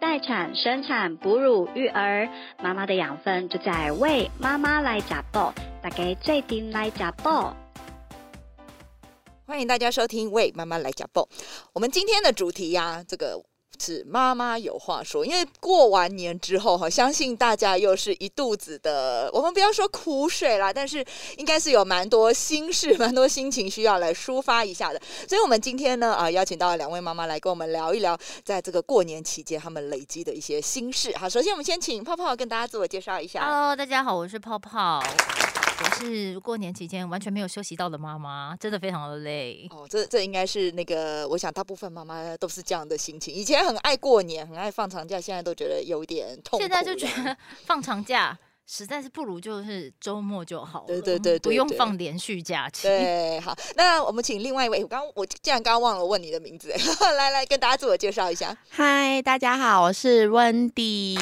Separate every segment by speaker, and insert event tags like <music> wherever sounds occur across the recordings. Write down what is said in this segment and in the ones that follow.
Speaker 1: 待产、生产、哺乳、育儿，妈妈的养分就在为妈妈来加爆，大家最顶来加爆。
Speaker 2: 欢迎大家收听《喂妈妈来讲报》。我们今天的主题呀、这个是妈妈有话说。因为过完年之后哈，相信大家又是一肚子的，我们不要说苦水啦，但是应该是有蛮多心事、蛮多心情需要来抒发一下的。所以，我们今天呢，啊、邀请到了两位妈妈来跟我们聊一聊，在这个过年期间他们累积的一些心事。好，首先我们先请泡泡跟大家自我介绍一下。
Speaker 3: Hello，大家好，我是泡泡，我是过年期间完全没有休息到的妈妈，真的非常的累。
Speaker 2: 哦，这这应该是那个，我想大部分妈妈都是这样的心情。以前很爱过年，很爱放长假，现在都觉得有点痛苦了。哦
Speaker 3: 现在就觉得放长假实在是不如就是周末就好了，
Speaker 2: 对对对对
Speaker 3: 不用
Speaker 2: 对
Speaker 3: 放连续假期。
Speaker 2: 对，好，那我们请另外一位，我刚我竟然刚刚忘了问你的名字， <laughs> 来来跟大家自我介绍一下。
Speaker 4: 嗨，大家好，我是温迪。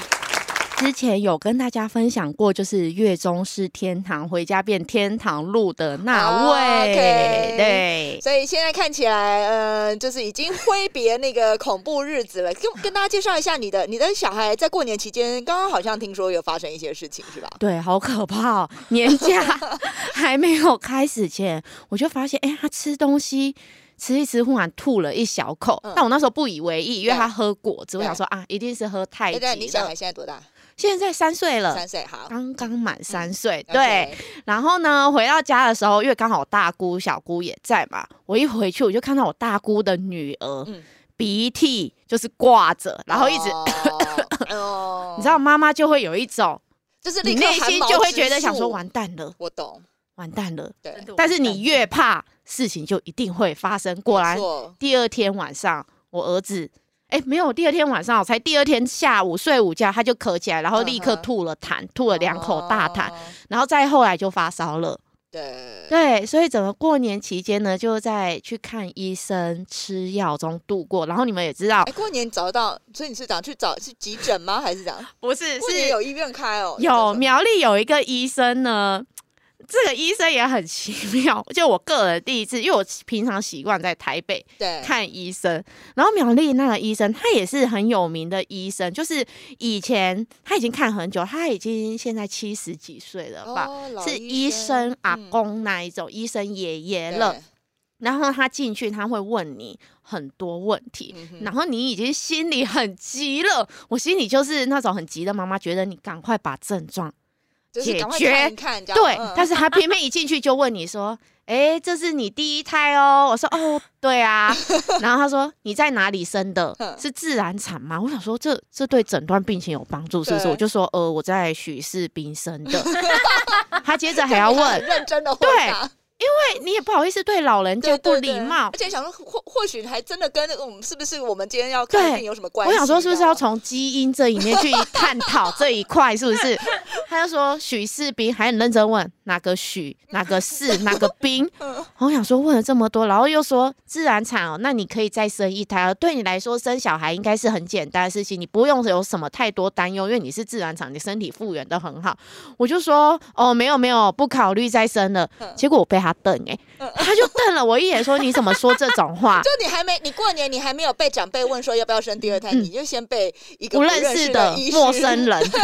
Speaker 4: 之前有跟大家分享过，就是月中是天堂，回家变天堂路的那位。
Speaker 2: 啊，OK
Speaker 4: 对，
Speaker 2: 所以现在看起来，呃，就是已经挥别那个恐怖日子了。跟跟大家介绍一下你的你的小孩在过年期间，刚刚好像听说有发生一些事情，是吧？
Speaker 4: 对，好可怕、哦！年
Speaker 2: <laughs>
Speaker 4: 假还没有开始前，我就发现，哎、他吃东西吃一吃，忽然吐了一小口。
Speaker 2: 嗯
Speaker 4: 但我那时候不以为意，因为
Speaker 2: 对
Speaker 4: 他喝果汁，我
Speaker 2: 对
Speaker 4: 想说啊，一定是喝太
Speaker 2: 哎，对，你
Speaker 4: 急
Speaker 2: 小
Speaker 4: 了嗯
Speaker 2: 孩。现在多大？
Speaker 4: 现在三岁了
Speaker 2: 三，岁，嗯好。
Speaker 4: 刚刚满三岁。
Speaker 2: OK
Speaker 4: 对，，然后呢，回到家的时候，因为刚好我大姑、小姑也在嘛，我一回去我就看到我大姑的女儿、
Speaker 2: 嗯
Speaker 4: 鼻涕就是挂着，然后一直，
Speaker 2: 哦哦
Speaker 4: <laughs> 你知道，妈妈就会有一种，
Speaker 2: 就是
Speaker 4: 你
Speaker 2: 立刻
Speaker 4: 内
Speaker 2: 汗
Speaker 4: 心
Speaker 2: 毛
Speaker 4: 就会
Speaker 2: 直
Speaker 4: 觉得想
Speaker 2: 竖
Speaker 4: 说，完蛋了，
Speaker 2: 我懂，
Speaker 4: 完蛋了。
Speaker 2: 对，
Speaker 3: 真的
Speaker 4: <laughs> 但是
Speaker 3: 完
Speaker 4: 你
Speaker 3: 蛋
Speaker 4: 越怕，事情就一定会发生。果然
Speaker 2: 没，错
Speaker 4: 第二天晚上，我儿子。哎，没有，第二天晚上我才第二天下午睡午觉，他就咳起来，然后立刻
Speaker 2: 嗯哼
Speaker 4: 吐了痰，吐了两口大痰，
Speaker 2: 哦
Speaker 4: 然后再后来就发烧了。
Speaker 2: 对，
Speaker 4: 对，所以整个过年期间呢，就在去看医生、吃药中度过。然后你们也知道
Speaker 2: 哎，，过年找到，所以你是想去找是急诊吗？还是讲
Speaker 4: 不是
Speaker 2: 过年有医院开哦？
Speaker 4: 有
Speaker 2: 没
Speaker 4: 苗栗有一个医生呢，这个医生也很奇妙。就我个人第一次，因为我平常习惯在台北
Speaker 2: 对，
Speaker 4: 看医生，然后苗栗那个医生他也是很有名的医生，就是以前他已经看很久，他已经现在七十几岁了吧。
Speaker 2: 哦老
Speaker 4: 是
Speaker 2: 医
Speaker 4: 医生阿
Speaker 2: 嗯
Speaker 4: 公那一种，医生爷爷
Speaker 2: 对
Speaker 4: 了，然后他进去，他会问你很多问题，
Speaker 2: 嗯哼
Speaker 4: 然后你已经心里很急了。我心里就是那种很急的妈妈，觉得你赶快把症状
Speaker 2: 就是
Speaker 4: 解
Speaker 2: 赶快
Speaker 4: 决
Speaker 2: 看一看，这样嗯
Speaker 4: 对，但
Speaker 2: 是
Speaker 4: 是他偏偏一进去就问你说：“诶，这是你第一胎哦？”我说：“哦，
Speaker 2: <laughs>
Speaker 4: 对啊。”然后他说：“你在哪里生的
Speaker 2: 嗯？
Speaker 4: 是自然产吗？”我想说这这对诊断病情有帮助，是不是？
Speaker 2: 对
Speaker 4: 我就说：“呃，我在许世斌生
Speaker 2: <laughs>
Speaker 4: 的。”他接
Speaker 2: 嗯
Speaker 4: 着还要问，因
Speaker 2: 认真的回
Speaker 4: 对
Speaker 2: 答，
Speaker 4: 为你也不好意思对老人
Speaker 2: 对
Speaker 4: 家不
Speaker 2: 对
Speaker 4: 礼
Speaker 2: 对
Speaker 4: 貌
Speaker 2: 而。且想说或或许还真的跟我们是不是我们今天要看的
Speaker 4: 对
Speaker 2: 病有什么关系？哦
Speaker 4: 我想说，是不是要
Speaker 2: 这样
Speaker 4: 从基因这里面去探讨
Speaker 2: <laughs>
Speaker 4: 这一块？是不是？他就说许世斌还很认真问哪个许哪个世哪个
Speaker 2: <laughs>
Speaker 4: 斌。
Speaker 2: 嗯
Speaker 4: 我想说问了这么多，然后又说自然产哦，那你可以再生一胎哦。对你来说，生小孩应该是很简单的事情，你不用有什么太多担忧，因为你是自然产，你身体复原的很好。我就说哦，没有没有，不考虑再生了。
Speaker 2: 嗯
Speaker 4: 结果我被他瞪哎、他就瞪了我一眼，说你怎么说这种话？
Speaker 2: <laughs> 就你还没，你过年你还没有被长辈问说要不要生第二胎，
Speaker 4: 嗯
Speaker 2: 你就先被一个
Speaker 4: 不
Speaker 2: 认
Speaker 4: 认
Speaker 2: 识
Speaker 4: 识的
Speaker 2: 医师
Speaker 4: 陌生
Speaker 2: <laughs>
Speaker 4: 人，对，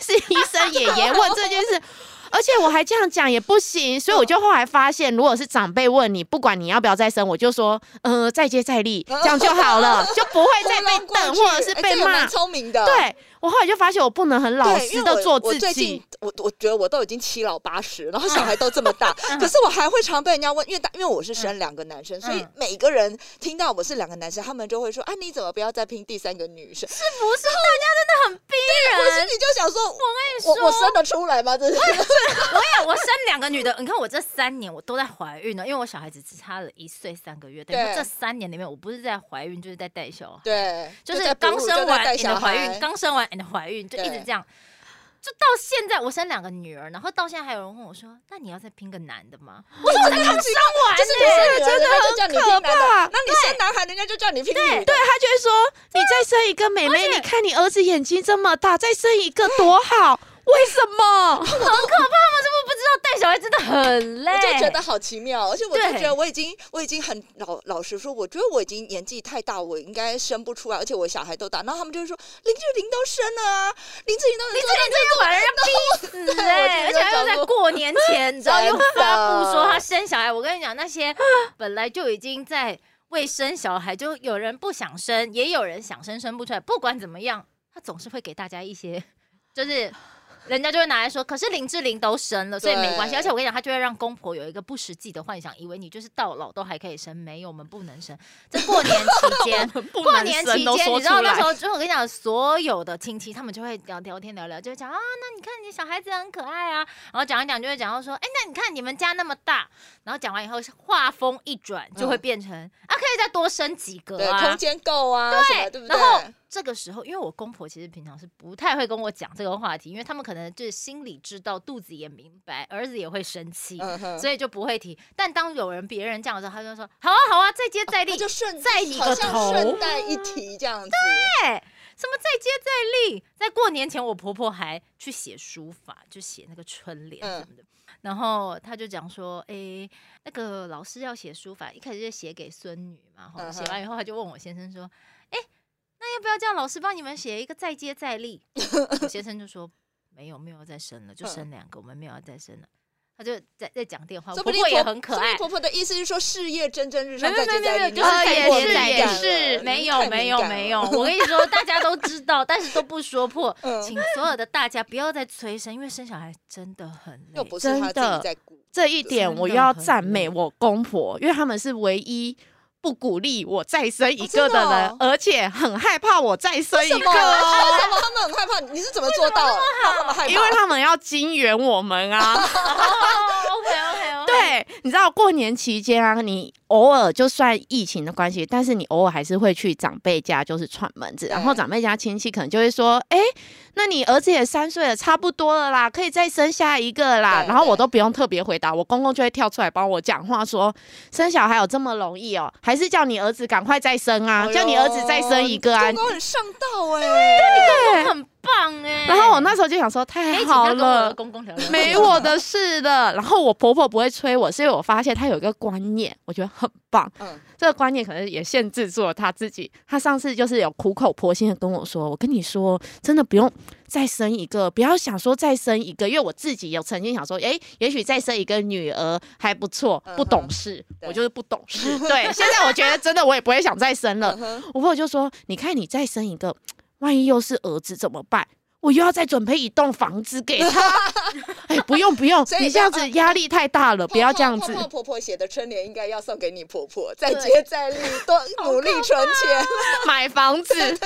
Speaker 4: 是医生爷爷问这件事。 <laughs> 而且我还这样讲也不行，所以我就后来发现，如果是长辈问你，不管你要不要再生，我就说，呃，再接再厉，这样就好了，就不会
Speaker 2: 拨
Speaker 4: 再被
Speaker 2: 弄过
Speaker 4: 瞪
Speaker 2: 去
Speaker 4: 或者是
Speaker 2: 哎
Speaker 4: 被
Speaker 2: 这也
Speaker 4: 骂
Speaker 2: 蛮。聪明的，
Speaker 4: 对我后来就发现，我不能很老
Speaker 2: 对，因
Speaker 4: 实
Speaker 2: 为
Speaker 4: 的做
Speaker 2: 哎我
Speaker 4: 自
Speaker 2: 我最近
Speaker 4: 己。
Speaker 2: 我我觉得我都已经七老八十，然后小孩都这么
Speaker 4: <laughs>
Speaker 2: 大，
Speaker 4: 嗯
Speaker 2: 可是我还会常被人家问，因为大因为我是生两个男生，所以
Speaker 3: 嗯
Speaker 2: 每个人听到我是两个男生，他们就会说啊，你怎么不要再拼第三个女生？
Speaker 3: 是不是大家真的很逼
Speaker 2: 我心
Speaker 3: 人？
Speaker 2: 里就想说，
Speaker 3: 我跟你
Speaker 2: 我
Speaker 3: 说，
Speaker 2: 我生得出来吗？
Speaker 4: <laughs>
Speaker 2: 这是
Speaker 3: 对我生两个女的，你看我这三年我都在怀孕呢，因为我小孩子只差了一岁三个月，等于
Speaker 2: 对
Speaker 3: 说这三年里面我不是在怀孕就是在带小孩。
Speaker 2: <laughs> 对，
Speaker 3: 就是
Speaker 2: 在哺
Speaker 3: 刚
Speaker 2: 乳
Speaker 3: 生
Speaker 2: 就在
Speaker 3: 完
Speaker 2: 带
Speaker 3: and
Speaker 2: 小
Speaker 3: 怀
Speaker 2: 孩
Speaker 3: 孕，，刚生完 and 怀孕，就一直
Speaker 2: 对
Speaker 3: 这样。就到现在，我生两个女儿，然后到现在还有人问我说：“那你要再拼个男的吗
Speaker 2: 就是
Speaker 3: 完
Speaker 2: 就是你生
Speaker 3: 呢？”
Speaker 2: 女儿，人家就叫你拼男
Speaker 4: 可怕
Speaker 2: 的；啊哎那你生男孩，人家就叫你拼女的
Speaker 4: 对。他就会说，你再生一个妹妹，你看你儿子眼睛这么大，再生一个多好，为什么？
Speaker 3: 好可怕吗？这不不知道带小孩真的很累，
Speaker 2: 我就觉得好奇妙，而且我就
Speaker 3: 对
Speaker 2: 觉得我已经我已经很老老实说，我觉得我已经年纪太大，我应该生不出来，而且我小孩都大，然后他们就会说林志玲都生了啊，林志玲都
Speaker 3: 林
Speaker 2: 能
Speaker 3: 志
Speaker 2: 做
Speaker 3: 玲真的把人 <laughs> 家逼死
Speaker 2: 对我觉得
Speaker 3: 哎、而且
Speaker 2: 这
Speaker 3: 还又
Speaker 2: 样
Speaker 3: 在
Speaker 2: 说
Speaker 3: 过年前， <laughs> 你知道又
Speaker 2: 真的
Speaker 3: 发布说她生小孩。我跟你讲，那
Speaker 2: <gasps>
Speaker 3: 些本来就已经在为生小孩，就有人不想生，也有人想生生不出来。不管怎么样，她总是会给大家一些，就是。 <sighs> 人家就会拿来说，可是林志玲都生了，所以没关系。
Speaker 2: 对
Speaker 3: 而且我跟你讲，她就会让公婆有一个不实际的幻想，以为你就是到老都还可以生，没有，我们不能生。这过年期间，
Speaker 4: 不
Speaker 3: 过
Speaker 4: 能
Speaker 3: 年期
Speaker 4: 生都
Speaker 3: 间，
Speaker 4: 说
Speaker 3: 你知道
Speaker 4: 出
Speaker 3: 那时
Speaker 4: 来。
Speaker 3: 候，就我跟你讲，所有的亲戚他们就会聊聊天聊聊，就会讲啊，那你看你小孩子很可爱啊，然后讲一讲就会讲到说，哎、那你看你们家那么大，然后讲完以后话锋一转，就会
Speaker 2: 嗯
Speaker 3: 变成、啊，可以再多生几个
Speaker 2: 对，
Speaker 3: 啊，
Speaker 2: 空间够啊，什么对不对
Speaker 3: 然？后这个时候，因为我公婆其实平常是不太会跟我讲这个话题，因为他们可能就是心里知道，肚子也明白，儿子也会生气，
Speaker 2: 嗯哼
Speaker 3: 所以就不会提。但当有人别人这样的时候，他就说：“好啊，好啊，再接再厉， <laughs>
Speaker 2: 他就顺
Speaker 3: 在你
Speaker 2: 好
Speaker 3: 个
Speaker 2: 像
Speaker 3: 头
Speaker 2: 顺带一提这样子，
Speaker 3: 对，什么再接再厉。在过年前，我婆婆还去写书法，就写那个春联
Speaker 2: 嗯
Speaker 3: 什么的。然后她就讲说，诶，那个老师要写书法，一开始就写给孙女嘛，吼
Speaker 2: 嗯哼
Speaker 3: 写完以后，她就问我先生说，诶，那要不要叫老师帮你们写一个再接再厉？
Speaker 2: <laughs>
Speaker 3: 我先生就说没有，没有要再生了，就生两个，我们没有要再生了。他就在在讲电话，我
Speaker 2: 说
Speaker 3: 婆
Speaker 2: 不定
Speaker 3: 啊婆也
Speaker 2: 婆
Speaker 3: 很可
Speaker 2: 说不定
Speaker 3: 爱，
Speaker 2: 婆婆的意思是说事业蒸蒸日上，
Speaker 3: 没
Speaker 2: 再
Speaker 3: 有
Speaker 2: 接
Speaker 3: 没有
Speaker 2: 再厉，
Speaker 3: 没有
Speaker 2: 你们太过
Speaker 3: 没有就是啊也是
Speaker 2: 敏
Speaker 3: 也
Speaker 2: 感
Speaker 4: 是
Speaker 2: 了嗯
Speaker 3: 没
Speaker 2: 你
Speaker 3: 有
Speaker 2: 太
Speaker 3: 没
Speaker 2: 敏
Speaker 3: 有
Speaker 2: 感
Speaker 3: 没
Speaker 2: 了
Speaker 3: 有，我跟你说，大家都知道，但是都不说破。
Speaker 2: 嗯
Speaker 3: 请所有的大家不要再催生，因为生小孩真的很
Speaker 2: <laughs>
Speaker 3: 累
Speaker 2: 又。不是他
Speaker 4: 真
Speaker 2: 自
Speaker 4: 的
Speaker 2: 己在顾，
Speaker 4: 这一点
Speaker 3: 真
Speaker 4: 我
Speaker 3: 的
Speaker 4: 要
Speaker 3: 很
Speaker 4: 赞美
Speaker 3: 累
Speaker 4: 我公婆，因为他们是唯一不鼓励我再生一
Speaker 2: 哦真
Speaker 4: 个
Speaker 2: 的
Speaker 4: 的人，
Speaker 2: 哦
Speaker 4: 而且很害怕我再生一
Speaker 2: 什
Speaker 4: 个
Speaker 2: 么？
Speaker 4: 哦。
Speaker 2: 为什么他们很害怕？你是怎么做到的？他们害怕，
Speaker 4: 因为他们要金援我们
Speaker 2: <laughs>
Speaker 4: 啊，
Speaker 3: 哦 OK OK OK，
Speaker 4: 对，你知道过年期间啊，你偶尔就算疫情的关系，但是你偶尔还是会去长辈家，就是串门子，然后
Speaker 2: 对
Speaker 4: 长辈家亲戚可能就会说，哎、那你儿子也三岁了，差不多了啦，可以再生下一个啦。
Speaker 2: 对
Speaker 4: 然后我
Speaker 2: 对
Speaker 4: 都不用特别回答，我公公就会跳出来帮我讲话说，生小孩有这么容易哦、还是叫你儿子赶快再生
Speaker 3: 哦
Speaker 4: 啊，叫你儿子再生一个啊。
Speaker 3: 哎
Speaker 2: 刚刚很上道哎，
Speaker 4: 对
Speaker 3: 很棒哎。
Speaker 4: 然后我那时候就想说，太
Speaker 3: 可以请
Speaker 4: 好
Speaker 3: 他跟我
Speaker 4: 了
Speaker 3: 的。公公聊聊，
Speaker 4: 没我的事了。然后我婆婆不会催我，是因为我发现她有一个观念，我觉得很棒。
Speaker 2: 嗯，
Speaker 4: 这个观念可能也限制住了她自己。她上次就是有苦口婆心的跟我说：“我跟你说，真的不用再生一个，不要想说再生一个，因为我自己有曾经想说，诶，也许再生一个女儿还不错
Speaker 2: 嗯哼，
Speaker 4: 不懂事，
Speaker 2: 对
Speaker 4: 我就是不懂
Speaker 2: <laughs>
Speaker 4: 事。对，现在我觉得真的我也不会想再生了
Speaker 2: 嗯。哼
Speaker 4: 我朋友就说：“你看，你再生一个，万一又是儿子怎么办？我又要再准备一栋房子
Speaker 2: <laughs>
Speaker 4: 给他。哎，不用不用
Speaker 2: 所，以
Speaker 4: 你这样子压力太大了，不要这样子
Speaker 2: 泡。泡婆婆写的春联应该要送给你婆婆，再接再厉，多努力存钱。
Speaker 4: 买房子， <laughs>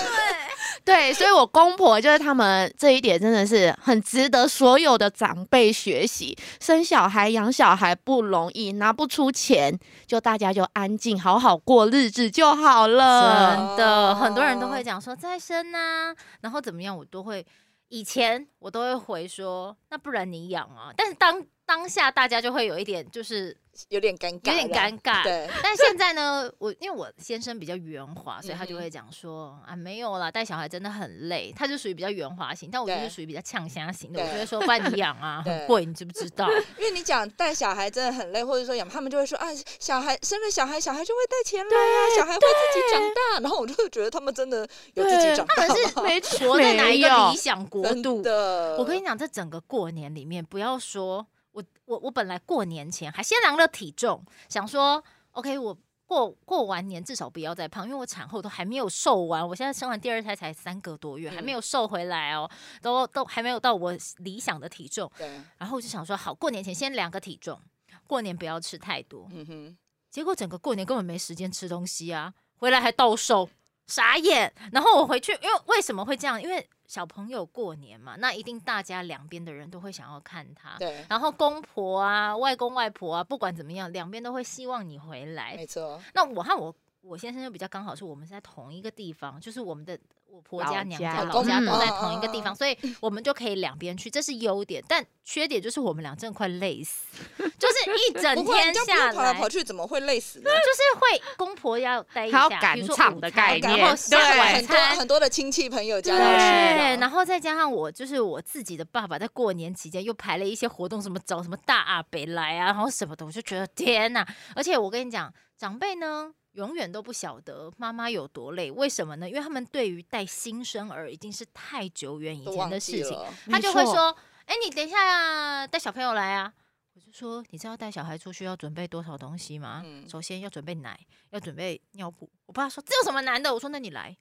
Speaker 4: 对，所以我公婆就是他们这一点真的是很值得所有的长辈学习。生小孩、养小孩不容易，拿不出钱，就大家就安静，好好过日子就好了。
Speaker 3: <laughs> 真的，很多人都会讲说再生呐、然后怎么样，我都会。以前我都会回说，那不然你养啊。但是当当下大家就会有一点就是
Speaker 2: 有点尴尬，
Speaker 3: 有点尴尬，
Speaker 2: 对，
Speaker 3: 但现在呢，我因为我先生比较圆滑，所以他就
Speaker 2: 嗯哼
Speaker 3: 会讲说、啊，没有啦，带小孩真的很累。他就属于比较圆滑型，但我就
Speaker 2: 对
Speaker 3: 是属于比较呛虾型的，
Speaker 2: 对
Speaker 3: 我就会说，不然你养啊，
Speaker 2: <laughs> 对
Speaker 3: 很贵，你知不知道？
Speaker 2: 因为你讲带小孩真的很累，或者说养他们就会说啊，小孩生了小孩，小孩就会带钱来啊，小孩会自己长大。然后我就会觉得他们真的有自己
Speaker 4: 对
Speaker 2: 长
Speaker 3: 他
Speaker 2: 大
Speaker 3: 们
Speaker 2: 吗，
Speaker 3: 是
Speaker 4: 没
Speaker 3: 活在哪一
Speaker 4: 没
Speaker 3: 个
Speaker 4: 有
Speaker 3: 理想国
Speaker 2: 真
Speaker 3: 度？
Speaker 2: 的。
Speaker 3: 我跟你讲，这整个过年里面，不要说我我我本来过年前还先量了体重，想说 OK 我。过过完年至少不要再胖，因为我产后都还没有瘦完，我现在生完第二胎才三个多月，还没有瘦回来哦，都都还没有到我理想的体重。
Speaker 2: 对，
Speaker 3: 然后我就想说，好，过年前先量个体重，过年不要吃太多。
Speaker 2: 嗯哼，
Speaker 3: 结果整个过年根本没时间吃东西啊，回来还倒瘦，傻眼。然后我回去，因为为什么会这样？因为小朋友过年嘛，那一定大家两边的人都会想要看他。
Speaker 2: 对，
Speaker 3: 然后公婆啊、外公外婆啊，不管怎么样，两边都会希望你回来
Speaker 2: 没。错，
Speaker 3: 那我和我我先生就比较刚好是我们是在同一个地方，就是我们的我婆家、
Speaker 4: 老
Speaker 3: 娘
Speaker 4: 家
Speaker 3: 家、
Speaker 2: 老
Speaker 3: 老
Speaker 2: 公
Speaker 3: 家
Speaker 4: 嗯
Speaker 3: 都在同一个地方，所以我们就可以两边去，这是优点。但缺点就是我们俩真的快累死，就
Speaker 2: <laughs>
Speaker 3: 是一
Speaker 2: 不
Speaker 3: 整
Speaker 2: 会啊，
Speaker 3: 天
Speaker 2: 人家不
Speaker 3: 下
Speaker 2: 用跑来
Speaker 3: 来，
Speaker 2: 跑去，怎么会累死呢？
Speaker 3: 就是会公婆要待一
Speaker 4: 还
Speaker 3: 下
Speaker 4: 有，赶
Speaker 3: 比如说
Speaker 4: 场
Speaker 3: 午
Speaker 4: 的
Speaker 3: 餐
Speaker 4: 概
Speaker 2: 念
Speaker 3: 然后下
Speaker 4: 对
Speaker 3: 晚
Speaker 2: 很多
Speaker 3: 餐。
Speaker 2: 很多的亲戚朋友家要去
Speaker 3: 对，
Speaker 2: 啊，
Speaker 3: 然后再加上我，就是我自己的爸爸，在过年期间又排了一些活动，什么找什么大阿北来啊，然后什么的，我就觉得天呐！而且我跟你讲，长辈呢永远都不晓得妈妈有多累，为什么呢？因为他们对于带新生儿已经是太久远以
Speaker 2: 都
Speaker 3: 前
Speaker 2: 忘
Speaker 3: 的
Speaker 2: 记
Speaker 3: 事情，
Speaker 2: 了。
Speaker 3: 他
Speaker 4: 没
Speaker 3: 就会
Speaker 4: 错
Speaker 3: 说：“哎、你等一下、带小朋友来啊。”我就说：“你知道带小孩出去要准备多少东西吗？
Speaker 2: 嗯
Speaker 3: 首先要准备奶，要准备尿布。”我爸说：“这有什么难的？”我说：“那你来。”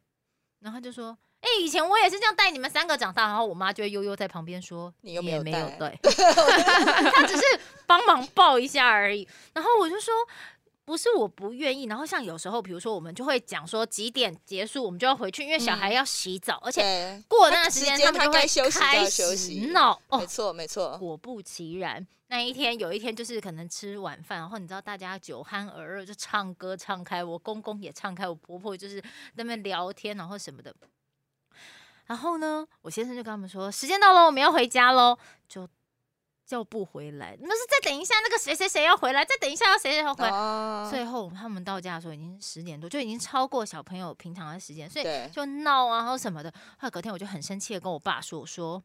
Speaker 3: 然后他就说：“哎、以前我也是这样带你们三个长大。”然后我妈就会悠悠在旁边说：“
Speaker 2: 你又没
Speaker 3: 没
Speaker 2: 有
Speaker 3: 有
Speaker 2: 带 <laughs>
Speaker 3: 带，他只是帮忙抱一下而已。”然后我就说。不是我不愿意，然后像有时候，比如说我们就会讲说几点结束，我们就要回去，因为小孩
Speaker 2: 嗯
Speaker 3: 要洗澡，而且
Speaker 2: 对，
Speaker 3: 过那段
Speaker 2: 时
Speaker 3: 时间
Speaker 2: 间
Speaker 3: 他们
Speaker 2: 他
Speaker 3: 就
Speaker 2: 该
Speaker 3: 会
Speaker 2: 休息就要
Speaker 3: 开
Speaker 2: 休
Speaker 3: 始
Speaker 2: 息
Speaker 3: 闹
Speaker 2: 没
Speaker 3: 哦。
Speaker 2: 错没错，
Speaker 3: 果不其然，那一天有一天就是可能吃晚饭，然后你知道大家酒酣耳热，就唱歌唱开，我公公也唱开，我婆婆就是在那边聊天，然后什么的。然后呢，我先生就跟他们说，时间到了，我们要回家喽，就叫不回来。那是再等一下，那个谁谁谁要回来，再等一下要谁谁要回来。
Speaker 2: 啊
Speaker 3: 最后他们到家的时候已经十点多，就已经超过小朋友平常的时间，所以
Speaker 2: 对，
Speaker 3: 就闹啊，然后什么的。后来隔天我就很生气的跟我爸说：“我说，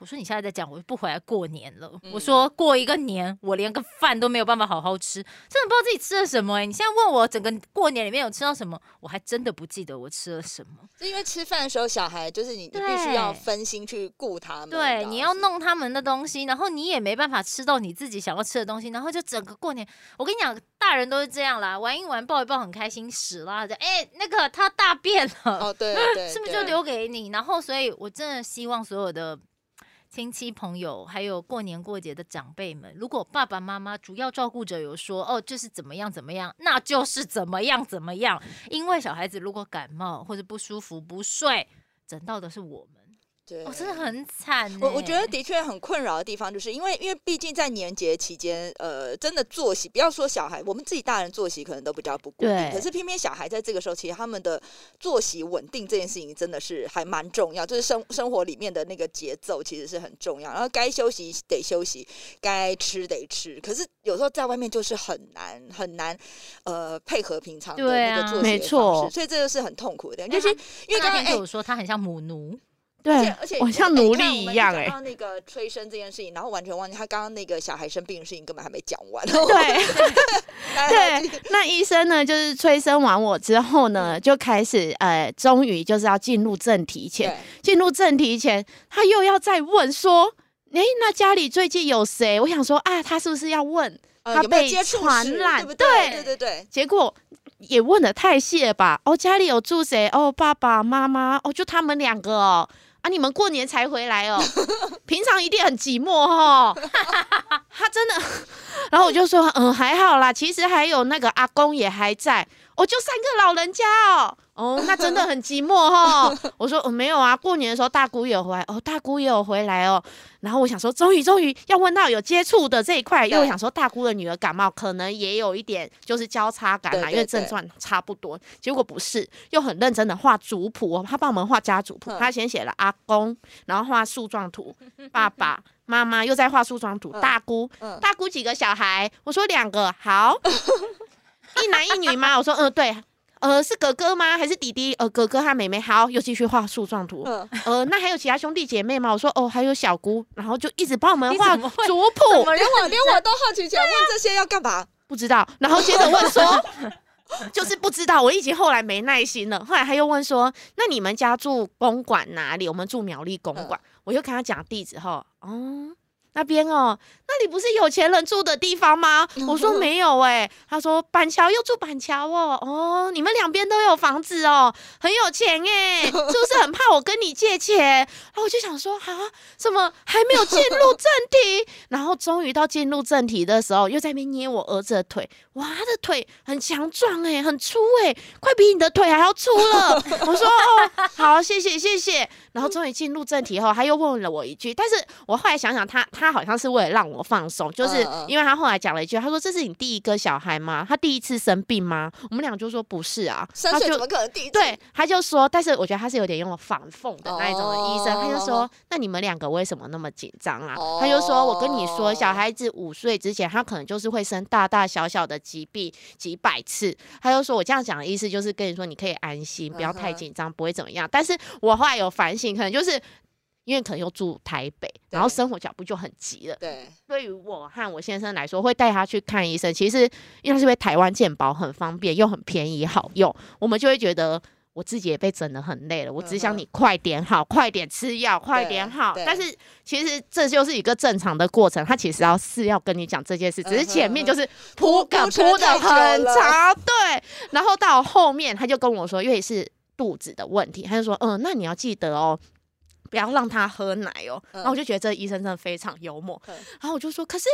Speaker 3: 我说你现在在讲，我就不回来过年了。
Speaker 2: 嗯
Speaker 3: 我说过一个年，我连个饭都没有办法好好吃，真的不知道自己吃了什么、欸。你现在问我整个过年里面有吃到什么，我还真的不记得我吃了什么。
Speaker 2: 是因为吃饭的时候，小孩就是你，你必须
Speaker 3: 对
Speaker 2: 要分心去顾他们。
Speaker 3: 对，你要
Speaker 2: 弄。
Speaker 3: 弄他们的东西，然后你也没办法吃到你自己想要吃的东西，然后就整个过年，我跟你讲，大人都是这样啦，玩一玩，抱一抱，很开心，屎啦，就哎、那个他大便了，
Speaker 2: 哦，对对对，
Speaker 3: <laughs> 是不是就留给你？然后，所以我真的希望所有的亲戚朋友，还有过年过节的长辈们，如果爸爸妈妈主要照顾者有说哦，就是怎么样怎么样，那就是怎么样怎么样，因为小孩子如果感冒或者不舒服不睡，整到的是我们，
Speaker 2: 对？
Speaker 3: 哦，真的很惨欸、
Speaker 2: 我我觉得的确很困扰的地方，就是因为因为毕竟在年节期间，呃，真的作息，不要说小孩，我们自己大人作息可能都比较不固定，
Speaker 4: 对
Speaker 2: 可是偏偏小孩在这个时候，其实他们的作息稳定这件事情真的是还蛮重要，就是生生活里面的那个节奏其实是很重要，然后该休息得休息，该吃得吃，可是有时候在外面就是很难很难，呃，配合平常的
Speaker 3: 对
Speaker 2: 那个
Speaker 3: 啊
Speaker 2: 作息的
Speaker 4: 没
Speaker 2: 方
Speaker 4: 错
Speaker 2: 式所以这个是很痛苦的，
Speaker 3: 哎
Speaker 2: 就是
Speaker 3: 他
Speaker 2: 因为刚
Speaker 3: 那
Speaker 2: 刚
Speaker 3: 天
Speaker 2: 哎
Speaker 3: 就。有说他很像母奴，
Speaker 4: 对，
Speaker 2: 而且
Speaker 4: 我像
Speaker 2: 哎你
Speaker 4: 奴
Speaker 2: 看
Speaker 4: 隶
Speaker 2: 我
Speaker 4: 一
Speaker 2: 们
Speaker 4: 样
Speaker 2: 讲
Speaker 4: 哎、
Speaker 2: 到那个催生这件事情，然后完全忘记他刚刚那个小孩生病的事情根本还没讲完。 <laughs> 对，
Speaker 4: 对 <laughs> 对，那医生呢，就是催生完我之后呢，就开始呃，终于就是要进入正题前，进入正题前，他又要再问说，诶，那家里最近有谁？我想说啊，他是不是要问？
Speaker 2: 呃
Speaker 4: 他
Speaker 2: 有没有
Speaker 4: 被
Speaker 2: 接触
Speaker 4: 传
Speaker 2: 史
Speaker 4: 染
Speaker 2: 对不对
Speaker 3: 对
Speaker 2: 对对
Speaker 4: 结果也问的太细了吧？哦，家里有住谁？哦，爸爸妈妈，哦，就他们两个哦。啊，你们过年才回来哦，平常一定很寂寞哦。他真的， <laughs> 然后我就说，嗯，还好啦，其实还有那个阿公也还在，哦，就三个老人家哦。哦，那真的很寂寞哦。我说，哦，没有啊，过年的时候大姑也有回来，哦，大姑也有回来哦。然后我想说，终于终于要问到有接触的这一块，
Speaker 2: 对
Speaker 4: 又想说大姑的女儿感冒可能也有一点就是交叉感
Speaker 2: 对
Speaker 4: 嘛，
Speaker 2: 对
Speaker 4: 因为症状差不多。结果不是，又很认真的画族谱哦，他帮我们画家族谱，
Speaker 2: 嗯
Speaker 4: 他先写了阿公，然后画树状图，爸
Speaker 2: <laughs>
Speaker 4: 爸。妈妈又在画树状图，
Speaker 2: 嗯
Speaker 4: 大姑，
Speaker 2: 嗯
Speaker 4: 大姑几个小孩？我说两个，
Speaker 2: <laughs>
Speaker 4: 好，一男一女吗？我说，嗯、对，呃，是哥哥吗？还是弟弟？呃，哥哥和妹妹，好，又继续画树状图，
Speaker 2: 嗯，
Speaker 4: 呃，那还有其他兄弟姐妹吗？我说哦，还有小姑，然后就一直帮我们
Speaker 3: 你
Speaker 4: 画
Speaker 3: 怎么会
Speaker 4: 族谱，
Speaker 2: 连我连我都好奇
Speaker 4: 啊
Speaker 2: 起来，问这些要干嘛？
Speaker 4: 不知道，然后接着问说，就是不知道，我已经后来没耐心了。后来他又问说，那你们家住公馆哪里？我们住苗栗公馆，我又跟他讲地址后，哦。那边哦，那里不是有钱人住的地方吗？我说没有哎、他说板桥又住板桥哦，哦，你们两边都有房子哦，很有钱哎、是不是很怕我跟你借钱？然后我就想说，啊，怎么还没有进入正题？然后终于到进入正题的时候，又在那边捏我儿子的腿。哇，他的腿很强壮哎，很粗哎、快比你的腿还要粗
Speaker 2: <laughs>
Speaker 4: 了。我说哦，好，谢谢谢谢。然后终于进入正题后，他又问了我一句，但是我后来想想他，他好像是为了让我放松，就是
Speaker 2: 嗯嗯
Speaker 4: 因为他后来讲了一句，他说这是你第一个小孩吗？他第一次生病吗？我们俩就说不是啊，
Speaker 2: 三
Speaker 4: 他
Speaker 2: 岁
Speaker 4: 就
Speaker 2: 怎么可能第一次？
Speaker 4: 对，他就说，但是我觉得他是有点用反讽的那一种的医生，他就
Speaker 2: 哦
Speaker 4: 说，那你们两个为什么那么紧张啊？他就说，我跟你说，小
Speaker 2: 哦
Speaker 4: 孩子五岁之前，他可能就是会生大大小小的疾病几百次。他就说我这样讲的意思就是跟你说，你可以安心，不要太
Speaker 2: 嗯哼
Speaker 4: 紧张，不会怎么样。但是我后来有反省，可能就是。因为可能又住台北，然后
Speaker 2: 对
Speaker 4: 生活脚步就很急了。
Speaker 2: 对，
Speaker 4: 对于我和我先生来说，会带他去看医生。其实因为他是被台湾健保很方便，又很便宜好用，我们就会觉得我自己也被整得很累了。我只想你快点好，快点吃药，快点
Speaker 2: 嗯
Speaker 4: 好。
Speaker 2: 对
Speaker 4: 但是其实这就是一个正常的过程，他其实要是要跟你讲这件事，只是前
Speaker 2: 嗯
Speaker 4: 面就是铺梗
Speaker 2: 铺陈
Speaker 4: 铺的
Speaker 2: 太久
Speaker 4: 很
Speaker 2: 了
Speaker 4: 长，对，然后到后面他就跟我说，因为是肚子的问题，他就说，嗯，那你要记得哦。不要让他喝奶哦，
Speaker 2: 嗯
Speaker 4: 然后我就觉得这医生真的非常幽默，
Speaker 2: 嗯
Speaker 4: 然后我就说，可是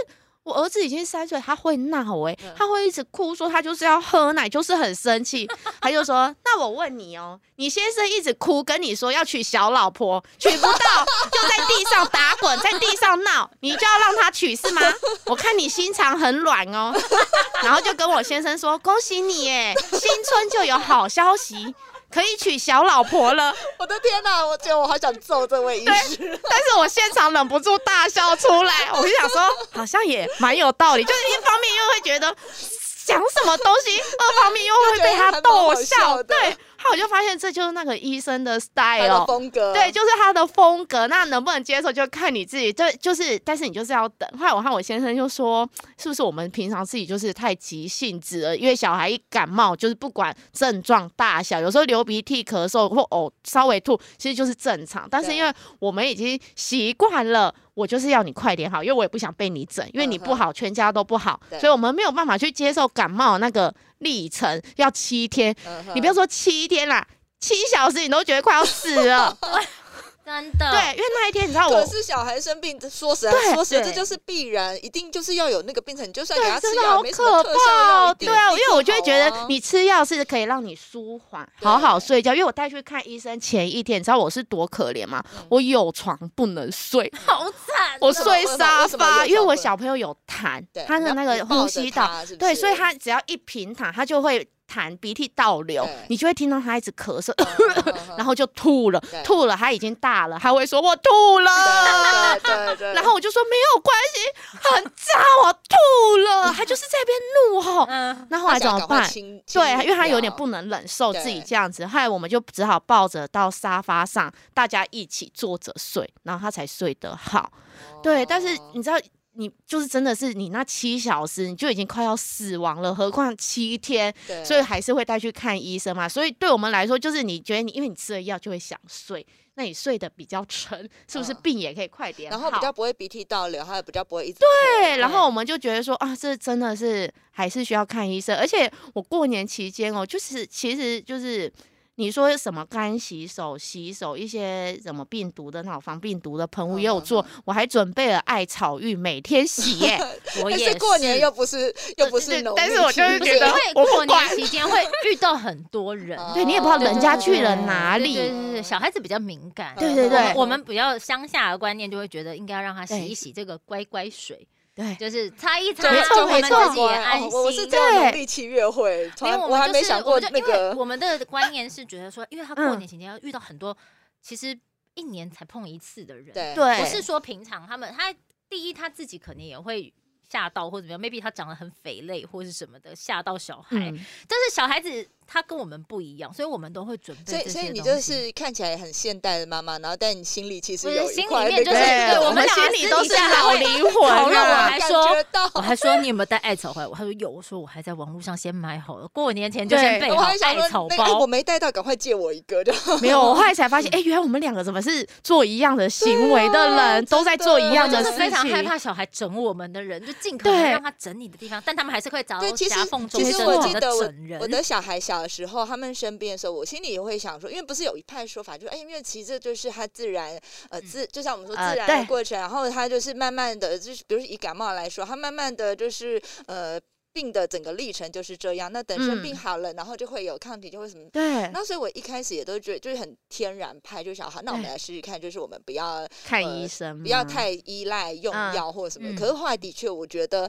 Speaker 4: 我儿子已经三岁，他会闹哎、
Speaker 2: 嗯
Speaker 4: 他会一直哭，说他就是要喝奶，就是很生气。他就说：“那我问你哦，你先生一直哭，跟你说要娶小老婆，娶不到就在地上打滚，在地上闹，你就要让他娶是吗？我看你心肠很软哦。”然后就跟我先生说：“恭喜你耶，新春就有好消息，可以娶小老婆了。”
Speaker 2: 我的天哪、我觉得我好想揍这位医师。
Speaker 4: 但是我现场忍不住大笑出来，我就想说，好像也蛮有道理，就是一方面又会觉得。讲什么东西？二方面又会被他逗
Speaker 2: 又觉得还蛮好笑
Speaker 4: 笑，
Speaker 2: 的
Speaker 4: 对，后来我就发现这就是那个医生的
Speaker 2: 他
Speaker 4: style，
Speaker 2: 的风格，
Speaker 4: 哎对，就是他的风格，那能不能接受就看你自己。对，就是，但是你就是要等。后来我和我先生就说，是不是我们平常自己就是太急性子了？因为小孩一感冒，就是不管症状大小，有时候流鼻涕、咳嗽或呕、稍微吐，其实就是正常。但是
Speaker 2: 对
Speaker 4: 因为我们已经习惯了。我就是要你快点好，因为我也不想被你整，因为你
Speaker 2: 嗯
Speaker 4: 不
Speaker 2: 哼
Speaker 4: 好，全家都不好，
Speaker 2: 对
Speaker 4: 所以我们没有办法去接受感冒那个历程，要七天。
Speaker 2: 嗯哼
Speaker 4: 你不要说七天啦，七小时你都觉得快要死
Speaker 2: <laughs>
Speaker 4: 了。
Speaker 3: 真的，
Speaker 4: 对，因为那一天你知道我
Speaker 2: 嗯可，是小孩生病，说实在，
Speaker 4: 对
Speaker 2: 说实在，这
Speaker 3: 对
Speaker 2: 就是必然，一定就是要有那个病程。你就算给
Speaker 4: 对，
Speaker 2: 他吃
Speaker 4: 真的
Speaker 2: 药，
Speaker 4: 好
Speaker 2: 也没什么
Speaker 4: 可
Speaker 2: 特效
Speaker 4: 怕
Speaker 2: 药，
Speaker 4: 哦。
Speaker 2: 一定
Speaker 4: 对啊，因为我就会
Speaker 2: 一
Speaker 4: 觉
Speaker 2: 定好
Speaker 4: 得
Speaker 2: 啊
Speaker 4: 你吃药是可以让你舒缓，好好睡觉。因为我带去看医生前一天，你知道我是多可怜吗？
Speaker 2: 嗯
Speaker 4: 我有床不能
Speaker 2: 啊
Speaker 4: 睡，
Speaker 3: 好惨，
Speaker 4: 我
Speaker 2: 什么
Speaker 4: 睡
Speaker 2: 为什么
Speaker 4: 沙
Speaker 2: 为什么有
Speaker 4: 发，因为
Speaker 2: 床
Speaker 4: 我
Speaker 2: 不能
Speaker 4: 小朋友有痰
Speaker 2: 对，
Speaker 4: 他
Speaker 2: 你
Speaker 4: 的
Speaker 2: 要
Speaker 4: 那
Speaker 2: 你
Speaker 4: 个
Speaker 2: 抱
Speaker 4: 呼
Speaker 2: 着
Speaker 4: 吸
Speaker 2: 他
Speaker 4: 道
Speaker 2: 是不
Speaker 4: 对，
Speaker 2: 是
Speaker 4: 所以他只要一平躺，他就会痰，鼻涕倒流
Speaker 2: 对，
Speaker 4: 你就会听到他一直咳嗽，然
Speaker 2: 后
Speaker 4: 后就吐了
Speaker 2: 对，
Speaker 4: 吐了，他已经大了，他会说我吐了。
Speaker 2: 对对对对，
Speaker 4: 然后我就说没有关系，很脏，我吐
Speaker 2: <laughs>
Speaker 4: 了。他就是在那边怒吼，
Speaker 3: 嗯，
Speaker 4: 那后
Speaker 2: 他
Speaker 4: 来
Speaker 2: 想
Speaker 4: 怎
Speaker 2: 赶
Speaker 4: 么
Speaker 2: 快
Speaker 4: 办？
Speaker 2: 清
Speaker 4: 对，
Speaker 2: 清
Speaker 4: 因为他有
Speaker 2: 掉
Speaker 4: 点不能忍受自己
Speaker 2: 对
Speaker 4: 这样子，后来我们就只好抱着到沙发上，大家一起坐着睡，然后他才睡得好。对，但是
Speaker 2: 哦
Speaker 4: 你知道，你就是真的是你那七小时，你就已经快要死亡了，何况七天，
Speaker 2: 对
Speaker 4: 所以还是会带去看医生嘛。所以对我们来说，就是你觉得你因为你吃了药就会想睡，那你睡得比较沉，是不是
Speaker 2: 嗯
Speaker 4: 病也可以快点好？
Speaker 2: 然后比较不会鼻涕倒流，还有比较不会一直
Speaker 4: 对，
Speaker 2: 对
Speaker 4: 然后我们就觉得说啊，这真的是还是需要看医生。而且我过年期间哦，就是其实就是你说什么干洗手、洗手一些什么病毒的那种防病毒的喷雾
Speaker 2: 嗯
Speaker 4: 也有
Speaker 2: 嗯
Speaker 4: 做，我还准备了艾草浴每天洗耶。
Speaker 3: <laughs> 我
Speaker 2: 但
Speaker 3: 也
Speaker 2: 是过年又不是又不
Speaker 4: 对
Speaker 2: 是农历
Speaker 4: 但
Speaker 2: 七
Speaker 4: 是
Speaker 2: 月，
Speaker 4: 我就是
Speaker 3: 不
Speaker 4: 觉
Speaker 3: 是因
Speaker 4: 得
Speaker 3: 为
Speaker 4: 我不
Speaker 3: 过
Speaker 4: 管
Speaker 3: 年期间会遇到很多人，
Speaker 4: 对你也不知道
Speaker 2: 哦
Speaker 4: 人家去了哪
Speaker 3: 对对
Speaker 4: 里。
Speaker 3: 对对对，小孩子比较敏感。
Speaker 4: 对对对
Speaker 3: 我们比较乡下的观念就会觉得应该要让他洗
Speaker 4: 对
Speaker 3: 一洗这个乖乖水，
Speaker 4: 对
Speaker 3: 就是擦一
Speaker 2: 就
Speaker 3: 擦，
Speaker 4: 没
Speaker 2: 会
Speaker 4: 错
Speaker 2: 就
Speaker 3: 我
Speaker 2: 会
Speaker 3: 们
Speaker 4: 没
Speaker 2: 错
Speaker 4: 错
Speaker 3: 自己也安心。
Speaker 2: 我我是这
Speaker 4: 对
Speaker 2: 样农历七月会，从
Speaker 3: 因
Speaker 2: 来
Speaker 3: 为
Speaker 2: 我
Speaker 3: 们
Speaker 2: 还
Speaker 3: 就
Speaker 2: 没
Speaker 3: 是
Speaker 2: 想过
Speaker 3: 我就
Speaker 2: 那
Speaker 3: 因为
Speaker 2: 个
Speaker 3: 我们的观念是觉得说，因为他过
Speaker 4: 嗯
Speaker 3: 年期间要遇到很多，其实一年才碰一次的人，
Speaker 2: 对
Speaker 4: 对
Speaker 3: 不是说平常他们他第一他自己可能也会。吓到或者怎么样，maybe 他长得很肥类或是什么的，吓到小孩。
Speaker 4: 嗯，
Speaker 3: 但是小孩子他跟我们不一样，所以我们都会准备
Speaker 2: 所以，
Speaker 3: 这
Speaker 2: 所以
Speaker 3: 些
Speaker 2: 你
Speaker 3: 东
Speaker 2: 就
Speaker 3: 西
Speaker 2: 是看起来很现代的妈妈，然后但你心里其实
Speaker 3: 我
Speaker 2: 有一
Speaker 3: 心里
Speaker 2: 块那
Speaker 3: 面就是对
Speaker 2: 个，
Speaker 3: 我
Speaker 4: 我
Speaker 3: 们
Speaker 4: 们
Speaker 3: 两
Speaker 4: 心
Speaker 3: 个
Speaker 4: 里
Speaker 3: 私
Speaker 4: 都
Speaker 3: 底
Speaker 4: 是
Speaker 3: 下还
Speaker 4: 老
Speaker 3: 会
Speaker 4: 灵魂
Speaker 3: 讨论我
Speaker 4: 啊
Speaker 3: 还。
Speaker 2: 感
Speaker 3: 说
Speaker 2: 觉到，
Speaker 3: 我还说你有没有带艾草回来？我还说有，我说我还在网络上先买好了，过年前就先
Speaker 4: 对
Speaker 3: 备
Speaker 2: 我
Speaker 3: 好
Speaker 2: 还想
Speaker 3: 艾
Speaker 2: 说
Speaker 3: 草
Speaker 2: 那个哎我
Speaker 3: 包。
Speaker 2: 没带到，赶快借我一个，这 <laughs> 样
Speaker 4: 没有，
Speaker 3: <laughs>
Speaker 4: 我后来才发现，哎、原来我们两个怎么是做一样的行为的人，
Speaker 3: 啊
Speaker 4: 都在做一
Speaker 2: 我
Speaker 4: 样
Speaker 2: 们
Speaker 4: 的
Speaker 3: 就
Speaker 4: 事
Speaker 3: 是
Speaker 4: 情，
Speaker 3: 非常害怕小孩整我们的人，就尽可能
Speaker 4: 对
Speaker 3: 让他整你的地方，但他们还是会找到
Speaker 2: 对，其实
Speaker 3: 夹缝中
Speaker 2: 其
Speaker 3: 间
Speaker 2: 实
Speaker 4: 真
Speaker 2: 我
Speaker 4: 的
Speaker 2: 记
Speaker 3: 的
Speaker 2: 得我
Speaker 3: 整
Speaker 2: 我
Speaker 3: 人。
Speaker 2: 的小孩小的时候，他们生病的时候，我心里也会想说，因为不是有一派说法，就是哎，因为其实这就是他自然
Speaker 3: 嗯
Speaker 2: 呃自，就像我们说
Speaker 4: 呃
Speaker 2: 自然
Speaker 4: 对
Speaker 2: 的过程，然后他就是慢慢的，就是比如说以感冒来说，他慢慢的就是呃。病的整个历程就是这样。那等生
Speaker 3: 嗯
Speaker 2: 病好了，然后就会有抗体，就会什么。
Speaker 4: 对，
Speaker 2: 那所以我一开始也都觉得就是很天然派，就想好，那我们
Speaker 3: 嗯
Speaker 2: 来试试看，就是我们不要
Speaker 4: 看
Speaker 3: 呃
Speaker 4: 医生嘛，
Speaker 2: 不要太依赖用药或什么。
Speaker 3: 嗯
Speaker 2: 可是后来的确，我觉得。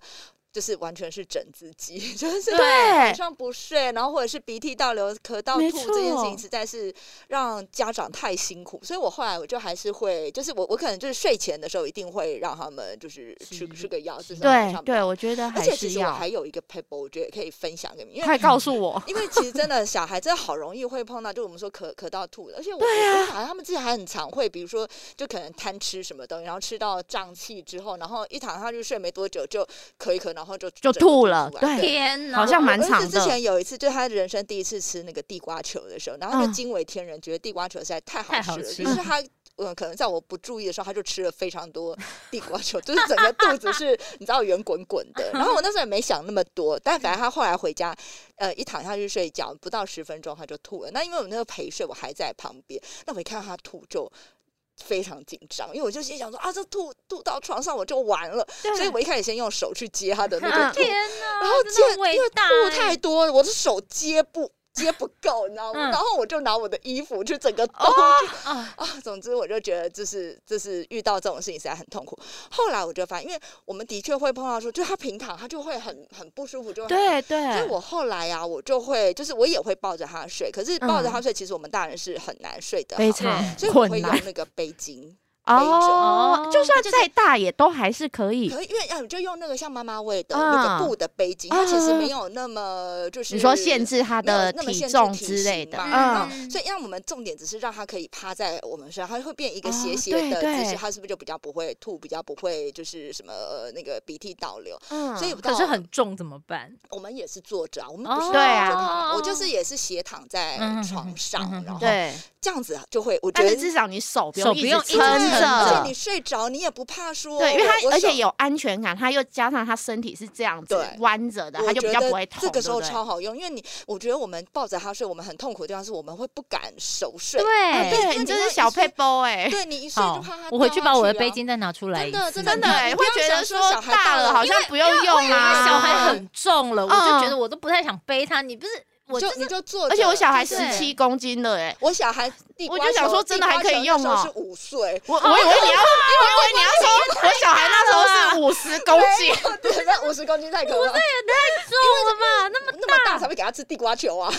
Speaker 2: 就是完全是整自己， <laughs> 就是
Speaker 4: 对
Speaker 2: 晚上不睡，然后或者是鼻涕倒流、咳到
Speaker 4: 没
Speaker 2: 吐
Speaker 4: 错
Speaker 2: 这件事情，实在是让家长太辛苦。所以我后来我就还是会，就是我我可能就是睡前的时候一定会让他们就是吃
Speaker 3: 吃
Speaker 2: 吃个药，至少晚
Speaker 4: 对
Speaker 2: 上不
Speaker 4: 对，
Speaker 2: 要。
Speaker 4: 我觉得
Speaker 2: 而
Speaker 4: 还
Speaker 2: 且其
Speaker 4: 是
Speaker 2: 实我
Speaker 4: 要
Speaker 2: 还有一个 paper，我觉得也可以分享给你们，因为
Speaker 4: 快告诉我，
Speaker 2: 因为其实真的小孩真的好容易会碰到，就我们说咳咳到吐的，而且我、
Speaker 4: 啊
Speaker 2: 我小孩他们自己还很常会，比如说就可能贪吃什么东西，然后吃到胀气之后，然后一躺上去睡没多久就咳一咳，然后就
Speaker 4: 就
Speaker 2: 整个
Speaker 4: 吐了
Speaker 2: 出来
Speaker 4: 对
Speaker 3: 天哪，
Speaker 4: 好像蛮
Speaker 2: 我儿
Speaker 4: 长
Speaker 2: 子之
Speaker 4: 的，
Speaker 2: 前有一次，就是他人生第一次吃那个地瓜球的时候，然后他就
Speaker 4: 嗯
Speaker 2: 惊为天人，觉得地瓜球实在太好
Speaker 3: 太
Speaker 2: 吃
Speaker 3: 好
Speaker 2: 了。
Speaker 3: 吃
Speaker 2: 于是他，嗯，可能在我不注意的时候，他就吃了非常
Speaker 4: <laughs>
Speaker 2: 多地瓜球，就是整个肚子是你知道圆滚滚的。然后我那时候也没想那么多，但反正他后来回家，呃，一躺下去睡觉，不到十分钟他就吐了。那因为我那个陪睡，我还在旁边，那我一看到他吐就。非常紧张，因为我就心想说啊，这吐吐到床上我就完了，所以我一开始先用手去接他的那个
Speaker 4: 嗯
Speaker 2: 吐
Speaker 3: 天哪，
Speaker 2: 然后
Speaker 3: 真
Speaker 2: 接
Speaker 3: 的很伟
Speaker 2: 因为
Speaker 3: 大
Speaker 2: 吐
Speaker 3: 欸
Speaker 2: 太多了，我的手接不接不够，你知道吗？
Speaker 3: 嗯
Speaker 2: 然后我就拿我的衣服去
Speaker 4: 哦
Speaker 2: 整个兜住、
Speaker 3: 啊，
Speaker 2: 啊。总之，我就觉得就是就是遇到这种事情实在很痛苦。后来我就发现，因为我们的确会碰到说，就他平躺他就会很很不舒服，就会很
Speaker 4: 对
Speaker 2: 所以
Speaker 4: 对，
Speaker 2: 我后来啊，我就会就是我也会抱着他睡，可是抱着他睡，其实我们大人是很难睡的，
Speaker 4: 嗯非常
Speaker 2: 所以我
Speaker 4: 困
Speaker 2: 会用
Speaker 4: 难
Speaker 2: 那个背巾。
Speaker 4: 哦
Speaker 3: 哦，
Speaker 4: 就算
Speaker 2: 就是
Speaker 4: 再大也都还是可以。
Speaker 2: 可以，因为啊，你就用那个像妈妈味的那个
Speaker 4: 嗯
Speaker 2: 布的背巾，它其实
Speaker 4: 嗯嗯
Speaker 2: 没有那么就是
Speaker 4: 你说限制他
Speaker 2: 没有
Speaker 4: 的
Speaker 2: 那么
Speaker 4: 体
Speaker 2: 限制
Speaker 4: 重
Speaker 2: 体
Speaker 4: 之类
Speaker 2: 型
Speaker 4: 的，
Speaker 2: 嘛
Speaker 4: 嗯
Speaker 2: 然，后所以让我们重点只是让他可以趴在我们身上，他会变一个
Speaker 4: 哦
Speaker 2: 斜斜
Speaker 4: 对
Speaker 2: 的姿势，
Speaker 4: 对
Speaker 2: 他是不是就比较不会吐，比较不会就是什么、呃那个鼻涕倒流？
Speaker 4: 嗯
Speaker 2: 所以
Speaker 3: 可
Speaker 2: 到
Speaker 3: 是很重怎么办？
Speaker 2: 我们也是坐着啊，我们不是
Speaker 3: 哦
Speaker 2: 坐
Speaker 4: 对
Speaker 2: 着
Speaker 4: 啊
Speaker 2: 躺，我就是也是斜躺在
Speaker 3: 嗯
Speaker 2: 床上，
Speaker 3: 嗯嗯嗯
Speaker 2: 然后
Speaker 4: 对，
Speaker 2: 这样子就会，我觉
Speaker 4: 但
Speaker 2: 得
Speaker 4: 是至少你手不
Speaker 3: 手
Speaker 4: 用
Speaker 3: 不
Speaker 4: 一直
Speaker 3: 用一直撑
Speaker 4: 撑
Speaker 2: 对而且
Speaker 4: 着
Speaker 2: 你。睡着你也不怕说，
Speaker 4: 对，因为
Speaker 2: 我
Speaker 4: 他
Speaker 2: 我
Speaker 4: 而且
Speaker 2: 手
Speaker 4: 有安全感，他又加上他身体是这样子
Speaker 2: 对
Speaker 4: 弯着的，
Speaker 2: 我
Speaker 4: 他就比较
Speaker 2: 觉得
Speaker 4: 不会痛，
Speaker 2: 这个时候
Speaker 4: 对不对
Speaker 2: 超好用，因为你，我觉得我们抱着他睡，我们很痛苦的地方是我们会不敢熟睡。啊
Speaker 3: 对
Speaker 2: 因为
Speaker 4: 对，你
Speaker 2: 你
Speaker 4: 这
Speaker 2: 会
Speaker 4: 是
Speaker 2: 一
Speaker 4: 小
Speaker 2: 睡
Speaker 4: 配包哎，
Speaker 2: 对你一睡就
Speaker 3: 好
Speaker 2: 怕他、，
Speaker 3: 我回去把我的背。巾再拿出来
Speaker 2: 啊真
Speaker 3: 一
Speaker 2: 的，
Speaker 3: 次。
Speaker 2: 真
Speaker 4: 真的
Speaker 2: 你
Speaker 4: 哎，
Speaker 2: 你
Speaker 4: 会
Speaker 2: 不要
Speaker 4: 觉
Speaker 2: 想
Speaker 4: 得
Speaker 2: 说
Speaker 4: 说
Speaker 2: 小孩
Speaker 4: 大
Speaker 2: 了
Speaker 4: 了好像不用用啊，
Speaker 3: 小孩很重了，我就觉得我都不太想背他。你不是我
Speaker 2: 就
Speaker 3: 真
Speaker 2: 嗯你
Speaker 3: 的
Speaker 2: 就坐着，
Speaker 4: 而且我小孩
Speaker 2: 就
Speaker 4: 十
Speaker 2: 是
Speaker 4: 七公斤了哎，
Speaker 2: 我小孩地
Speaker 4: 我
Speaker 2: 瓜
Speaker 4: 就想
Speaker 2: 球
Speaker 4: 说真的
Speaker 2: 地
Speaker 4: 还
Speaker 2: 瓜
Speaker 4: 可以
Speaker 2: 球那
Speaker 4: 用
Speaker 2: 时候
Speaker 4: 哦
Speaker 2: 是五岁，
Speaker 4: 我我以为你要，我以为你要说我小孩那时候是五十公斤，
Speaker 2: <laughs> 对，那五十公斤太可怕，
Speaker 3: 重了吧？那么
Speaker 2: 那么大才会给他吃地瓜球啊！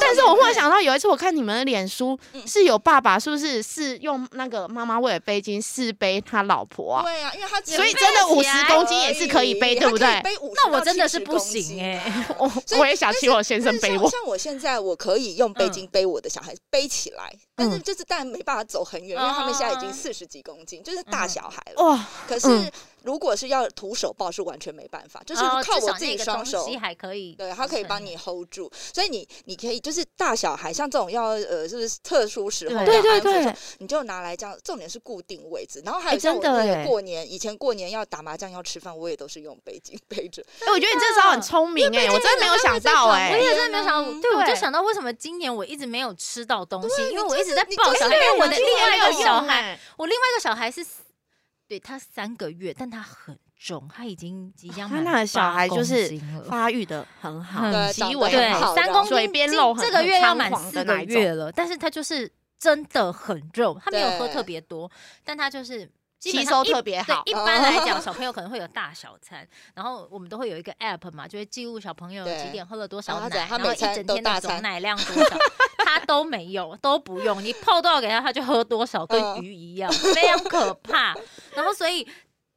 Speaker 4: 但是我忽然想到，有一次我看你们的脸书，
Speaker 2: 嗯
Speaker 4: 是有爸爸是不是是用那个妈妈为了背巾试背他老婆啊？
Speaker 2: 对啊，因为他只
Speaker 4: 所以
Speaker 2: 背
Speaker 4: 真的
Speaker 3: 背
Speaker 4: 五
Speaker 3: 起来
Speaker 4: 十公斤也是可以背，
Speaker 2: 他
Speaker 4: 对
Speaker 2: 可
Speaker 4: 不
Speaker 2: 以
Speaker 4: 对？
Speaker 2: 背50
Speaker 3: 那我
Speaker 2: 到
Speaker 3: 真的是
Speaker 2: 70
Speaker 3: 不
Speaker 2: 公
Speaker 3: 行
Speaker 2: 斤
Speaker 3: <laughs> 哎，
Speaker 4: 我
Speaker 2: 所以
Speaker 4: 我也想
Speaker 2: 但
Speaker 4: 请
Speaker 2: 是
Speaker 4: 我先
Speaker 2: 欸但
Speaker 4: 生
Speaker 2: 是
Speaker 4: 背
Speaker 2: 像
Speaker 4: 我。
Speaker 2: 像我现在，我可以用背
Speaker 3: 嗯
Speaker 2: 巾背我的小孩，背起来。但是
Speaker 4: 嗯
Speaker 2: 就是，但没办法走很远，因为他们现在已经
Speaker 3: 哦
Speaker 2: 四十几公斤，就是大
Speaker 3: 嗯
Speaker 2: 小孩了。
Speaker 4: 哇，
Speaker 2: 可是
Speaker 4: 嗯
Speaker 2: 如果是要徒手抱，是完全没办法， <laughs> 就是
Speaker 3: 哦
Speaker 2: 靠
Speaker 3: 至
Speaker 2: 我
Speaker 3: 少
Speaker 2: 自
Speaker 3: 那
Speaker 2: 己
Speaker 3: 个
Speaker 2: 双
Speaker 3: 东
Speaker 2: 手
Speaker 3: 西。还可以，
Speaker 2: 对，他可以帮你。hold 住，所以你你可以就是大小孩像这种要呃，就是特殊时候要
Speaker 3: 对
Speaker 2: 安
Speaker 4: 对对
Speaker 2: 抚的时候
Speaker 4: 对，
Speaker 2: 你就拿来这样，重点是固定位置。然后还有
Speaker 4: 哎
Speaker 2: 像我
Speaker 4: 真的
Speaker 2: 那个
Speaker 4: 哎
Speaker 2: 过年，以前过年要打麻将要吃饭，我也都是用背巾 <laughs> 背着。
Speaker 4: 哎，我觉得你这招很聪明哎，我真的没有想到
Speaker 3: 我
Speaker 4: 哎。
Speaker 3: 也啊真的没有想
Speaker 2: 嗯
Speaker 3: 到，对，我就
Speaker 4: 对
Speaker 3: 想到为什么今年我一直没有吃到东西，因为
Speaker 2: 你就
Speaker 3: 我一直
Speaker 2: 是
Speaker 3: 在
Speaker 2: 你
Speaker 3: 抱
Speaker 2: 就是
Speaker 3: 小孩，因为我的
Speaker 2: 没有
Speaker 3: 另外一
Speaker 2: 用哎
Speaker 3: 个小孩
Speaker 4: 孩，
Speaker 3: 我另外一个小孩是四，对他三个月，但他很重，他已经即将
Speaker 4: 他
Speaker 3: 满
Speaker 4: 那个小
Speaker 3: 八
Speaker 4: 孩就
Speaker 3: 公
Speaker 4: 是
Speaker 3: 斤了
Speaker 4: 发育的很好，
Speaker 3: 嗯
Speaker 2: 对，
Speaker 4: 极
Speaker 2: 长得
Speaker 4: 为
Speaker 3: 对
Speaker 2: 很好
Speaker 3: 三
Speaker 2: 然
Speaker 3: 公
Speaker 2: 后
Speaker 4: 水
Speaker 3: 斤，
Speaker 4: 边
Speaker 3: 今
Speaker 4: 肉很
Speaker 3: 这个月要满
Speaker 4: 很猖狂
Speaker 3: 四
Speaker 4: 的
Speaker 3: 个
Speaker 4: 那一种
Speaker 3: 月了，但是他就是真的很重，他没有喝
Speaker 2: 对
Speaker 3: 特别多，但他就是。基
Speaker 4: 吸
Speaker 3: 本上
Speaker 4: 收
Speaker 3: 一
Speaker 4: 特别
Speaker 3: 对
Speaker 4: 好，。
Speaker 3: 一
Speaker 2: 哦
Speaker 3: 般来
Speaker 2: <laughs>
Speaker 3: 讲，小朋友可能会有大小餐，然后我们都会有一个 app 嘛，就会记录小朋友
Speaker 2: 对
Speaker 3: 几点喝了多
Speaker 2: 然后
Speaker 3: 少
Speaker 2: 他
Speaker 3: 奶，
Speaker 2: 讲他
Speaker 3: 然后
Speaker 2: 每
Speaker 3: 一
Speaker 2: 餐
Speaker 3: 整
Speaker 2: 都
Speaker 3: 天
Speaker 2: 大
Speaker 3: 的总
Speaker 2: 餐
Speaker 3: 奶量多少，
Speaker 2: <laughs>
Speaker 3: 他都没有，都不用，你泡多少给他，他就喝多少，跟
Speaker 2: 嗯
Speaker 3: 鱼一样，非常可怕。然后所以。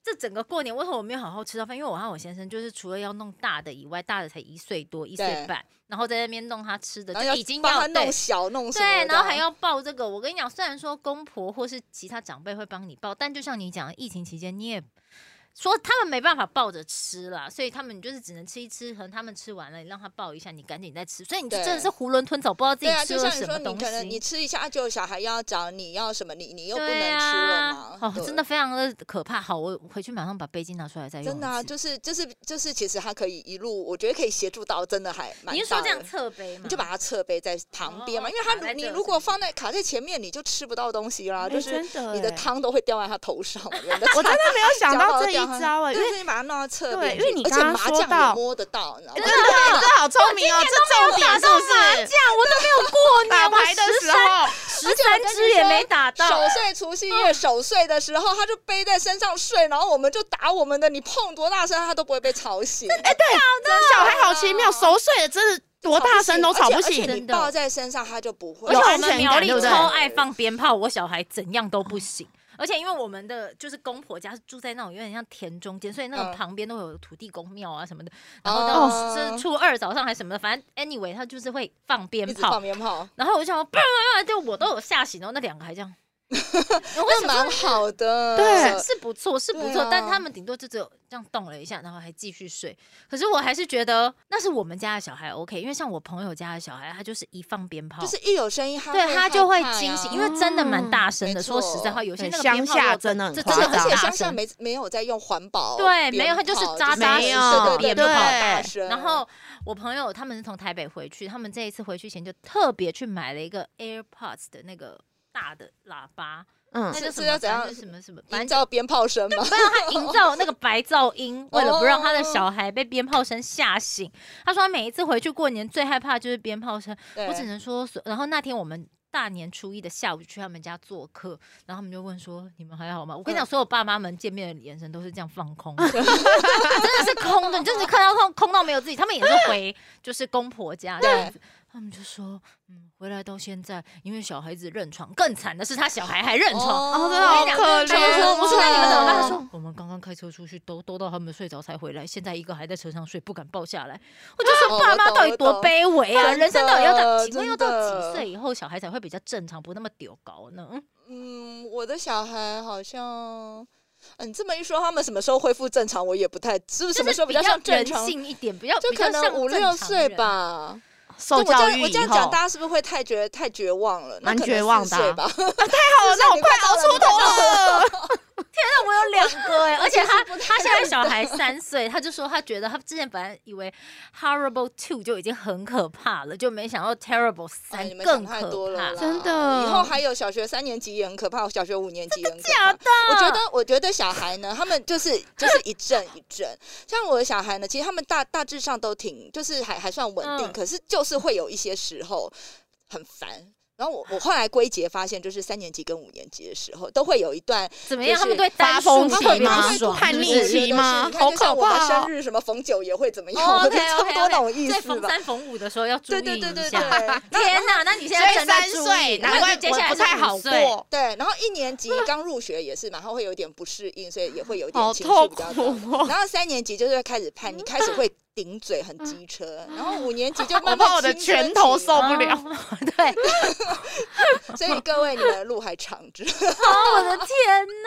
Speaker 3: 这整个过年为什么我没有好好吃到饭？因为我和我先生就是除了要弄大的以外，大的才一岁多、一岁
Speaker 2: 对
Speaker 3: 半，然后在那边弄他吃的，
Speaker 2: 然后
Speaker 3: 就
Speaker 2: 要
Speaker 3: 已经
Speaker 2: 帮
Speaker 3: 要
Speaker 2: 他
Speaker 3: 对
Speaker 2: 弄小弄什么
Speaker 3: 对，
Speaker 2: 的啊
Speaker 3: 然后还要抱这个。我跟你讲，虽然说公婆或是其他长辈会帮你抱，但就像你讲，疫情期间你也说他们没办法抱着吃啦，所以他们就是只能吃一吃，可能他们吃完了，你让他抱一下，你赶紧再吃。所以你就
Speaker 2: 对
Speaker 3: 真的是囫囵吞枣，不知道自
Speaker 2: 对啊，
Speaker 3: 己吃
Speaker 2: 就
Speaker 3: 了
Speaker 2: 像你
Speaker 3: 什
Speaker 2: 说，
Speaker 3: 么
Speaker 2: 你
Speaker 3: 东
Speaker 2: 可能你
Speaker 3: 西。
Speaker 2: 吃一下，啊就有小孩要找你要什么，你你又不能
Speaker 3: 对
Speaker 2: 吃了
Speaker 3: 啊
Speaker 2: 嘛，，
Speaker 3: 哦，
Speaker 2: 对
Speaker 3: 真的非常的可怕。好，我回去马上把背巾拿出来再用一次。
Speaker 2: 真的啊，就是就是就是，其实他可以一路，我觉得可以协助到，真的还蛮
Speaker 3: 你是
Speaker 2: 大
Speaker 3: 说这样
Speaker 2: 的
Speaker 3: 侧背吗？
Speaker 2: 你就把它侧背在旁边嘛，
Speaker 3: 嗯哦
Speaker 2: 因为他
Speaker 3: 卡在
Speaker 2: 如你
Speaker 3: 这
Speaker 2: 如果放在卡在前面，你就吃不到东西啦，就是你的汤都会掉在他头上，我觉得
Speaker 4: <laughs> 我真的没有想到这一
Speaker 2: 小孩
Speaker 4: 一招欸因为
Speaker 2: 对，所以把它弄到侧
Speaker 4: 对
Speaker 2: 边去，
Speaker 4: 因为你
Speaker 2: 而且
Speaker 4: 刚刚
Speaker 2: 麻
Speaker 4: 说
Speaker 2: 将也
Speaker 4: 到
Speaker 2: 摸得到，你知道吗
Speaker 4: 真？的，这好聪明哦，这重点
Speaker 3: 打
Speaker 4: 是
Speaker 3: 到
Speaker 4: 不
Speaker 3: 麻
Speaker 4: 是
Speaker 3: 将？，啊我都没有过
Speaker 4: 打
Speaker 3: 年，我
Speaker 4: 牌的
Speaker 3: 十
Speaker 4: 时
Speaker 3: 三
Speaker 4: 候，
Speaker 3: 十三只也没打到，
Speaker 2: 守岁除夕夜守岁的时候，他就背在身上睡，然后我们就打我们的，你碰多大声他都不会被吵醒。
Speaker 4: 哎，对，这小孩好奇妙，熟睡了真的多大声都吵不
Speaker 2: 而且而且
Speaker 4: 醒。
Speaker 2: 你
Speaker 3: 真的
Speaker 2: 抱在身上他就不会
Speaker 3: 而且
Speaker 4: 有
Speaker 3: 我
Speaker 4: 安
Speaker 3: 们
Speaker 4: 全
Speaker 3: 苗
Speaker 4: 感
Speaker 3: 栗
Speaker 4: 对不对
Speaker 3: 超爱放鞭炮，我小孩怎样都不行。而且因为我们的就是公婆家是住在那种有点像田中间，所以那个
Speaker 2: 嗯
Speaker 3: 旁边都会有土地公庙啊什么的。然后到
Speaker 2: 哦
Speaker 3: 就是初二早上还什么的，反正 anyway 他就是会放鞭
Speaker 2: 一直
Speaker 3: 炮
Speaker 2: 放。鞭炮，
Speaker 3: 然后我就想说，不不不，就我都有吓醒，然后那两个还这
Speaker 2: <laughs>
Speaker 3: 样，我
Speaker 2: 那
Speaker 3: 想说
Speaker 2: 蛮好的。
Speaker 4: 对
Speaker 3: 是是不错，是不错，
Speaker 2: 对啊
Speaker 3: 但他们顶多就只有这样动了一下，然后还继续睡。可是我还是觉得那是我们家的小孩 OK，因为像我朋友家的小孩，他就是一放鞭炮，
Speaker 2: 就是一有声音他
Speaker 3: 对他就会
Speaker 2: 害怕呀
Speaker 3: 惊醒，因为真的蛮大声的。
Speaker 2: 嗯
Speaker 3: 说实在话，有些
Speaker 4: 对
Speaker 3: 那个
Speaker 4: 乡
Speaker 3: 鞭炮
Speaker 4: 下
Speaker 3: 如果
Speaker 4: 真的很
Speaker 3: 这
Speaker 4: 夸
Speaker 3: 真的
Speaker 4: 张
Speaker 3: 很
Speaker 2: 而且
Speaker 3: 大
Speaker 2: 乡下
Speaker 3: 声。
Speaker 2: 没没有在用环保鞭炮，
Speaker 3: 对没有它就是扎
Speaker 4: 扎实实的
Speaker 2: 对对对
Speaker 4: 鞭炮
Speaker 2: 对大声
Speaker 3: 然后我朋友他们是从台北回去，他们这一次回去前就特别去买了一个 AirPods 的那个大的喇叭，
Speaker 4: 嗯
Speaker 3: 那，
Speaker 2: 是
Speaker 3: 个什
Speaker 2: 是要
Speaker 3: 么
Speaker 2: 怎
Speaker 3: 反
Speaker 2: 样
Speaker 3: 正什么什么，反
Speaker 2: 营
Speaker 3: 正
Speaker 2: 造鞭炮声嘛。
Speaker 3: 不让啊他营造那个白噪音，为了不让他的小孩被鞭炮声吓醒。他说他每一次回去过年最害怕就是鞭炮声，
Speaker 2: 对
Speaker 3: 我只能说，所然后那天我们大年初一的下午就去他们家做客，然后他们就问说：“你们还好吗？”我
Speaker 2: 嗯
Speaker 3: 跟你讲，所有爸妈们见面的眼神都是这样放
Speaker 2: <laughs>
Speaker 3: 空的，真的是空的，你就是看到空空到没有自己。他们也是回就是公婆家这样子，他们就说：“嗯，回来到现在，因为小孩子认床，更惨的是他小孩还认床。
Speaker 4: 哦真的好
Speaker 3: 他
Speaker 4: 可
Speaker 3: 就说：“
Speaker 4: 怜
Speaker 3: 我说那你们怎么办？”
Speaker 4: 哦
Speaker 3: 他说：“我们刚刚开车出去兜兜到他们睡着才回来，现在一个还在车上睡，不敢抱下来。”我就说：“
Speaker 2: 哦
Speaker 3: 爸
Speaker 2: 我
Speaker 3: 妈
Speaker 2: 懂
Speaker 3: 到底
Speaker 2: 我
Speaker 3: 多
Speaker 2: 懂
Speaker 3: 卑微啊！
Speaker 2: 真
Speaker 3: 人生到底要到
Speaker 2: 的
Speaker 3: 请问
Speaker 2: 真
Speaker 3: 要到几
Speaker 2: 的
Speaker 3: 岁以后小孩才会比较正常，不那么丢高呢？”嗯
Speaker 2: 嗯，我的小孩好像。嗯，你这么一说，他们什么时候恢复正常，我也不太，是不是
Speaker 3: 就
Speaker 2: 什么时
Speaker 3: 是
Speaker 2: 候比较像正
Speaker 3: 人
Speaker 2: 常？
Speaker 3: 性一点，比较
Speaker 2: 就
Speaker 3: 比较
Speaker 2: 可能
Speaker 3: 像
Speaker 2: 五
Speaker 3: 正
Speaker 2: 六
Speaker 3: 常
Speaker 2: 岁
Speaker 3: 人。
Speaker 2: 吧。
Speaker 4: 受
Speaker 2: 对我这
Speaker 4: 教
Speaker 2: 样
Speaker 4: 育
Speaker 2: 我
Speaker 4: 以
Speaker 2: 这样
Speaker 4: 后
Speaker 2: 讲，，大家是不是会太觉得太绝望了？那
Speaker 4: 蛮
Speaker 2: 可能
Speaker 4: 绝望
Speaker 2: 四
Speaker 4: 的啊
Speaker 2: 岁吧。
Speaker 4: 好，那我
Speaker 2: 你
Speaker 4: 快
Speaker 2: 快
Speaker 4: 熬
Speaker 2: 到
Speaker 4: 出
Speaker 2: 了
Speaker 4: 头了。
Speaker 3: 那我有两个
Speaker 2: <laughs>
Speaker 3: 哎、而且他
Speaker 2: 不太
Speaker 3: 他现
Speaker 2: <laughs>
Speaker 3: 在小孩三岁，他就说他觉得他之前本来以为 horrible two 就已经很可怕了，就没想到 terrible
Speaker 2: 哎 <laughs>
Speaker 3: 三
Speaker 2: 你们想
Speaker 3: 更
Speaker 2: 太
Speaker 3: 可
Speaker 2: 多了
Speaker 3: 怕
Speaker 2: 啦，。
Speaker 4: 真的
Speaker 2: 以后还有小学三年级也很可怕，小学五年级也很可怕。
Speaker 3: 假的？
Speaker 2: 我觉得，
Speaker 3: 嗯
Speaker 2: 我觉得小孩呢，他们就是就是一阵一阵。像我的小孩呢，其实他们大大致上都挺，就是还还算稳定，
Speaker 3: 嗯
Speaker 2: 可是就是会有一些时候很烦。然后我我后来归结发现，就是三年级跟五年级的时候，都会有一段
Speaker 3: 怎么样？
Speaker 2: 就是
Speaker 3: 他们对单
Speaker 4: 发
Speaker 3: 数
Speaker 4: 疯
Speaker 3: 特
Speaker 4: 期
Speaker 3: 别
Speaker 4: 吗
Speaker 3: 不爽
Speaker 4: 叛逆
Speaker 3: 是不是
Speaker 4: 期吗
Speaker 2: 你看就像我
Speaker 4: 好
Speaker 2: 们
Speaker 4: 可怕哦
Speaker 2: 生日什么逢九也会怎么样，
Speaker 3: 哦
Speaker 2: <laughs> 我就
Speaker 3: OK
Speaker 2: 差不
Speaker 3: OK
Speaker 2: 多
Speaker 3: OK，
Speaker 2: 那种意
Speaker 3: 所以
Speaker 2: 思
Speaker 3: 逢
Speaker 2: 吧。
Speaker 3: 三逢五的时候要注
Speaker 2: 对
Speaker 3: 意
Speaker 2: 对对
Speaker 3: 一
Speaker 2: 对
Speaker 3: 下。
Speaker 2: 对。
Speaker 3: 天哪！那你现
Speaker 4: 所
Speaker 3: 在
Speaker 4: 以
Speaker 3: 正在
Speaker 4: 三
Speaker 3: 注
Speaker 4: 岁，
Speaker 3: 意
Speaker 4: 难怪
Speaker 3: 那接
Speaker 4: 我
Speaker 3: 下来
Speaker 4: 不
Speaker 3: 是
Speaker 4: 太好
Speaker 3: 五岁
Speaker 4: 过。
Speaker 2: 对，然后一年级刚入学也是嘛，然后会有点不适应，所以也会有一
Speaker 4: 好
Speaker 2: 点情绪比较
Speaker 4: 痛
Speaker 2: 高
Speaker 4: 苦哦。
Speaker 2: 然后三年级就是会开始叛
Speaker 3: 嗯
Speaker 2: 逆，开始会顶嘴，很机车。然后五年级就慢
Speaker 4: 我
Speaker 2: 慢
Speaker 4: 怕我的
Speaker 2: 青春
Speaker 4: 拳头
Speaker 2: 期
Speaker 4: 受
Speaker 2: 嘛
Speaker 4: 不了。
Speaker 3: 哦 <laughs> 对，
Speaker 2: 所以各位，你们的路还长
Speaker 3: <laughs>
Speaker 2: 着。
Speaker 3: 哦，我的天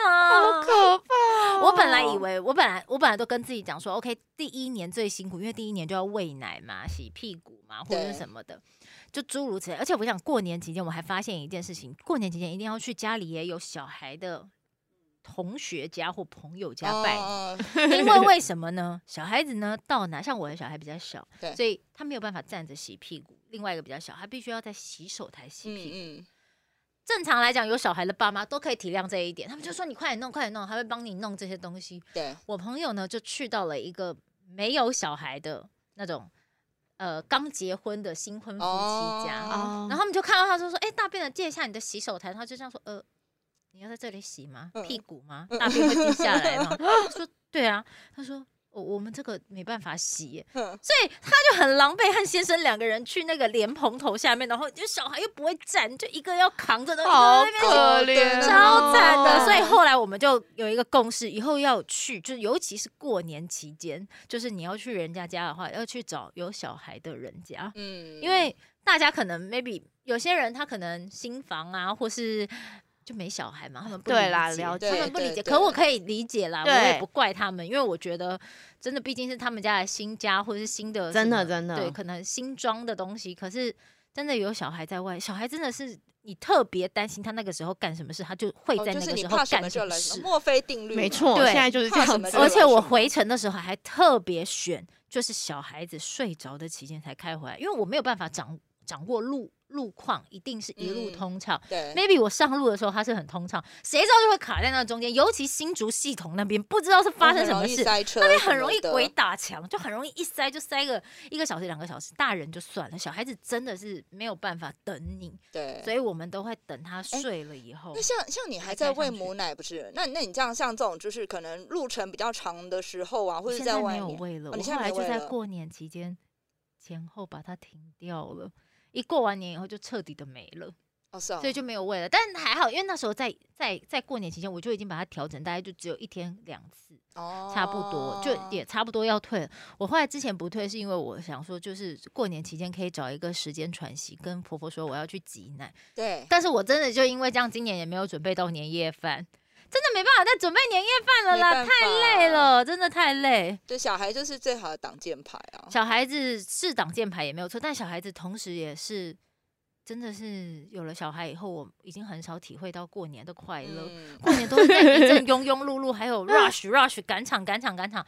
Speaker 3: 哪！
Speaker 4: 可怕
Speaker 3: 我本来以为，我本来我本来都跟自己讲说，OK，第一年最辛苦，因为第一年就要喂奶嘛、洗屁股嘛，或者
Speaker 2: 对
Speaker 3: 是什么的，就诸如此类。而且我想，过年期间我还发现一件事情，过年期间一定要去家里也有小孩的同学家或朋友家拜 <laughs> 年，
Speaker 2: 哦
Speaker 3: 因为为什么呢？ <laughs> 小孩子呢，到哪像我的小孩比较小，
Speaker 2: 对
Speaker 3: 所以他没有办法站着洗屁股。另外一个比较小，他必须要在洗手台洗屁股。
Speaker 2: 嗯嗯，
Speaker 3: 正常来讲，有小孩的爸妈都可以体谅这一点，他们就说你快点弄，快点弄，他会帮你弄这些东西。
Speaker 2: 对，
Speaker 3: 我朋友呢就去到了一个没有小孩的那种，呃，刚结婚的新婚夫妻家，
Speaker 2: 哦
Speaker 4: 哦
Speaker 3: 然后他们就看到他就说：“哎、大便的借一下你的洗手台。”他就这样说：“呃，你要在这里洗吗？
Speaker 2: 嗯
Speaker 3: 屁股吗？大便会滴下来吗？”他说：“对啊。”他说。我我们这个没办法洗耶，
Speaker 2: 嗯
Speaker 3: 所以他就很狼狈，和先生两个人去那个莲蓬头下面，然后就小孩又不会站，就一个要扛着，然后一个在
Speaker 4: 好
Speaker 3: 那边
Speaker 4: 可怜，
Speaker 3: 超惨的，所以
Speaker 4: 哦
Speaker 3: 后来我们就有一个共识，以后要去，就是尤其是过年期间，就是你要去人家家的话，要去找有小孩的人家，
Speaker 2: 嗯，
Speaker 3: 因为大家可能 maybe 有些人他可能新房啊，或是就没小孩嘛，他们不理解
Speaker 4: 对啦了解
Speaker 3: 他们不理解，
Speaker 2: 对对对
Speaker 3: 可我可以理解啦，我
Speaker 4: 对
Speaker 3: 也不怪他们，因为我觉得真的毕竟是他们家的新家或者是新的什么，
Speaker 4: 真的真的
Speaker 3: 对，可能新装的东西，可是真的有小孩在外，小孩真的是。你特别担心他那个时候干什么事，他就会
Speaker 2: 哦
Speaker 3: 在
Speaker 2: 就
Speaker 3: 那
Speaker 2: 是
Speaker 3: 个
Speaker 2: 你
Speaker 3: 时候
Speaker 2: 怕什
Speaker 3: 干
Speaker 2: 么就
Speaker 3: 什
Speaker 2: 来哦
Speaker 3: 么
Speaker 2: 什
Speaker 3: 事
Speaker 2: 么，。墨菲定律嘛，
Speaker 4: 没错，
Speaker 3: 对
Speaker 4: 现在就是这
Speaker 2: 怕什
Speaker 4: 样
Speaker 2: 么
Speaker 4: 子
Speaker 2: 就。
Speaker 3: 而且我
Speaker 2: 来
Speaker 3: 回程的时候还特别选，就是小孩子睡着的期间才开回来，因为我没有办法掌掌握路路况一定是一路
Speaker 2: 嗯
Speaker 3: 通畅。
Speaker 2: 对，
Speaker 3: maybe 我上路的时候它是很通畅，谁知道就会卡在那中间，尤其新竹系统那边，不知道是发生什么
Speaker 2: 哦很容易
Speaker 3: 事，
Speaker 2: 塞车
Speaker 3: 那边
Speaker 2: 什么
Speaker 3: 很容易
Speaker 2: 的
Speaker 3: 鬼打墙，就很容易一塞就塞个一个小时、两个小时。大人就算了，小孩子真的是没有办法等你，
Speaker 2: 对，哎
Speaker 3: 所以我们都会等他睡了以后。
Speaker 2: 那像像你还
Speaker 3: 才
Speaker 2: 在
Speaker 3: 开上
Speaker 2: 喂
Speaker 3: 去
Speaker 2: 母奶不是？那那你这样像这种就是可能路程比较长的时候啊，或
Speaker 3: 我
Speaker 2: 者
Speaker 3: 现
Speaker 2: 在
Speaker 3: 在
Speaker 2: 外
Speaker 3: 没有
Speaker 2: 面，
Speaker 3: 喂了，
Speaker 2: 哦
Speaker 3: 我
Speaker 2: 你现
Speaker 3: 后
Speaker 2: 在没
Speaker 3: 来就
Speaker 2: 喂
Speaker 3: 在
Speaker 2: 了
Speaker 3: 过年期间前后把它停掉了。一过完年以后就彻底的没了，
Speaker 2: 哦是哦，
Speaker 3: 所以就没有喂了。但还好，因为那时候在在在过年期间，我就已经把它调整，大概就只有一天两次。
Speaker 2: 哦
Speaker 3: 差不多，就也差不多要退了。我后来之前不退，是因为我想说，就是过年期间可以找一个时间喘息，跟婆婆说我要去挤奶。
Speaker 2: 对，
Speaker 3: 但是我真的就因为这样，今年也没有准备到年夜饭，真的没办法再准备年夜饭了啦，
Speaker 2: 没办
Speaker 3: 太累
Speaker 2: 法
Speaker 3: 了，真的太累。
Speaker 2: 对小孩就是最好的挡箭牌啊，
Speaker 3: 小孩子是挡箭牌也没有错，但小孩子同时也是，真的是有了小孩以后，我已经很少体会到过年的快乐。
Speaker 2: 嗯，
Speaker 3: 过年都是在一
Speaker 2: <laughs>
Speaker 3: 阵庸庸碌碌，还有 rush rush 赶场赶场赶场，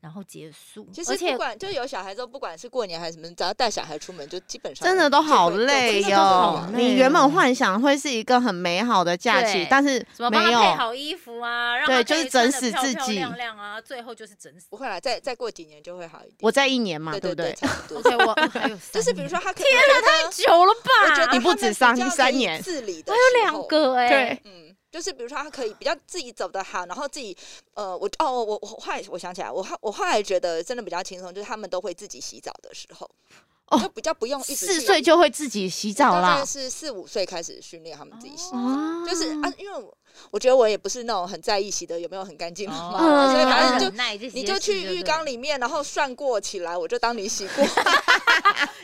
Speaker 3: 然后结束。
Speaker 2: 其
Speaker 3: 而
Speaker 2: 实
Speaker 3: 且
Speaker 2: 不管就有小孩之后，不管是过年还是什么，只要带小孩出门，就基本上
Speaker 4: 真的都好
Speaker 2: 就会
Speaker 4: 累
Speaker 2: 就会
Speaker 3: 真的
Speaker 4: 哟、
Speaker 3: 都好累
Speaker 4: 你原本幻想会是一个很美好的假期
Speaker 3: 对，
Speaker 4: 但是
Speaker 3: 什么
Speaker 4: 没
Speaker 3: 帮他配
Speaker 4: 有。
Speaker 3: 好衣服啊，让
Speaker 4: 对
Speaker 3: 他可
Speaker 4: 就是
Speaker 3: 以穿
Speaker 4: 整
Speaker 3: 得
Speaker 4: 死
Speaker 3: 漂
Speaker 4: 自
Speaker 3: 漂
Speaker 4: 己
Speaker 3: 亮亮啊，最后就是整死。
Speaker 2: 不会啦，再再过几年就会好一点。
Speaker 4: 我在一年嘛，
Speaker 2: 对
Speaker 4: 对不
Speaker 2: 对，
Speaker 4: 对？
Speaker 2: 差不多。
Speaker 3: OK，我还有
Speaker 2: 就是比如说他天
Speaker 4: 啊
Speaker 3: 哪
Speaker 2: 哪，
Speaker 3: 久了
Speaker 2: 我觉得
Speaker 3: 吧，
Speaker 4: 你不
Speaker 2: 他
Speaker 4: 止
Speaker 2: 们比
Speaker 4: 上
Speaker 2: 较
Speaker 4: 三
Speaker 2: 可以
Speaker 4: 年
Speaker 2: 自理的，
Speaker 3: 我有两。个哎、
Speaker 4: 对，
Speaker 2: 嗯，就是比如说他可以比较自己走得好，然后自己呃，我哦，我我我后来我想起来，我后我后来觉得真的比较轻松，就是他们都会自己洗澡的时候，
Speaker 4: 哦
Speaker 2: 就比较不用一直
Speaker 4: 四
Speaker 2: 去
Speaker 4: 岁就会自己洗澡
Speaker 2: 大
Speaker 4: 啦
Speaker 2: 概。是四五岁开始训练他们自己洗。
Speaker 4: 哦，
Speaker 2: 就是啊，因为我我觉得我也不是那种很在意洗的有没有很干净的妈妈，
Speaker 4: 哦
Speaker 2: 所以
Speaker 4: 嗯
Speaker 2: 反正
Speaker 3: 很
Speaker 2: 就
Speaker 3: 耐这些
Speaker 2: 你就去
Speaker 3: 事对
Speaker 2: 浴缸里面，然后涮过起来，我就当你洗
Speaker 3: <laughs>
Speaker 2: 过。
Speaker 3: 啊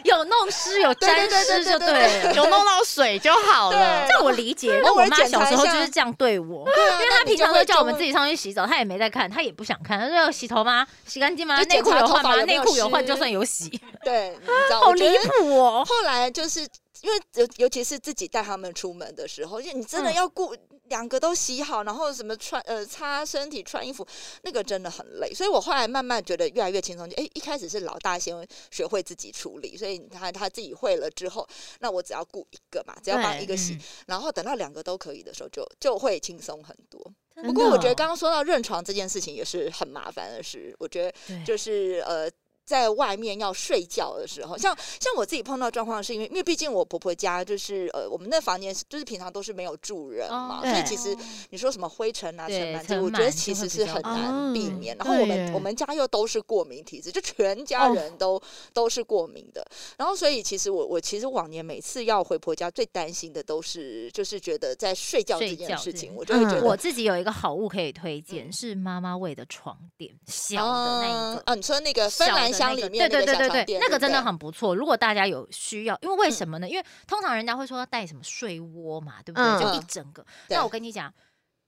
Speaker 3: 有弄湿有
Speaker 2: 对对
Speaker 3: 沾
Speaker 2: 对
Speaker 3: 湿
Speaker 2: 对
Speaker 3: 就
Speaker 2: 对
Speaker 3: 对
Speaker 2: 对
Speaker 3: 了。
Speaker 4: <laughs> 有弄到水就好了。
Speaker 3: 这我
Speaker 2: <laughs>
Speaker 3: 理解，因为
Speaker 2: 偶
Speaker 3: 我
Speaker 2: 尔
Speaker 3: 妈
Speaker 2: 检
Speaker 3: 小
Speaker 2: 查
Speaker 3: 时
Speaker 2: 一
Speaker 3: 候就
Speaker 2: 下
Speaker 3: 是这样对
Speaker 2: <laughs>
Speaker 3: 我，
Speaker 2: 对啊，
Speaker 3: 因为
Speaker 2: 那
Speaker 3: 她
Speaker 2: 你
Speaker 3: 平
Speaker 2: 就
Speaker 3: 常
Speaker 2: 会
Speaker 3: 都叫我
Speaker 2: 就
Speaker 3: 们
Speaker 2: 会
Speaker 3: 自己上去洗澡，她也没在看，她也不想看，她说要洗头吗？洗干净吗？
Speaker 2: 就
Speaker 3: 内
Speaker 2: 检
Speaker 3: 裤
Speaker 2: 查
Speaker 3: 有
Speaker 2: 头
Speaker 3: 换
Speaker 2: 发
Speaker 3: 吗？
Speaker 2: 有没
Speaker 3: 内
Speaker 2: 有
Speaker 3: 裤有换
Speaker 2: 湿
Speaker 3: 就算
Speaker 2: <laughs>
Speaker 3: 有洗，
Speaker 2: 对，你知道，
Speaker 3: 好
Speaker 2: 我觉
Speaker 3: 离
Speaker 2: 得
Speaker 3: 谱哦。
Speaker 2: 后来就是因为尤尤其是自己带他们出门的时候，因为你真的
Speaker 3: 嗯
Speaker 2: 要顾两个都洗好，然后什么穿呃擦身体、穿衣服，那个真的很累。所以我后来慢慢觉得越来越轻松。就哎，一开始是老大先学会自己处理，所以他他自己会了之后，那我只要顾一个嘛，只要帮
Speaker 4: 对
Speaker 2: 一个洗，
Speaker 3: 嗯
Speaker 2: 然后等到两个都可以的时候就，就会轻松很多。<laughs> 不
Speaker 3: 不
Speaker 2: 过我觉得
Speaker 3: 哦
Speaker 2: 刚刚说到认床这件事情也是很麻烦的事，我觉得
Speaker 3: 哎哦
Speaker 2: 就是呃。在外面要睡觉的时候，像像我自己碰到状况，是因为因为毕竟我婆婆家就是呃，我们那房间是就是平常都是没有住人
Speaker 3: 哦
Speaker 2: 嘛，所以其实你说什么灰尘啊、
Speaker 3: 对
Speaker 2: 尘螨，
Speaker 3: 尘
Speaker 2: 这我觉得
Speaker 3: 螨
Speaker 2: 其
Speaker 3: 就会
Speaker 2: 实
Speaker 3: 比
Speaker 2: 是
Speaker 3: 较
Speaker 2: 很
Speaker 3: 多
Speaker 2: 难避
Speaker 3: 嗯
Speaker 2: 免。然后我
Speaker 4: 对耶
Speaker 2: 们我们家又都是过敏体质，就全家
Speaker 4: 哦
Speaker 2: 人都都是过敏的。然后所以其实我我其实往年每次要回婆家，最担心的都是就是觉得在睡觉
Speaker 3: 睡
Speaker 2: 这件
Speaker 3: 觉
Speaker 2: 事
Speaker 3: 这
Speaker 2: 情，
Speaker 3: 件
Speaker 2: 我就会觉
Speaker 4: 嗯
Speaker 2: 得
Speaker 3: 我自己有一个好物可以推荐，是妈妈味的床垫，小的那一
Speaker 2: 哦
Speaker 3: 个。
Speaker 2: 啊，你说那个芬
Speaker 3: 小的
Speaker 2: 兰箱
Speaker 3: 那
Speaker 2: 里
Speaker 3: 个
Speaker 2: 面
Speaker 3: 对
Speaker 2: 那个
Speaker 3: 对对
Speaker 2: 小
Speaker 3: 对
Speaker 2: 床
Speaker 3: 对
Speaker 2: 垫，，
Speaker 3: 那个真
Speaker 2: 对嗯
Speaker 3: 的
Speaker 2: 不对
Speaker 3: 很不错。如果大家有需要，因为为什么呢？因为通常人家会说要带什么睡窝嘛，对不
Speaker 4: 嗯
Speaker 3: 对？就一整个。
Speaker 2: 对
Speaker 3: 那我跟你讲，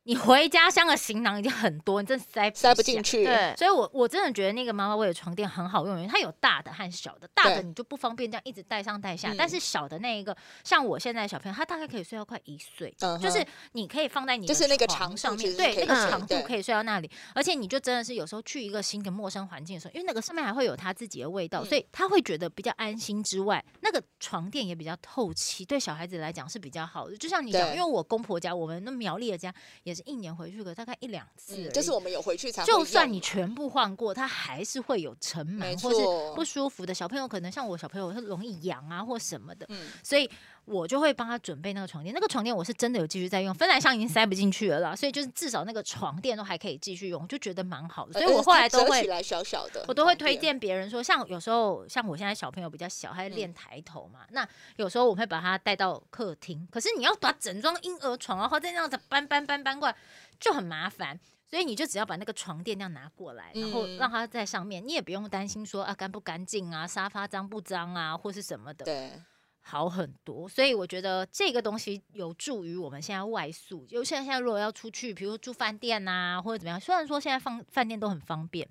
Speaker 3: 你回家箱的行囊一定很多，你真的塞
Speaker 2: 塞不
Speaker 3: 不
Speaker 2: 进
Speaker 3: 下。
Speaker 2: 去。
Speaker 4: 对，
Speaker 3: 所以我我真的觉得那个妈妈味的床垫很好用，因为它有大的和小的，大的
Speaker 2: 对
Speaker 3: 你就不方便这样一直带上带下，
Speaker 2: 嗯
Speaker 3: 但是小的那一个，像我现在的小朋友，他大概可以睡到快一岁，
Speaker 2: 嗯哼
Speaker 3: 就是你可以放在你的
Speaker 2: 就是那个
Speaker 3: 床
Speaker 2: 长
Speaker 3: 上
Speaker 2: 度其实
Speaker 3: 面，对，
Speaker 2: 可以
Speaker 3: 那个
Speaker 4: 睡
Speaker 3: 长度
Speaker 2: 对
Speaker 3: 可以睡到那里，而且你就真的是有时候去一个新的陌生环境的时候，因为那个上面还会有他自己的味道，
Speaker 2: 嗯
Speaker 3: 所以他会觉得比较安心之外，那个床垫也比较透气，对小孩子来讲是比较好的。就像你讲，
Speaker 2: 对
Speaker 3: 因为我公婆家，我们那苗栗的家也是一年回去个大概一两次而已，
Speaker 2: 嗯，就是我们有回去才会
Speaker 3: 就算
Speaker 2: 用
Speaker 3: 你全部换过，它还是会有尘
Speaker 2: 没
Speaker 3: 螨
Speaker 2: 错
Speaker 3: 或是不舒服的。小朋友可能像我小朋友，他容易痒啊或什么的，
Speaker 2: 嗯
Speaker 3: 所以我就会帮他准备那个床垫。那个床垫我是真的有继续在用，芬兰箱已经塞不进去了啦，所以就是至少那个床垫都还可以继续用，就觉得蛮好的。所以
Speaker 2: 呃
Speaker 3: 我后来
Speaker 2: 它
Speaker 3: 都
Speaker 2: 折
Speaker 3: 会
Speaker 2: 起来小小的，
Speaker 3: 我都会
Speaker 2: 很方
Speaker 3: 推
Speaker 2: 便。
Speaker 3: 荐别人说，像有时候像我现在小朋友比较小，他在
Speaker 2: 嗯
Speaker 3: 练抬头嘛，那有时候我会把他带到客厅，可是你要把整张婴儿床，然后再那样子搬搬搬搬过来，就很麻烦。所以你就只要把那个床垫那样拿过来，然后
Speaker 2: 嗯
Speaker 3: 让他在上面，你也不用担心说啊干不干净啊，沙发脏不脏啊，或是什么的，
Speaker 2: 对，
Speaker 3: 好很多。所以我觉得这个东西有助于我们现在外宿，就现在现在如果要出去，比如说住饭店啊或者怎么样，虽然说现在放饭店都很方便，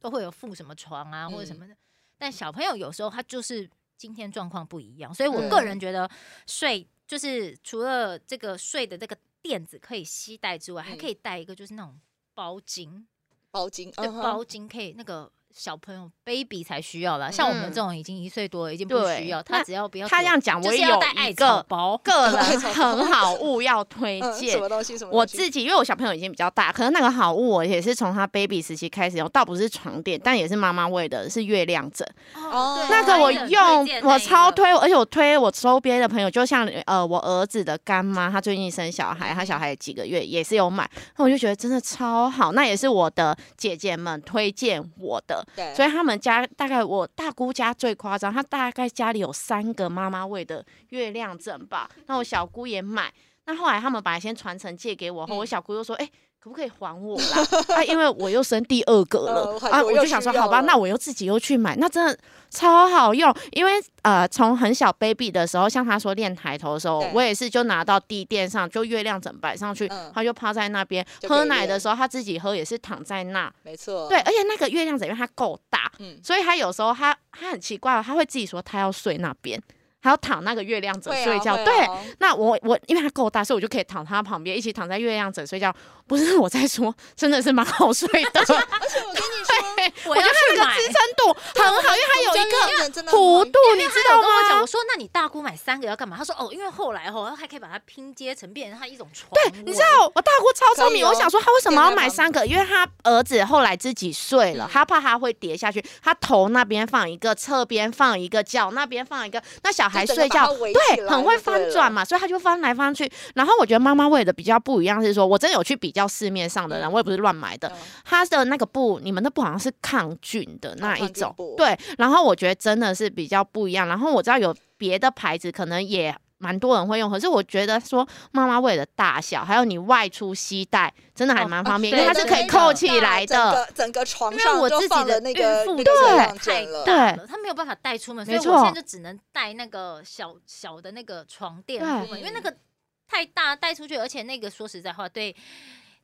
Speaker 3: 都会有附什么床啊或者什么的，但小朋友有时候他就是今天状况不一样，所以我
Speaker 2: 对
Speaker 3: 个人觉得睡就是除了这个睡的这个垫子可以携带之外，还
Speaker 2: 嗯
Speaker 3: 可以带一个就是那种包巾，
Speaker 2: 包巾，
Speaker 3: 对，
Speaker 2: 嗯哼
Speaker 3: 包巾可以那个小朋友 baby 才需要啦，像我们
Speaker 4: 嗯
Speaker 3: 这种已经一岁多了，已经不
Speaker 4: 对
Speaker 3: 需要，
Speaker 4: 那
Speaker 3: 他只要不要
Speaker 4: 他这
Speaker 3: 给
Speaker 4: 样讲，
Speaker 3: 就
Speaker 4: 我
Speaker 3: 是
Speaker 4: 也
Speaker 3: 要
Speaker 4: 有
Speaker 3: 带艾 <laughs>
Speaker 4: 一
Speaker 3: 草
Speaker 4: 个
Speaker 3: 包，
Speaker 4: <laughs> 个人很好物要推
Speaker 2: 嗯，什
Speaker 4: 荐
Speaker 2: 么。东西？什么东西？
Speaker 4: 我自己，因为我小朋友已经比较大，可是那个好物我也是从他 baby 时期开始用，倒不是床垫，但也是妈妈喂的，是月亮枕。
Speaker 2: 哦
Speaker 3: 对
Speaker 4: 那
Speaker 2: 他
Speaker 4: 个我
Speaker 3: 也很推
Speaker 4: 用
Speaker 3: 荐，那
Speaker 4: 我
Speaker 3: 一
Speaker 4: 超
Speaker 3: 个
Speaker 4: 推，而且我推我周边的朋友，就像呃我儿子的干妈，她最近生小孩，她小孩几个月也是有买，那我就觉得真的超好，那也是我的姐姐们推荐我的，
Speaker 2: 对，
Speaker 4: 所
Speaker 2: 以
Speaker 4: 以他们家大概我大姑家最夸张，她大概家里有三个妈妈味的月亮枕吧，
Speaker 2: 嗯
Speaker 4: 那我小姑也买，那后来他们把先传承借给我后，我
Speaker 2: 嗯
Speaker 4: 小姑又说，哎、可不可以还我啦？ <laughs> 啊，因为我又生第二个了、
Speaker 2: 呃
Speaker 4: 啊，
Speaker 2: 我
Speaker 4: 我
Speaker 2: 又
Speaker 4: 就想说，
Speaker 2: 需要
Speaker 4: 好吧，
Speaker 2: 了
Speaker 4: 那我又自己又去买，那真的超好用。因为呃，从很小 baby 的时候，像他说练抬头的时候
Speaker 2: 对，
Speaker 4: 我也是就拿到地垫上，就月亮枕摆上去，
Speaker 2: 嗯
Speaker 4: 他就趴在那边
Speaker 2: 就可以
Speaker 4: 喝奶的
Speaker 2: 练
Speaker 4: 时候，他自己喝也是躺在那。
Speaker 2: 没错，
Speaker 4: 对，，而且那个月亮枕因为它够大，
Speaker 2: 嗯，
Speaker 4: 所以他有时候他他很奇怪哦，他会自己说他要睡那边，他要躺那个月亮枕
Speaker 2: 会啊
Speaker 3: 哦
Speaker 4: 睡觉。
Speaker 2: 会啊
Speaker 4: 对，那我我因为它够大，所以我就可以躺它旁边，一起躺在月亮枕睡觉。不是我在说，真的是蛮好睡的。
Speaker 2: 而且我跟你 <laughs> 说，
Speaker 3: 嗯我
Speaker 4: 我
Speaker 3: 要
Speaker 4: 觉得它那
Speaker 3: 去
Speaker 4: 个
Speaker 3: 买。
Speaker 4: 支撑度很好，因为它有一个
Speaker 2: 个真的
Speaker 4: 弧度，你知
Speaker 3: 他有
Speaker 4: 道
Speaker 3: 跟我讲，
Speaker 4: 吗
Speaker 3: 我？说那你大姑买三个要干嘛？他说哦，因为后来哦，还可以把它拼接成变成它一种床
Speaker 4: 对
Speaker 3: 位。，
Speaker 4: 你知道我大姑超聪
Speaker 2: 可
Speaker 4: 明，
Speaker 2: 以哦哦
Speaker 4: 我想说她为什么要
Speaker 2: 垫在
Speaker 4: 买
Speaker 2: 旁
Speaker 4: 三个？因为她儿子后来自己睡了
Speaker 2: 嗯，
Speaker 4: 她怕他会跌下去，她头那边放一个，侧边放一个，脚那边放一个，那小孩
Speaker 2: 就整个
Speaker 4: 睡
Speaker 2: 把它
Speaker 4: 觉
Speaker 2: 围起
Speaker 4: 对
Speaker 2: 来
Speaker 4: 很会
Speaker 2: 就
Speaker 4: 翻
Speaker 2: 对了
Speaker 4: 转嘛，所以他就翻来翻去。然后我觉得妈妈为的比较不一样是说，我真的有去比较市面上的人，
Speaker 2: 嗯
Speaker 4: 我也不是乱买的，它的那个布，你们的布好像是抗菌的那一
Speaker 2: 抗菌
Speaker 4: 种
Speaker 2: 布，
Speaker 4: 对。然后我觉得真的是比较不一样。然后我知道有别的牌子可能也蛮多人会用，可是我觉得说妈妈为了大小，还有你外出携带，真的还蛮方便，
Speaker 3: 哦
Speaker 4: 因为它
Speaker 3: 对
Speaker 4: 是可以
Speaker 3: 对
Speaker 4: 扣起来的。，
Speaker 2: 整个整个床
Speaker 3: 因
Speaker 2: 上
Speaker 3: 为我
Speaker 2: 都
Speaker 3: 自己
Speaker 2: 放了
Speaker 3: 的
Speaker 2: 那
Speaker 3: 孕
Speaker 2: 个
Speaker 3: 妇
Speaker 2: 那个
Speaker 4: 对
Speaker 2: 月亮
Speaker 3: 太
Speaker 2: 枕了，
Speaker 3: 大了，他没有办法带出门，所以
Speaker 4: 没
Speaker 3: 我
Speaker 4: 错
Speaker 3: 现在就只能带那个小小的那个床垫
Speaker 4: 对
Speaker 3: 出门，因为那个太大带出去，而且那个说实在话，对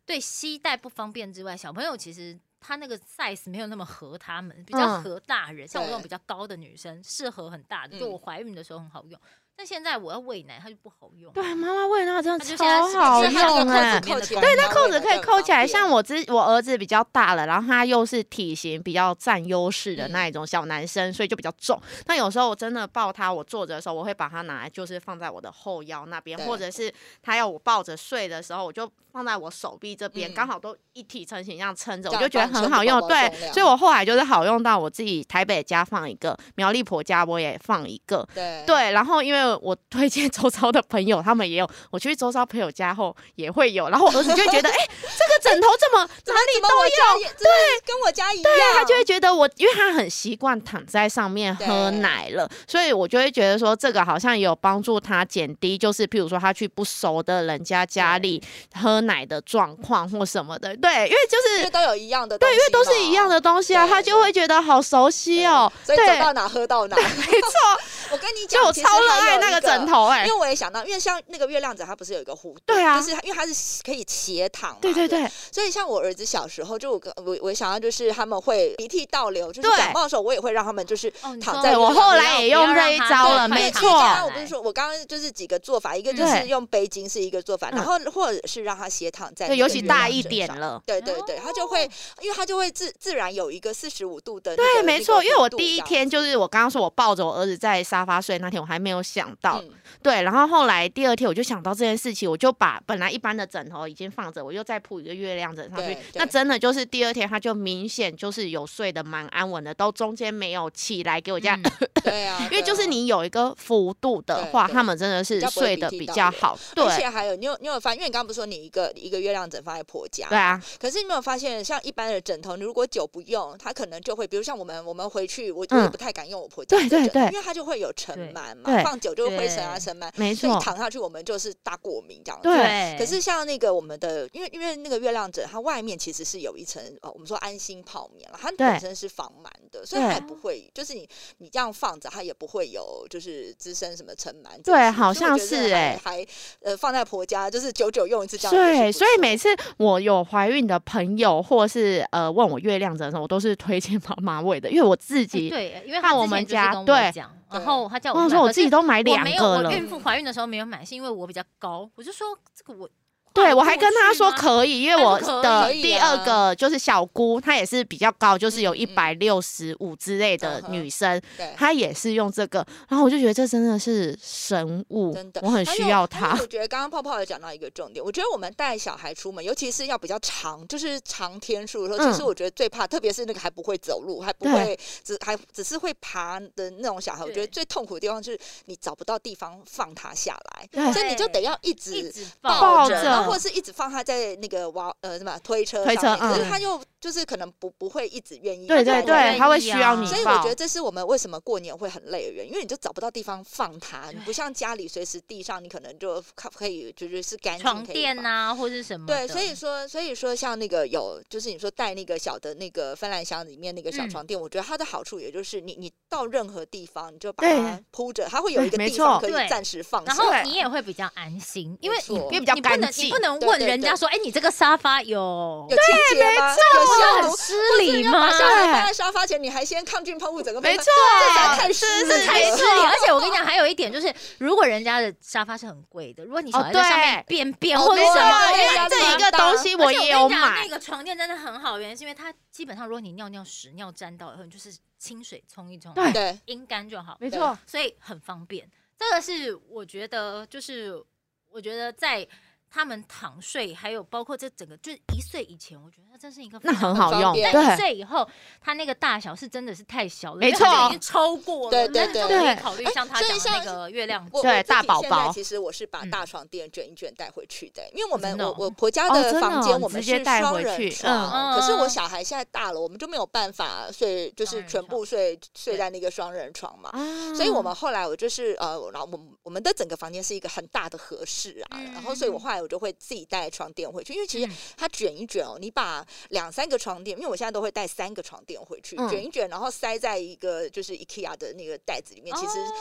Speaker 3: 对膝带不方便之外，小朋友其实。他那个 size 没有那么合他们，比较
Speaker 4: 嗯
Speaker 3: 合大人，像我这
Speaker 2: 对
Speaker 3: 种比较高的女生，适合很大的。
Speaker 2: 嗯
Speaker 3: 就我怀孕的时候很好用，但现在我要喂奶，它就不好用。
Speaker 4: 对，啊妈妈为了那个真的
Speaker 3: 它就现在
Speaker 4: 超
Speaker 3: 是
Speaker 4: 好
Speaker 3: 是它那个扣
Speaker 4: 用哎、
Speaker 3: 子扣起来
Speaker 2: 啊对，
Speaker 4: 那扣子可以扣起来，像我之我儿子比较大了，然后他又是体型比较占优势
Speaker 2: 嗯
Speaker 4: 的那一种小男生，所以就比较重。那有时候我真的抱他，我坐着的时候，我会把他拿来就是放在我的后腰那边，
Speaker 2: 对
Speaker 4: 或者是他要我抱着睡的时候，我就放在我手臂这边，
Speaker 2: 嗯
Speaker 4: 刚好都一体成型这样撑着，
Speaker 2: 这
Speaker 4: 我
Speaker 2: 样
Speaker 4: 就觉得很好用。
Speaker 2: 放成
Speaker 4: 对
Speaker 2: 宝宝重，量
Speaker 4: 所以我后来就是好用到我自己台北家放一个，苗栗婆家我也放一个，
Speaker 2: 对
Speaker 4: 对，然后因为我推荐 <laughs> 周遭的朋友，他们也有，我去周遭朋友家后也会有，然后我儿子就会觉得，哎、这个枕头这么哪里
Speaker 2: <laughs> 怎么
Speaker 4: 都
Speaker 2: 我家
Speaker 4: 有。
Speaker 2: 也对，跟我家一样，
Speaker 4: 对他就会觉得我，因为他很习惯躺在上面喝
Speaker 2: 对
Speaker 4: 奶了，所以我就会觉得说，这个好像也有帮助他减低，就是譬如说他去不熟的人家家里喝奶的状况或什么的。对，因为就
Speaker 2: 因为
Speaker 4: 是
Speaker 2: 都有一样的，
Speaker 4: 对，因为都是一样。的东西啊，
Speaker 2: 对
Speaker 4: 他就会觉得好熟悉哦。
Speaker 2: 所
Speaker 4: 对，
Speaker 2: 以走
Speaker 4: <laughs> 没
Speaker 2: 到哪喝到哪。 <laughs>
Speaker 4: 错，
Speaker 2: 我跟你
Speaker 4: 就
Speaker 2: 讲，
Speaker 4: 我
Speaker 2: 其实
Speaker 4: 超热
Speaker 2: 还有
Speaker 4: 爱
Speaker 2: 一
Speaker 4: 那个枕头哎、
Speaker 2: 因为我也想到，因为像那个月亮枕，它不是有一个弧度？
Speaker 4: 对啊
Speaker 2: 就是它因为它是可以斜躺嘛。
Speaker 4: 对对对，
Speaker 2: 所以像我儿子小时候，就我跟我我想要就是他们会鼻涕倒流，就是
Speaker 4: 对
Speaker 2: 感冒的时候，我也会让他们就是
Speaker 3: 哦你
Speaker 2: 躺
Speaker 3: 说
Speaker 2: 在
Speaker 4: 对
Speaker 2: 那
Speaker 4: 我
Speaker 2: 个
Speaker 4: 后
Speaker 3: 不
Speaker 4: 来
Speaker 3: 要
Speaker 4: 也
Speaker 3: 不要
Speaker 4: 用
Speaker 3: 让
Speaker 4: 这一
Speaker 3: 它
Speaker 4: 招
Speaker 3: 对快
Speaker 4: 了，没
Speaker 3: 点
Speaker 2: 对
Speaker 4: 错。
Speaker 2: 刚刚我不是说，我刚刚就是几个做法，一个就是
Speaker 4: 对
Speaker 2: 用背巾是一个做法，
Speaker 4: 嗯
Speaker 2: 然后或者是让他斜躺在那个
Speaker 4: 对，尤
Speaker 2: 月亮
Speaker 4: 其
Speaker 2: 枕上，
Speaker 4: 大一点了。
Speaker 2: 对对对，他就会，因为他就会自自然有一个四十五度的那个、
Speaker 4: 哦对，没错，因为我第一天
Speaker 2: 就
Speaker 4: 就是我刚刚说我抱着我儿子在沙发睡那天，我还没有想到，
Speaker 2: 嗯
Speaker 4: 对，然后后来第二天我就想到这件事情，我就把本来一般的枕头已经放着，我又再铺一个月亮枕上
Speaker 2: 对
Speaker 4: 去
Speaker 2: 对，
Speaker 4: 那真的就是第二天他就明显就是有睡得蛮安稳的，都中间没有起来给我这样，
Speaker 3: 嗯
Speaker 2: 对啊，
Speaker 4: <laughs> 因为就是
Speaker 2: 对啊。
Speaker 4: 你有一个幅度的
Speaker 2: 对
Speaker 4: 话，
Speaker 2: 对
Speaker 4: 他们真的是
Speaker 2: 比较不会
Speaker 4: 睡
Speaker 2: 鼻
Speaker 4: 得
Speaker 2: 涕
Speaker 4: 比
Speaker 2: 倒
Speaker 4: 较
Speaker 2: 流
Speaker 4: 好，
Speaker 2: 而且
Speaker 4: 对，
Speaker 2: 还有，你有你有发，因为你刚刚不是说你一个一个月亮枕放在婆家，
Speaker 4: 对。啊，
Speaker 2: 可是你有没有发现，像一般的枕头，你如果久不用，它可能就会，比如像我们我们回去，我我也
Speaker 4: 嗯
Speaker 2: 不太敢用我婆家的
Speaker 4: 对
Speaker 2: 枕头，
Speaker 4: 对对
Speaker 2: 因为它就会有尘
Speaker 3: 对
Speaker 2: 螨嘛，
Speaker 4: 对
Speaker 2: 放久就会灰尘啊
Speaker 3: 对
Speaker 2: 尘螨，
Speaker 4: 没
Speaker 2: 所以
Speaker 4: 错，
Speaker 2: 躺下去我们就是大过敏这样子。
Speaker 4: 对
Speaker 2: 可是像那个我们的，因为因为那个月亮枕，它外面其实是有一层呃，我们说安心泡棉了，它本
Speaker 4: 对
Speaker 2: 身是防螨的，所以
Speaker 4: 对
Speaker 2: 它也不会，就是你你这样放着，它也不会有就是滋生什么尘螨这些。
Speaker 4: 对
Speaker 2: 所以
Speaker 4: 好
Speaker 2: 我
Speaker 4: 像
Speaker 2: 觉得
Speaker 4: 是
Speaker 2: 还
Speaker 4: 欸
Speaker 2: 还呃放在婆家，就是久久用一次这样也是不错。
Speaker 4: 对，所以每次我有怀孕的朋友，或是呃问我月亮枕的时候，我都是推荐妈妈喂的，因为我自
Speaker 3: 哎
Speaker 4: 己，
Speaker 3: 对，因为
Speaker 4: 看
Speaker 3: 他
Speaker 4: 我
Speaker 3: 之前
Speaker 4: 们
Speaker 3: 就是
Speaker 4: 家
Speaker 3: 跟
Speaker 4: 对
Speaker 3: 我讲，
Speaker 2: 对
Speaker 3: 然后他叫
Speaker 4: 我
Speaker 3: 我
Speaker 4: 想
Speaker 3: 买
Speaker 4: 说我
Speaker 3: 可
Speaker 4: 自己
Speaker 3: 是
Speaker 4: 都买两
Speaker 3: 我没有，
Speaker 4: 个
Speaker 3: 我
Speaker 4: 了，
Speaker 3: 孕妇怀孕的时候没有买，是因为我比较高，我就说这个我
Speaker 4: 对，我还跟他说可以，因为我
Speaker 3: 他说可以
Speaker 4: 的
Speaker 2: 可以
Speaker 4: 第
Speaker 2: 啊
Speaker 4: 二个就是小姑，她也是比较高，就是有一百六十五之类的
Speaker 2: 嗯嗯
Speaker 4: 女生，
Speaker 2: 对，
Speaker 4: 她也是用这个，然后我就觉得这真的是神物
Speaker 2: 真的，
Speaker 4: 我很
Speaker 2: 还
Speaker 4: 需
Speaker 2: 有
Speaker 4: 要
Speaker 2: 还有
Speaker 4: 它。
Speaker 2: 我觉得刚刚泡泡有讲到一个重点，我觉得我们带小孩出门，尤其是要比较长，就是长天数的时候，其实
Speaker 4: 嗯
Speaker 2: 我觉得最怕，特别是那个还不会走路，还不
Speaker 4: 对
Speaker 2: 会只还只是会爬的那种小孩，我觉得
Speaker 3: 对
Speaker 2: 最痛苦的地方就是你找不到地方放他下来，
Speaker 4: 对
Speaker 2: 所以你就得要一
Speaker 3: 一
Speaker 2: 直。
Speaker 3: 直
Speaker 4: 哎抱
Speaker 2: 着，
Speaker 4: 着
Speaker 2: 然后或者是一直放他在那个娃呃什么推车
Speaker 4: 推
Speaker 2: 上
Speaker 4: 车
Speaker 2: 面可是
Speaker 4: 嗯
Speaker 2: 他又就是可能不不会一直愿意，
Speaker 4: <laughs> 对
Speaker 2: 他
Speaker 4: 对
Speaker 2: 就
Speaker 3: 我愿
Speaker 4: 对，
Speaker 3: 意
Speaker 4: 她会需要
Speaker 3: 啊
Speaker 4: 你
Speaker 2: 所以我
Speaker 4: 抱
Speaker 2: 觉得。这是我们为什么过年会很累的原因，因为你就找不到地方放它，你不像家里随时地上，你可能就看可以就是是干净
Speaker 3: 床
Speaker 2: 可以
Speaker 3: 垫
Speaker 2: 放。
Speaker 3: 呐、或是什么的。
Speaker 2: 对，所以说，所以说，像那个有，就是你说带那个小的那个芬兰箱里面那个小
Speaker 3: 嗯
Speaker 2: 床垫，我觉得它的好处也就是你你到任何地方你就把
Speaker 4: 对
Speaker 2: 它铺着，它会有
Speaker 4: 对
Speaker 2: 一个
Speaker 4: 没
Speaker 2: 地方
Speaker 4: 错
Speaker 2: 可以
Speaker 3: 对
Speaker 2: 暂时放
Speaker 3: 然
Speaker 2: 下。
Speaker 3: 后
Speaker 4: 对
Speaker 3: 你也会比较安心，因为
Speaker 2: 没
Speaker 3: 你
Speaker 2: 错
Speaker 4: 因为比较
Speaker 3: 你不能
Speaker 4: 干净
Speaker 3: 你不能
Speaker 2: 对
Speaker 3: 问
Speaker 2: 对
Speaker 3: 人家
Speaker 2: 对
Speaker 3: 说，哎，你这个沙发有
Speaker 2: 有清洁吗？有消
Speaker 3: 很
Speaker 2: 毒。
Speaker 3: 失
Speaker 2: 你
Speaker 3: 礼
Speaker 2: 要把
Speaker 3: 吗？
Speaker 2: 小孩放在沙发前，你还先抗菌喷雾，整个被
Speaker 4: 没
Speaker 2: 它
Speaker 4: 错
Speaker 2: 这才太失
Speaker 4: 是
Speaker 2: 礼
Speaker 4: 是
Speaker 3: 太
Speaker 2: 了
Speaker 3: 失礼，而且我跟你讲，还有一点就是，如果人家的沙发是很贵的，如果你小
Speaker 4: 哦
Speaker 3: 孩在上面便便或者
Speaker 2: 对
Speaker 3: 什么，
Speaker 2: 对
Speaker 4: 因
Speaker 2: 压
Speaker 4: 为
Speaker 2: 力
Speaker 4: 这
Speaker 2: 蛮
Speaker 4: 一个
Speaker 2: 大
Speaker 4: 东西我
Speaker 3: 而且
Speaker 4: 也
Speaker 3: 跟
Speaker 4: 有
Speaker 3: 你讲，那
Speaker 4: 买，
Speaker 3: 个床垫真的很好，原因是因为它基本上如果你尿尿屎尿沾到以后，你就是清水冲一冲，
Speaker 4: 对
Speaker 2: 对，
Speaker 3: 阴干就好，
Speaker 4: 没
Speaker 2: 对
Speaker 4: 错，
Speaker 3: 所以很方便。这个是我觉得，就是我觉得在他们躺睡，还有包括这整个就是一岁以前，我觉得它真是一个
Speaker 4: 那很
Speaker 3: 好。
Speaker 4: 好
Speaker 2: 方
Speaker 4: 用，
Speaker 2: 便
Speaker 3: 但一
Speaker 4: 对，
Speaker 3: 岁以后，它那个大小是真的是太小了，
Speaker 4: 没
Speaker 3: 因为它
Speaker 4: 错
Speaker 3: 就已经超过了。
Speaker 2: 对对对
Speaker 3: 那就可以
Speaker 4: 对
Speaker 3: 考虑
Speaker 2: 哎
Speaker 3: 像他
Speaker 2: 所以
Speaker 3: 讲
Speaker 2: 像
Speaker 3: 的那个月亮
Speaker 2: 我
Speaker 4: 对
Speaker 2: 我自己
Speaker 4: 大宝
Speaker 2: 现在
Speaker 4: 宝
Speaker 2: 其实我是把
Speaker 3: 嗯
Speaker 2: 大床垫卷一卷带回去的，因为我们
Speaker 3: 真的
Speaker 2: 我
Speaker 3: 哦
Speaker 2: 我婆家
Speaker 4: 哦
Speaker 2: 的
Speaker 4: 真的
Speaker 2: 房
Speaker 4: 哦
Speaker 2: 间
Speaker 4: 你
Speaker 2: 我们
Speaker 4: 直接
Speaker 2: 是
Speaker 4: 带
Speaker 2: 双
Speaker 4: 回
Speaker 2: 人
Speaker 4: 去
Speaker 2: 床，
Speaker 3: 嗯
Speaker 2: 可是我
Speaker 3: 嗯
Speaker 2: 小孩现在大了，我们就没有办法睡，就
Speaker 3: 双
Speaker 4: 嗯
Speaker 2: 是
Speaker 3: 人
Speaker 2: 全部
Speaker 3: 床
Speaker 2: 睡睡
Speaker 3: 对
Speaker 2: 在那个双人床嘛。
Speaker 4: 啊
Speaker 2: 所以
Speaker 3: 嗯
Speaker 2: 我们后来我就是呃，然后我们我们的整个房间是一个很大的和室啊，然后所以我后来我就会自己带床垫回去，因为其实
Speaker 3: 嗯
Speaker 2: 它卷一卷哦，你把两三个床垫，因为我现在都会带三个床垫回去，
Speaker 4: 嗯
Speaker 2: 卷一卷，然后塞在一个就是 IKEA 的那个袋子里面，其实
Speaker 3: 哦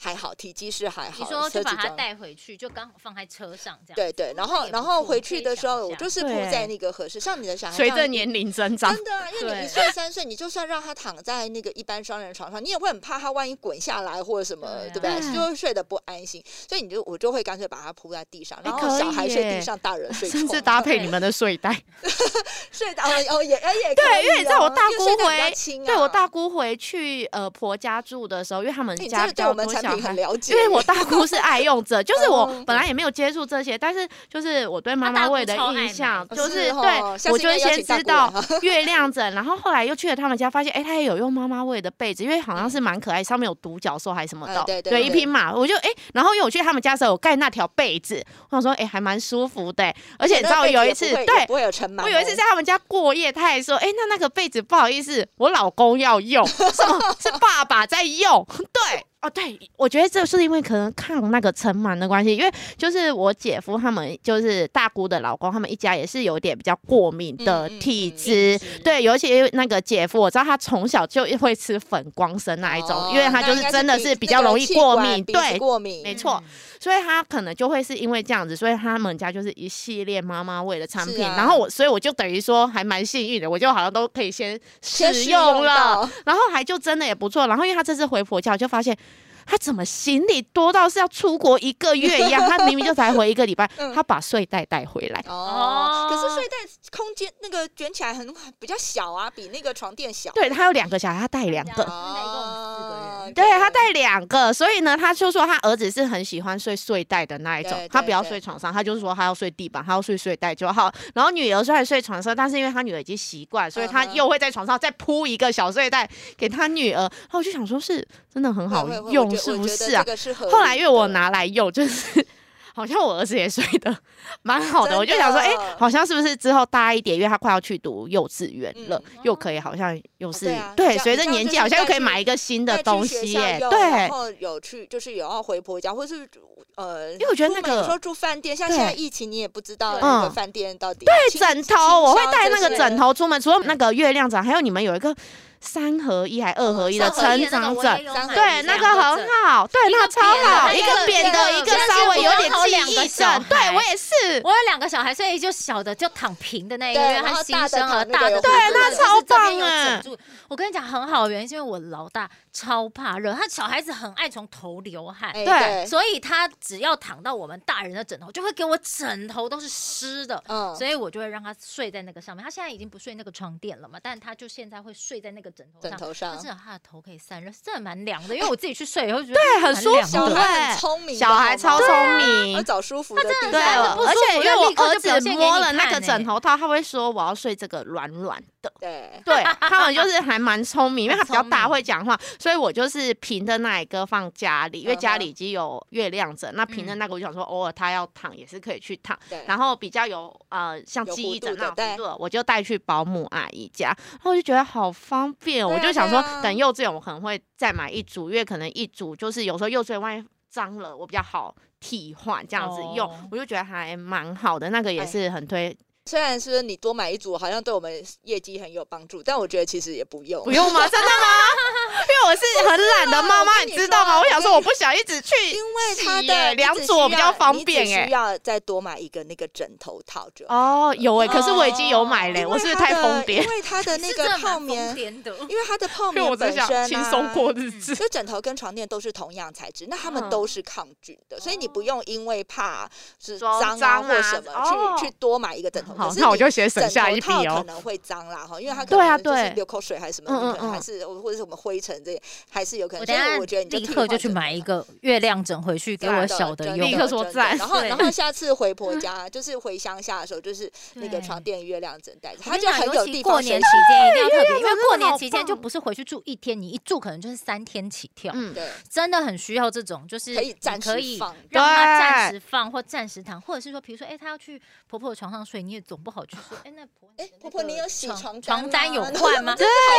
Speaker 2: 还好，体积是还
Speaker 3: 你
Speaker 2: 好，
Speaker 3: 说
Speaker 2: 车
Speaker 3: 就
Speaker 2: 子
Speaker 3: 把它
Speaker 2: 装。
Speaker 3: 带回去，就刚好放在车上这样。
Speaker 2: 对对，然
Speaker 3: 那
Speaker 2: 后
Speaker 3: 也
Speaker 2: 然
Speaker 3: 不
Speaker 2: 后
Speaker 3: 错
Speaker 2: 回
Speaker 3: 可以
Speaker 2: 去的
Speaker 3: 想
Speaker 2: 时候，我
Speaker 3: 一下
Speaker 2: 就是铺
Speaker 4: 对
Speaker 2: 在那个合适，像你的小孩
Speaker 4: 啊随
Speaker 2: 这
Speaker 4: 着
Speaker 2: 样
Speaker 4: 年龄增长，
Speaker 2: 真的
Speaker 3: <laughs>
Speaker 2: 啊，因为你一
Speaker 3: 对
Speaker 2: 岁三岁，你就算让他躺在那个一般双人床上，你也会很怕他万一滚下来或者什么，对
Speaker 3: 对啊
Speaker 2: 不对？
Speaker 4: 对
Speaker 2: 就会睡得不安心，所以你就我就会干脆把它铺在地上，
Speaker 4: 哎
Speaker 2: 然后
Speaker 4: 可以
Speaker 2: 小孩睡地
Speaker 4: 耶
Speaker 2: 上，大
Speaker 4: <laughs>
Speaker 2: 人睡床
Speaker 4: 甚至搭配你们的睡袋。
Speaker 2: 睡到哦也哎也可
Speaker 4: 对，因为
Speaker 2: 以
Speaker 4: 你知道我
Speaker 2: 哦
Speaker 4: 大
Speaker 2: 因为睡
Speaker 4: 姑
Speaker 2: 得比较
Speaker 4: 回，
Speaker 2: 轻啊
Speaker 4: 对我大姑回去呃婆家住的时候，因为他们
Speaker 2: 哎你
Speaker 4: 家
Speaker 2: 真的
Speaker 4: 比
Speaker 2: 对
Speaker 4: 较
Speaker 2: 我们
Speaker 4: 多
Speaker 2: 产
Speaker 4: 小
Speaker 2: 品很
Speaker 4: 孩。
Speaker 2: 了解
Speaker 4: 因为我大姑是爱
Speaker 2: <laughs>
Speaker 4: 用者，就是我
Speaker 2: 嗯
Speaker 4: 本来也没有接触这些，但是就是我对妈
Speaker 3: 她大
Speaker 4: 妈
Speaker 3: 姑
Speaker 4: 味的
Speaker 3: 超爱
Speaker 4: 印
Speaker 3: 买
Speaker 4: 象，
Speaker 2: 的
Speaker 4: 就是
Speaker 2: 是哦
Speaker 4: 对
Speaker 2: 下次
Speaker 4: 我就
Speaker 2: 应
Speaker 4: 会
Speaker 2: 该邀
Speaker 4: 先
Speaker 2: 请大
Speaker 4: 知
Speaker 2: 姑来
Speaker 4: 道
Speaker 2: 哈 <laughs>
Speaker 4: 月亮枕，然后后来又去了他们家，发现哎，她也有用妈妈味的被子，因为好像是蛮可爱，上面有独角兽还是什么
Speaker 2: 哎
Speaker 4: 的，
Speaker 2: 对对
Speaker 4: 对，
Speaker 2: 对
Speaker 4: 一匹马，我就哎，然后因为我去他们家的时候，我盖那条被子，我想说哎，还蛮舒服的，而且你知道有一次，
Speaker 2: 那个被子也不会也
Speaker 4: 对
Speaker 2: 不，会有尘螨哦，
Speaker 4: 我有一次在他们家过夜，他还说：“哎、那那个被子不好意思，我老公要用，什么是爸爸在用？对，哦，对，我觉得这是因为可能抗那个尘螨的关系，因为就是我姐夫他们就是大姑的老公，他们一家也是有点比较过敏
Speaker 2: 嗯
Speaker 4: 的
Speaker 2: 嗯嗯
Speaker 4: 体质，对，尤其那个姐夫，我知道他从小就会吃粉光参那一种，
Speaker 2: 哦
Speaker 4: 因为他
Speaker 2: 那
Speaker 4: 就
Speaker 2: 应
Speaker 4: 是
Speaker 2: 该
Speaker 4: 真的
Speaker 2: 鼻
Speaker 4: 是比
Speaker 2: 那
Speaker 4: 较
Speaker 2: 个
Speaker 4: 容易
Speaker 2: 气
Speaker 4: 过
Speaker 2: 管
Speaker 4: 敏，
Speaker 2: 鼻子
Speaker 4: 对，
Speaker 2: 过敏，
Speaker 4: 没错
Speaker 3: 嗯
Speaker 4: 所以他可能就会是因为这样子，所以他们家就是一系列妈妈味的产
Speaker 2: 是
Speaker 4: 品。
Speaker 2: 啊
Speaker 4: 然后我，所以我就等于说还蛮幸运的，我就好像都可以先
Speaker 2: 先
Speaker 4: 试
Speaker 2: 试
Speaker 4: 用
Speaker 2: 用
Speaker 4: 了，
Speaker 2: 到
Speaker 4: 然后还就真的也不错。然后因为他这次回婆家，我就发现。他怎么行李多到是要出国一个月一样？他明明就才回一个礼拜，
Speaker 2: <laughs> 嗯
Speaker 4: 他把睡袋带回来。
Speaker 2: 哦，可是
Speaker 3: 哦
Speaker 2: 睡袋空间那个卷起来很比较小啊，比那个床垫小。
Speaker 4: 对他有两个小孩，他带两个
Speaker 3: 哦，
Speaker 2: 哦
Speaker 4: 对他带两个，所以呢，他就说他儿子是很喜欢睡睡袋的那一种
Speaker 2: 对，
Speaker 4: 他
Speaker 2: 对
Speaker 4: 不要
Speaker 2: 对
Speaker 4: 睡床上，他就是说他要睡地板，他要睡睡袋就好。然后女儿虽然睡床上，但是因为他女儿已经习惯，所以他
Speaker 2: 嗯哼
Speaker 4: 又会在床上再铺一个小睡袋给他女儿。然后我就想说，是真的很好
Speaker 2: 会会会我
Speaker 4: 用，
Speaker 2: 觉
Speaker 4: 是
Speaker 2: 我
Speaker 4: 不
Speaker 2: 觉得
Speaker 4: 是啊
Speaker 2: 这？个是合理的
Speaker 4: 后来因为我拿来用，就是 <laughs> 好像我儿子也睡得蛮好的，
Speaker 2: 真
Speaker 4: 我就想说，
Speaker 2: 的
Speaker 4: 哎、好像是不是之后大一点，因为他快要去读幼稚园了，
Speaker 2: 嗯
Speaker 4: 又可以好像又是、
Speaker 2: 对啊你
Speaker 4: 对，
Speaker 2: 这样
Speaker 4: 随
Speaker 2: 你
Speaker 4: 着
Speaker 2: 这样
Speaker 4: 年
Speaker 2: 就
Speaker 4: 纪
Speaker 2: 是
Speaker 4: 好像又可以
Speaker 2: 带去
Speaker 4: 买一个新
Speaker 2: 带
Speaker 4: 的
Speaker 2: 去
Speaker 4: 东
Speaker 2: 学
Speaker 4: 西
Speaker 2: 校
Speaker 4: 耶，
Speaker 2: 用然
Speaker 4: 对。
Speaker 2: 后有去就是有要回婆家，或是呃，因
Speaker 4: 为我觉得那
Speaker 2: 有
Speaker 4: 个
Speaker 2: 时候住饭店，像现在
Speaker 4: 对
Speaker 2: 疫情，你也不知道
Speaker 3: 嗯
Speaker 2: 那个饭店到底对
Speaker 4: 枕头，我会带那个枕头出门，除了那个月亮枕，还有你们有一个三合一还二合一的
Speaker 3: 哦三合一
Speaker 4: 成
Speaker 3: 的那
Speaker 4: 长
Speaker 3: 个我也
Speaker 4: 枕，
Speaker 3: 有买
Speaker 4: 对，那
Speaker 3: 两
Speaker 4: 个很
Speaker 3: 枕
Speaker 4: 好，对，
Speaker 3: 一个
Speaker 4: 那个超
Speaker 3: 扁的
Speaker 4: 好，
Speaker 3: 还有
Speaker 4: 一
Speaker 3: 一
Speaker 4: 个
Speaker 3: 个
Speaker 4: 扁的，一个
Speaker 3: 就是
Speaker 4: 稍微有
Speaker 3: 刚好两
Speaker 4: 点
Speaker 3: 个小
Speaker 4: 症，对
Speaker 3: 孩
Speaker 4: 我也是，
Speaker 3: 我有两个小孩，所以就小的就躺平的那一个，
Speaker 2: 对
Speaker 3: 因为
Speaker 2: 然
Speaker 3: 他
Speaker 2: 后
Speaker 3: 新
Speaker 2: 大的
Speaker 3: 生啊，
Speaker 2: 躺那个
Speaker 3: 大的
Speaker 2: 有
Speaker 3: 躺
Speaker 2: 对
Speaker 3: 那个
Speaker 4: 那
Speaker 3: 就是
Speaker 4: 超
Speaker 3: 这边有
Speaker 4: 棒哎
Speaker 3: 枕住我跟你讲，很好的原因是因为我老大超怕热，他小孩子很爱从头流汗。
Speaker 2: 哎
Speaker 4: 对
Speaker 3: 所以他只要躺到我们大人的枕头，就会给我枕头都是湿的，
Speaker 2: 嗯
Speaker 3: 所以我就会让他睡在那个上面。他现在已经不睡那个床垫了嘛，但他就现在会睡在那个枕头
Speaker 2: 枕
Speaker 3: 上，
Speaker 2: 头
Speaker 3: 那
Speaker 2: 上
Speaker 3: 至，少他的头可以散热，是真的蛮凉的。因为我自己去睡以后觉得
Speaker 4: 对很
Speaker 3: 蛮
Speaker 4: 舒
Speaker 3: 凉
Speaker 4: 服
Speaker 2: 小
Speaker 3: 的
Speaker 4: 对
Speaker 2: 孩很聪明的，
Speaker 4: 小孩超聪
Speaker 2: 好啊
Speaker 4: 明
Speaker 2: 吗，要找舒服的地
Speaker 4: <laughs> 对，啊
Speaker 3: 真的
Speaker 2: 方
Speaker 3: 不
Speaker 4: 而
Speaker 3: 舒服
Speaker 4: 且因为
Speaker 3: 就
Speaker 4: 我
Speaker 3: 立刻
Speaker 4: 儿
Speaker 3: 就表
Speaker 4: 子
Speaker 3: 现给
Speaker 4: 摸
Speaker 3: 你
Speaker 4: 了那
Speaker 3: 看
Speaker 4: 个
Speaker 3: 欸
Speaker 4: 枕头套，他会说我要睡这个软软
Speaker 3: <laughs>
Speaker 4: 的。
Speaker 2: 对，
Speaker 4: 对他们就是还蛮聪明，因为他比较
Speaker 3: 很
Speaker 4: 大
Speaker 3: 聪明
Speaker 4: 会讲话，所以我就是平的那一个放家里，因为
Speaker 2: 嗯
Speaker 4: 家
Speaker 2: 哼
Speaker 4: 里已经有月亮枕，那平的
Speaker 3: 嗯
Speaker 4: 那个我就想说偶尔他要躺也是可以去躺。
Speaker 2: 对
Speaker 4: 然后比较有呃像
Speaker 2: 有
Speaker 4: 记
Speaker 2: 弧
Speaker 4: 忆
Speaker 2: 度
Speaker 4: 枕
Speaker 2: 的
Speaker 4: 那种
Speaker 2: 对
Speaker 4: 弧度的，我就带去保姆阿姨家，然后我就觉得好方便哦，
Speaker 2: 对
Speaker 4: 我
Speaker 2: 啊
Speaker 4: 就想
Speaker 2: 对
Speaker 4: 说
Speaker 2: 啊
Speaker 4: 等幼稚园我可能会再买一组，因为可能一组就是有时候幼稚园万一脏了，我比较好替换这样子用，
Speaker 3: 哦
Speaker 4: 我就觉得还蛮好的，那个也
Speaker 2: 哎
Speaker 4: 是很推，
Speaker 2: 虽然是你多买一组，好像对我们业绩很有帮助，但我觉得其实也不用，
Speaker 4: 不用吗？真的吗？因为我是很懒的妈妈，
Speaker 2: 不是啦我跟
Speaker 4: 你
Speaker 2: 你
Speaker 4: 知道吗？
Speaker 2: 说
Speaker 4: 我想说，我不想一直去洗耶，
Speaker 2: <laughs> 因为它的
Speaker 4: 两
Speaker 2: 你只需
Speaker 4: 组比较
Speaker 2: 要
Speaker 4: 方
Speaker 2: 你只
Speaker 4: 便
Speaker 2: 需
Speaker 4: 哎。
Speaker 2: 要再多买一个那个枕头套就好。
Speaker 4: 哦，有哎，可是我已经有买
Speaker 2: 哦因为
Speaker 4: 嘞，我是不是
Speaker 2: 它
Speaker 4: 太
Speaker 2: 的
Speaker 4: 疯癫
Speaker 2: 因？为它的那
Speaker 3: <laughs> 是
Speaker 2: 个
Speaker 3: 真的蛮
Speaker 2: 泡
Speaker 3: 疯
Speaker 2: 棉，
Speaker 3: 癫的，
Speaker 2: 因为它的泡
Speaker 4: <laughs> 因为
Speaker 2: 棉
Speaker 4: 我只
Speaker 2: 本身、
Speaker 4: 想
Speaker 2: 啊、
Speaker 4: 轻松过日子。
Speaker 2: 就枕头跟床垫都是同样材质，那它们
Speaker 4: 嗯
Speaker 2: 都是抗菌的，所以你
Speaker 3: 哦
Speaker 2: 不用因为怕是
Speaker 4: 说
Speaker 2: 脏
Speaker 4: 脏啊
Speaker 2: 或什么、
Speaker 4: 哦
Speaker 2: 去去多买一个枕头。
Speaker 4: 好
Speaker 2: 可是
Speaker 4: 那我
Speaker 2: 你
Speaker 4: 就先省下一笔
Speaker 2: 枕头套
Speaker 4: 哦
Speaker 2: 可能会脏啦哈，因
Speaker 3: 嗯
Speaker 2: 为它可
Speaker 4: 对啊
Speaker 2: 能就是
Speaker 4: 对
Speaker 2: 流口水还是什么，
Speaker 4: 嗯
Speaker 2: 你
Speaker 4: 嗯
Speaker 2: 可能还
Speaker 4: 嗯
Speaker 2: 是或者什么灰尘这些，还是有可能。所
Speaker 3: 我等
Speaker 2: 以
Speaker 3: 一下
Speaker 2: 我觉得你
Speaker 3: 立
Speaker 2: 替
Speaker 3: 刻
Speaker 2: 换
Speaker 3: 就去
Speaker 2: 枕头
Speaker 3: 买一个月亮枕回去给
Speaker 2: 真
Speaker 3: 我
Speaker 2: 的
Speaker 3: 小
Speaker 2: 真
Speaker 3: 啊的
Speaker 2: 的
Speaker 3: 用
Speaker 4: 立。刻说
Speaker 2: 真的
Speaker 4: 赞
Speaker 2: 然后，
Speaker 3: 对
Speaker 2: 然
Speaker 3: <laughs>
Speaker 2: 后下次回婆家，就是回乡下的时候，就是那个床垫月亮枕带着，
Speaker 3: 我
Speaker 2: 它
Speaker 3: 跟你
Speaker 2: 就
Speaker 3: 讲
Speaker 2: 很有
Speaker 3: 啊尤其
Speaker 2: 地
Speaker 3: 过
Speaker 2: 方选
Speaker 3: 年期。间一定要特 <laughs> 别，因为过
Speaker 4: 真的好
Speaker 3: 年期间就
Speaker 4: 棒
Speaker 3: 不是回去住一天，你一住可能就是三天起跳，
Speaker 4: 嗯，
Speaker 2: 对，
Speaker 3: 真的很需要这种，就是
Speaker 2: 可以暂
Speaker 3: 你
Speaker 2: 时
Speaker 3: 可以
Speaker 2: 放
Speaker 3: 让他暂
Speaker 4: 对
Speaker 3: 时放或暂时躺，或者是说，比如说，哎、他要去婆婆的床上睡，你也总不好去说，哎、那婆
Speaker 2: 哎
Speaker 3: 的那
Speaker 2: 婆婆
Speaker 3: 个
Speaker 2: 你有洗
Speaker 3: 床
Speaker 2: 床单吗
Speaker 3: 单有换
Speaker 2: <laughs>
Speaker 3: 吗？
Speaker 4: 对，
Speaker 3: 所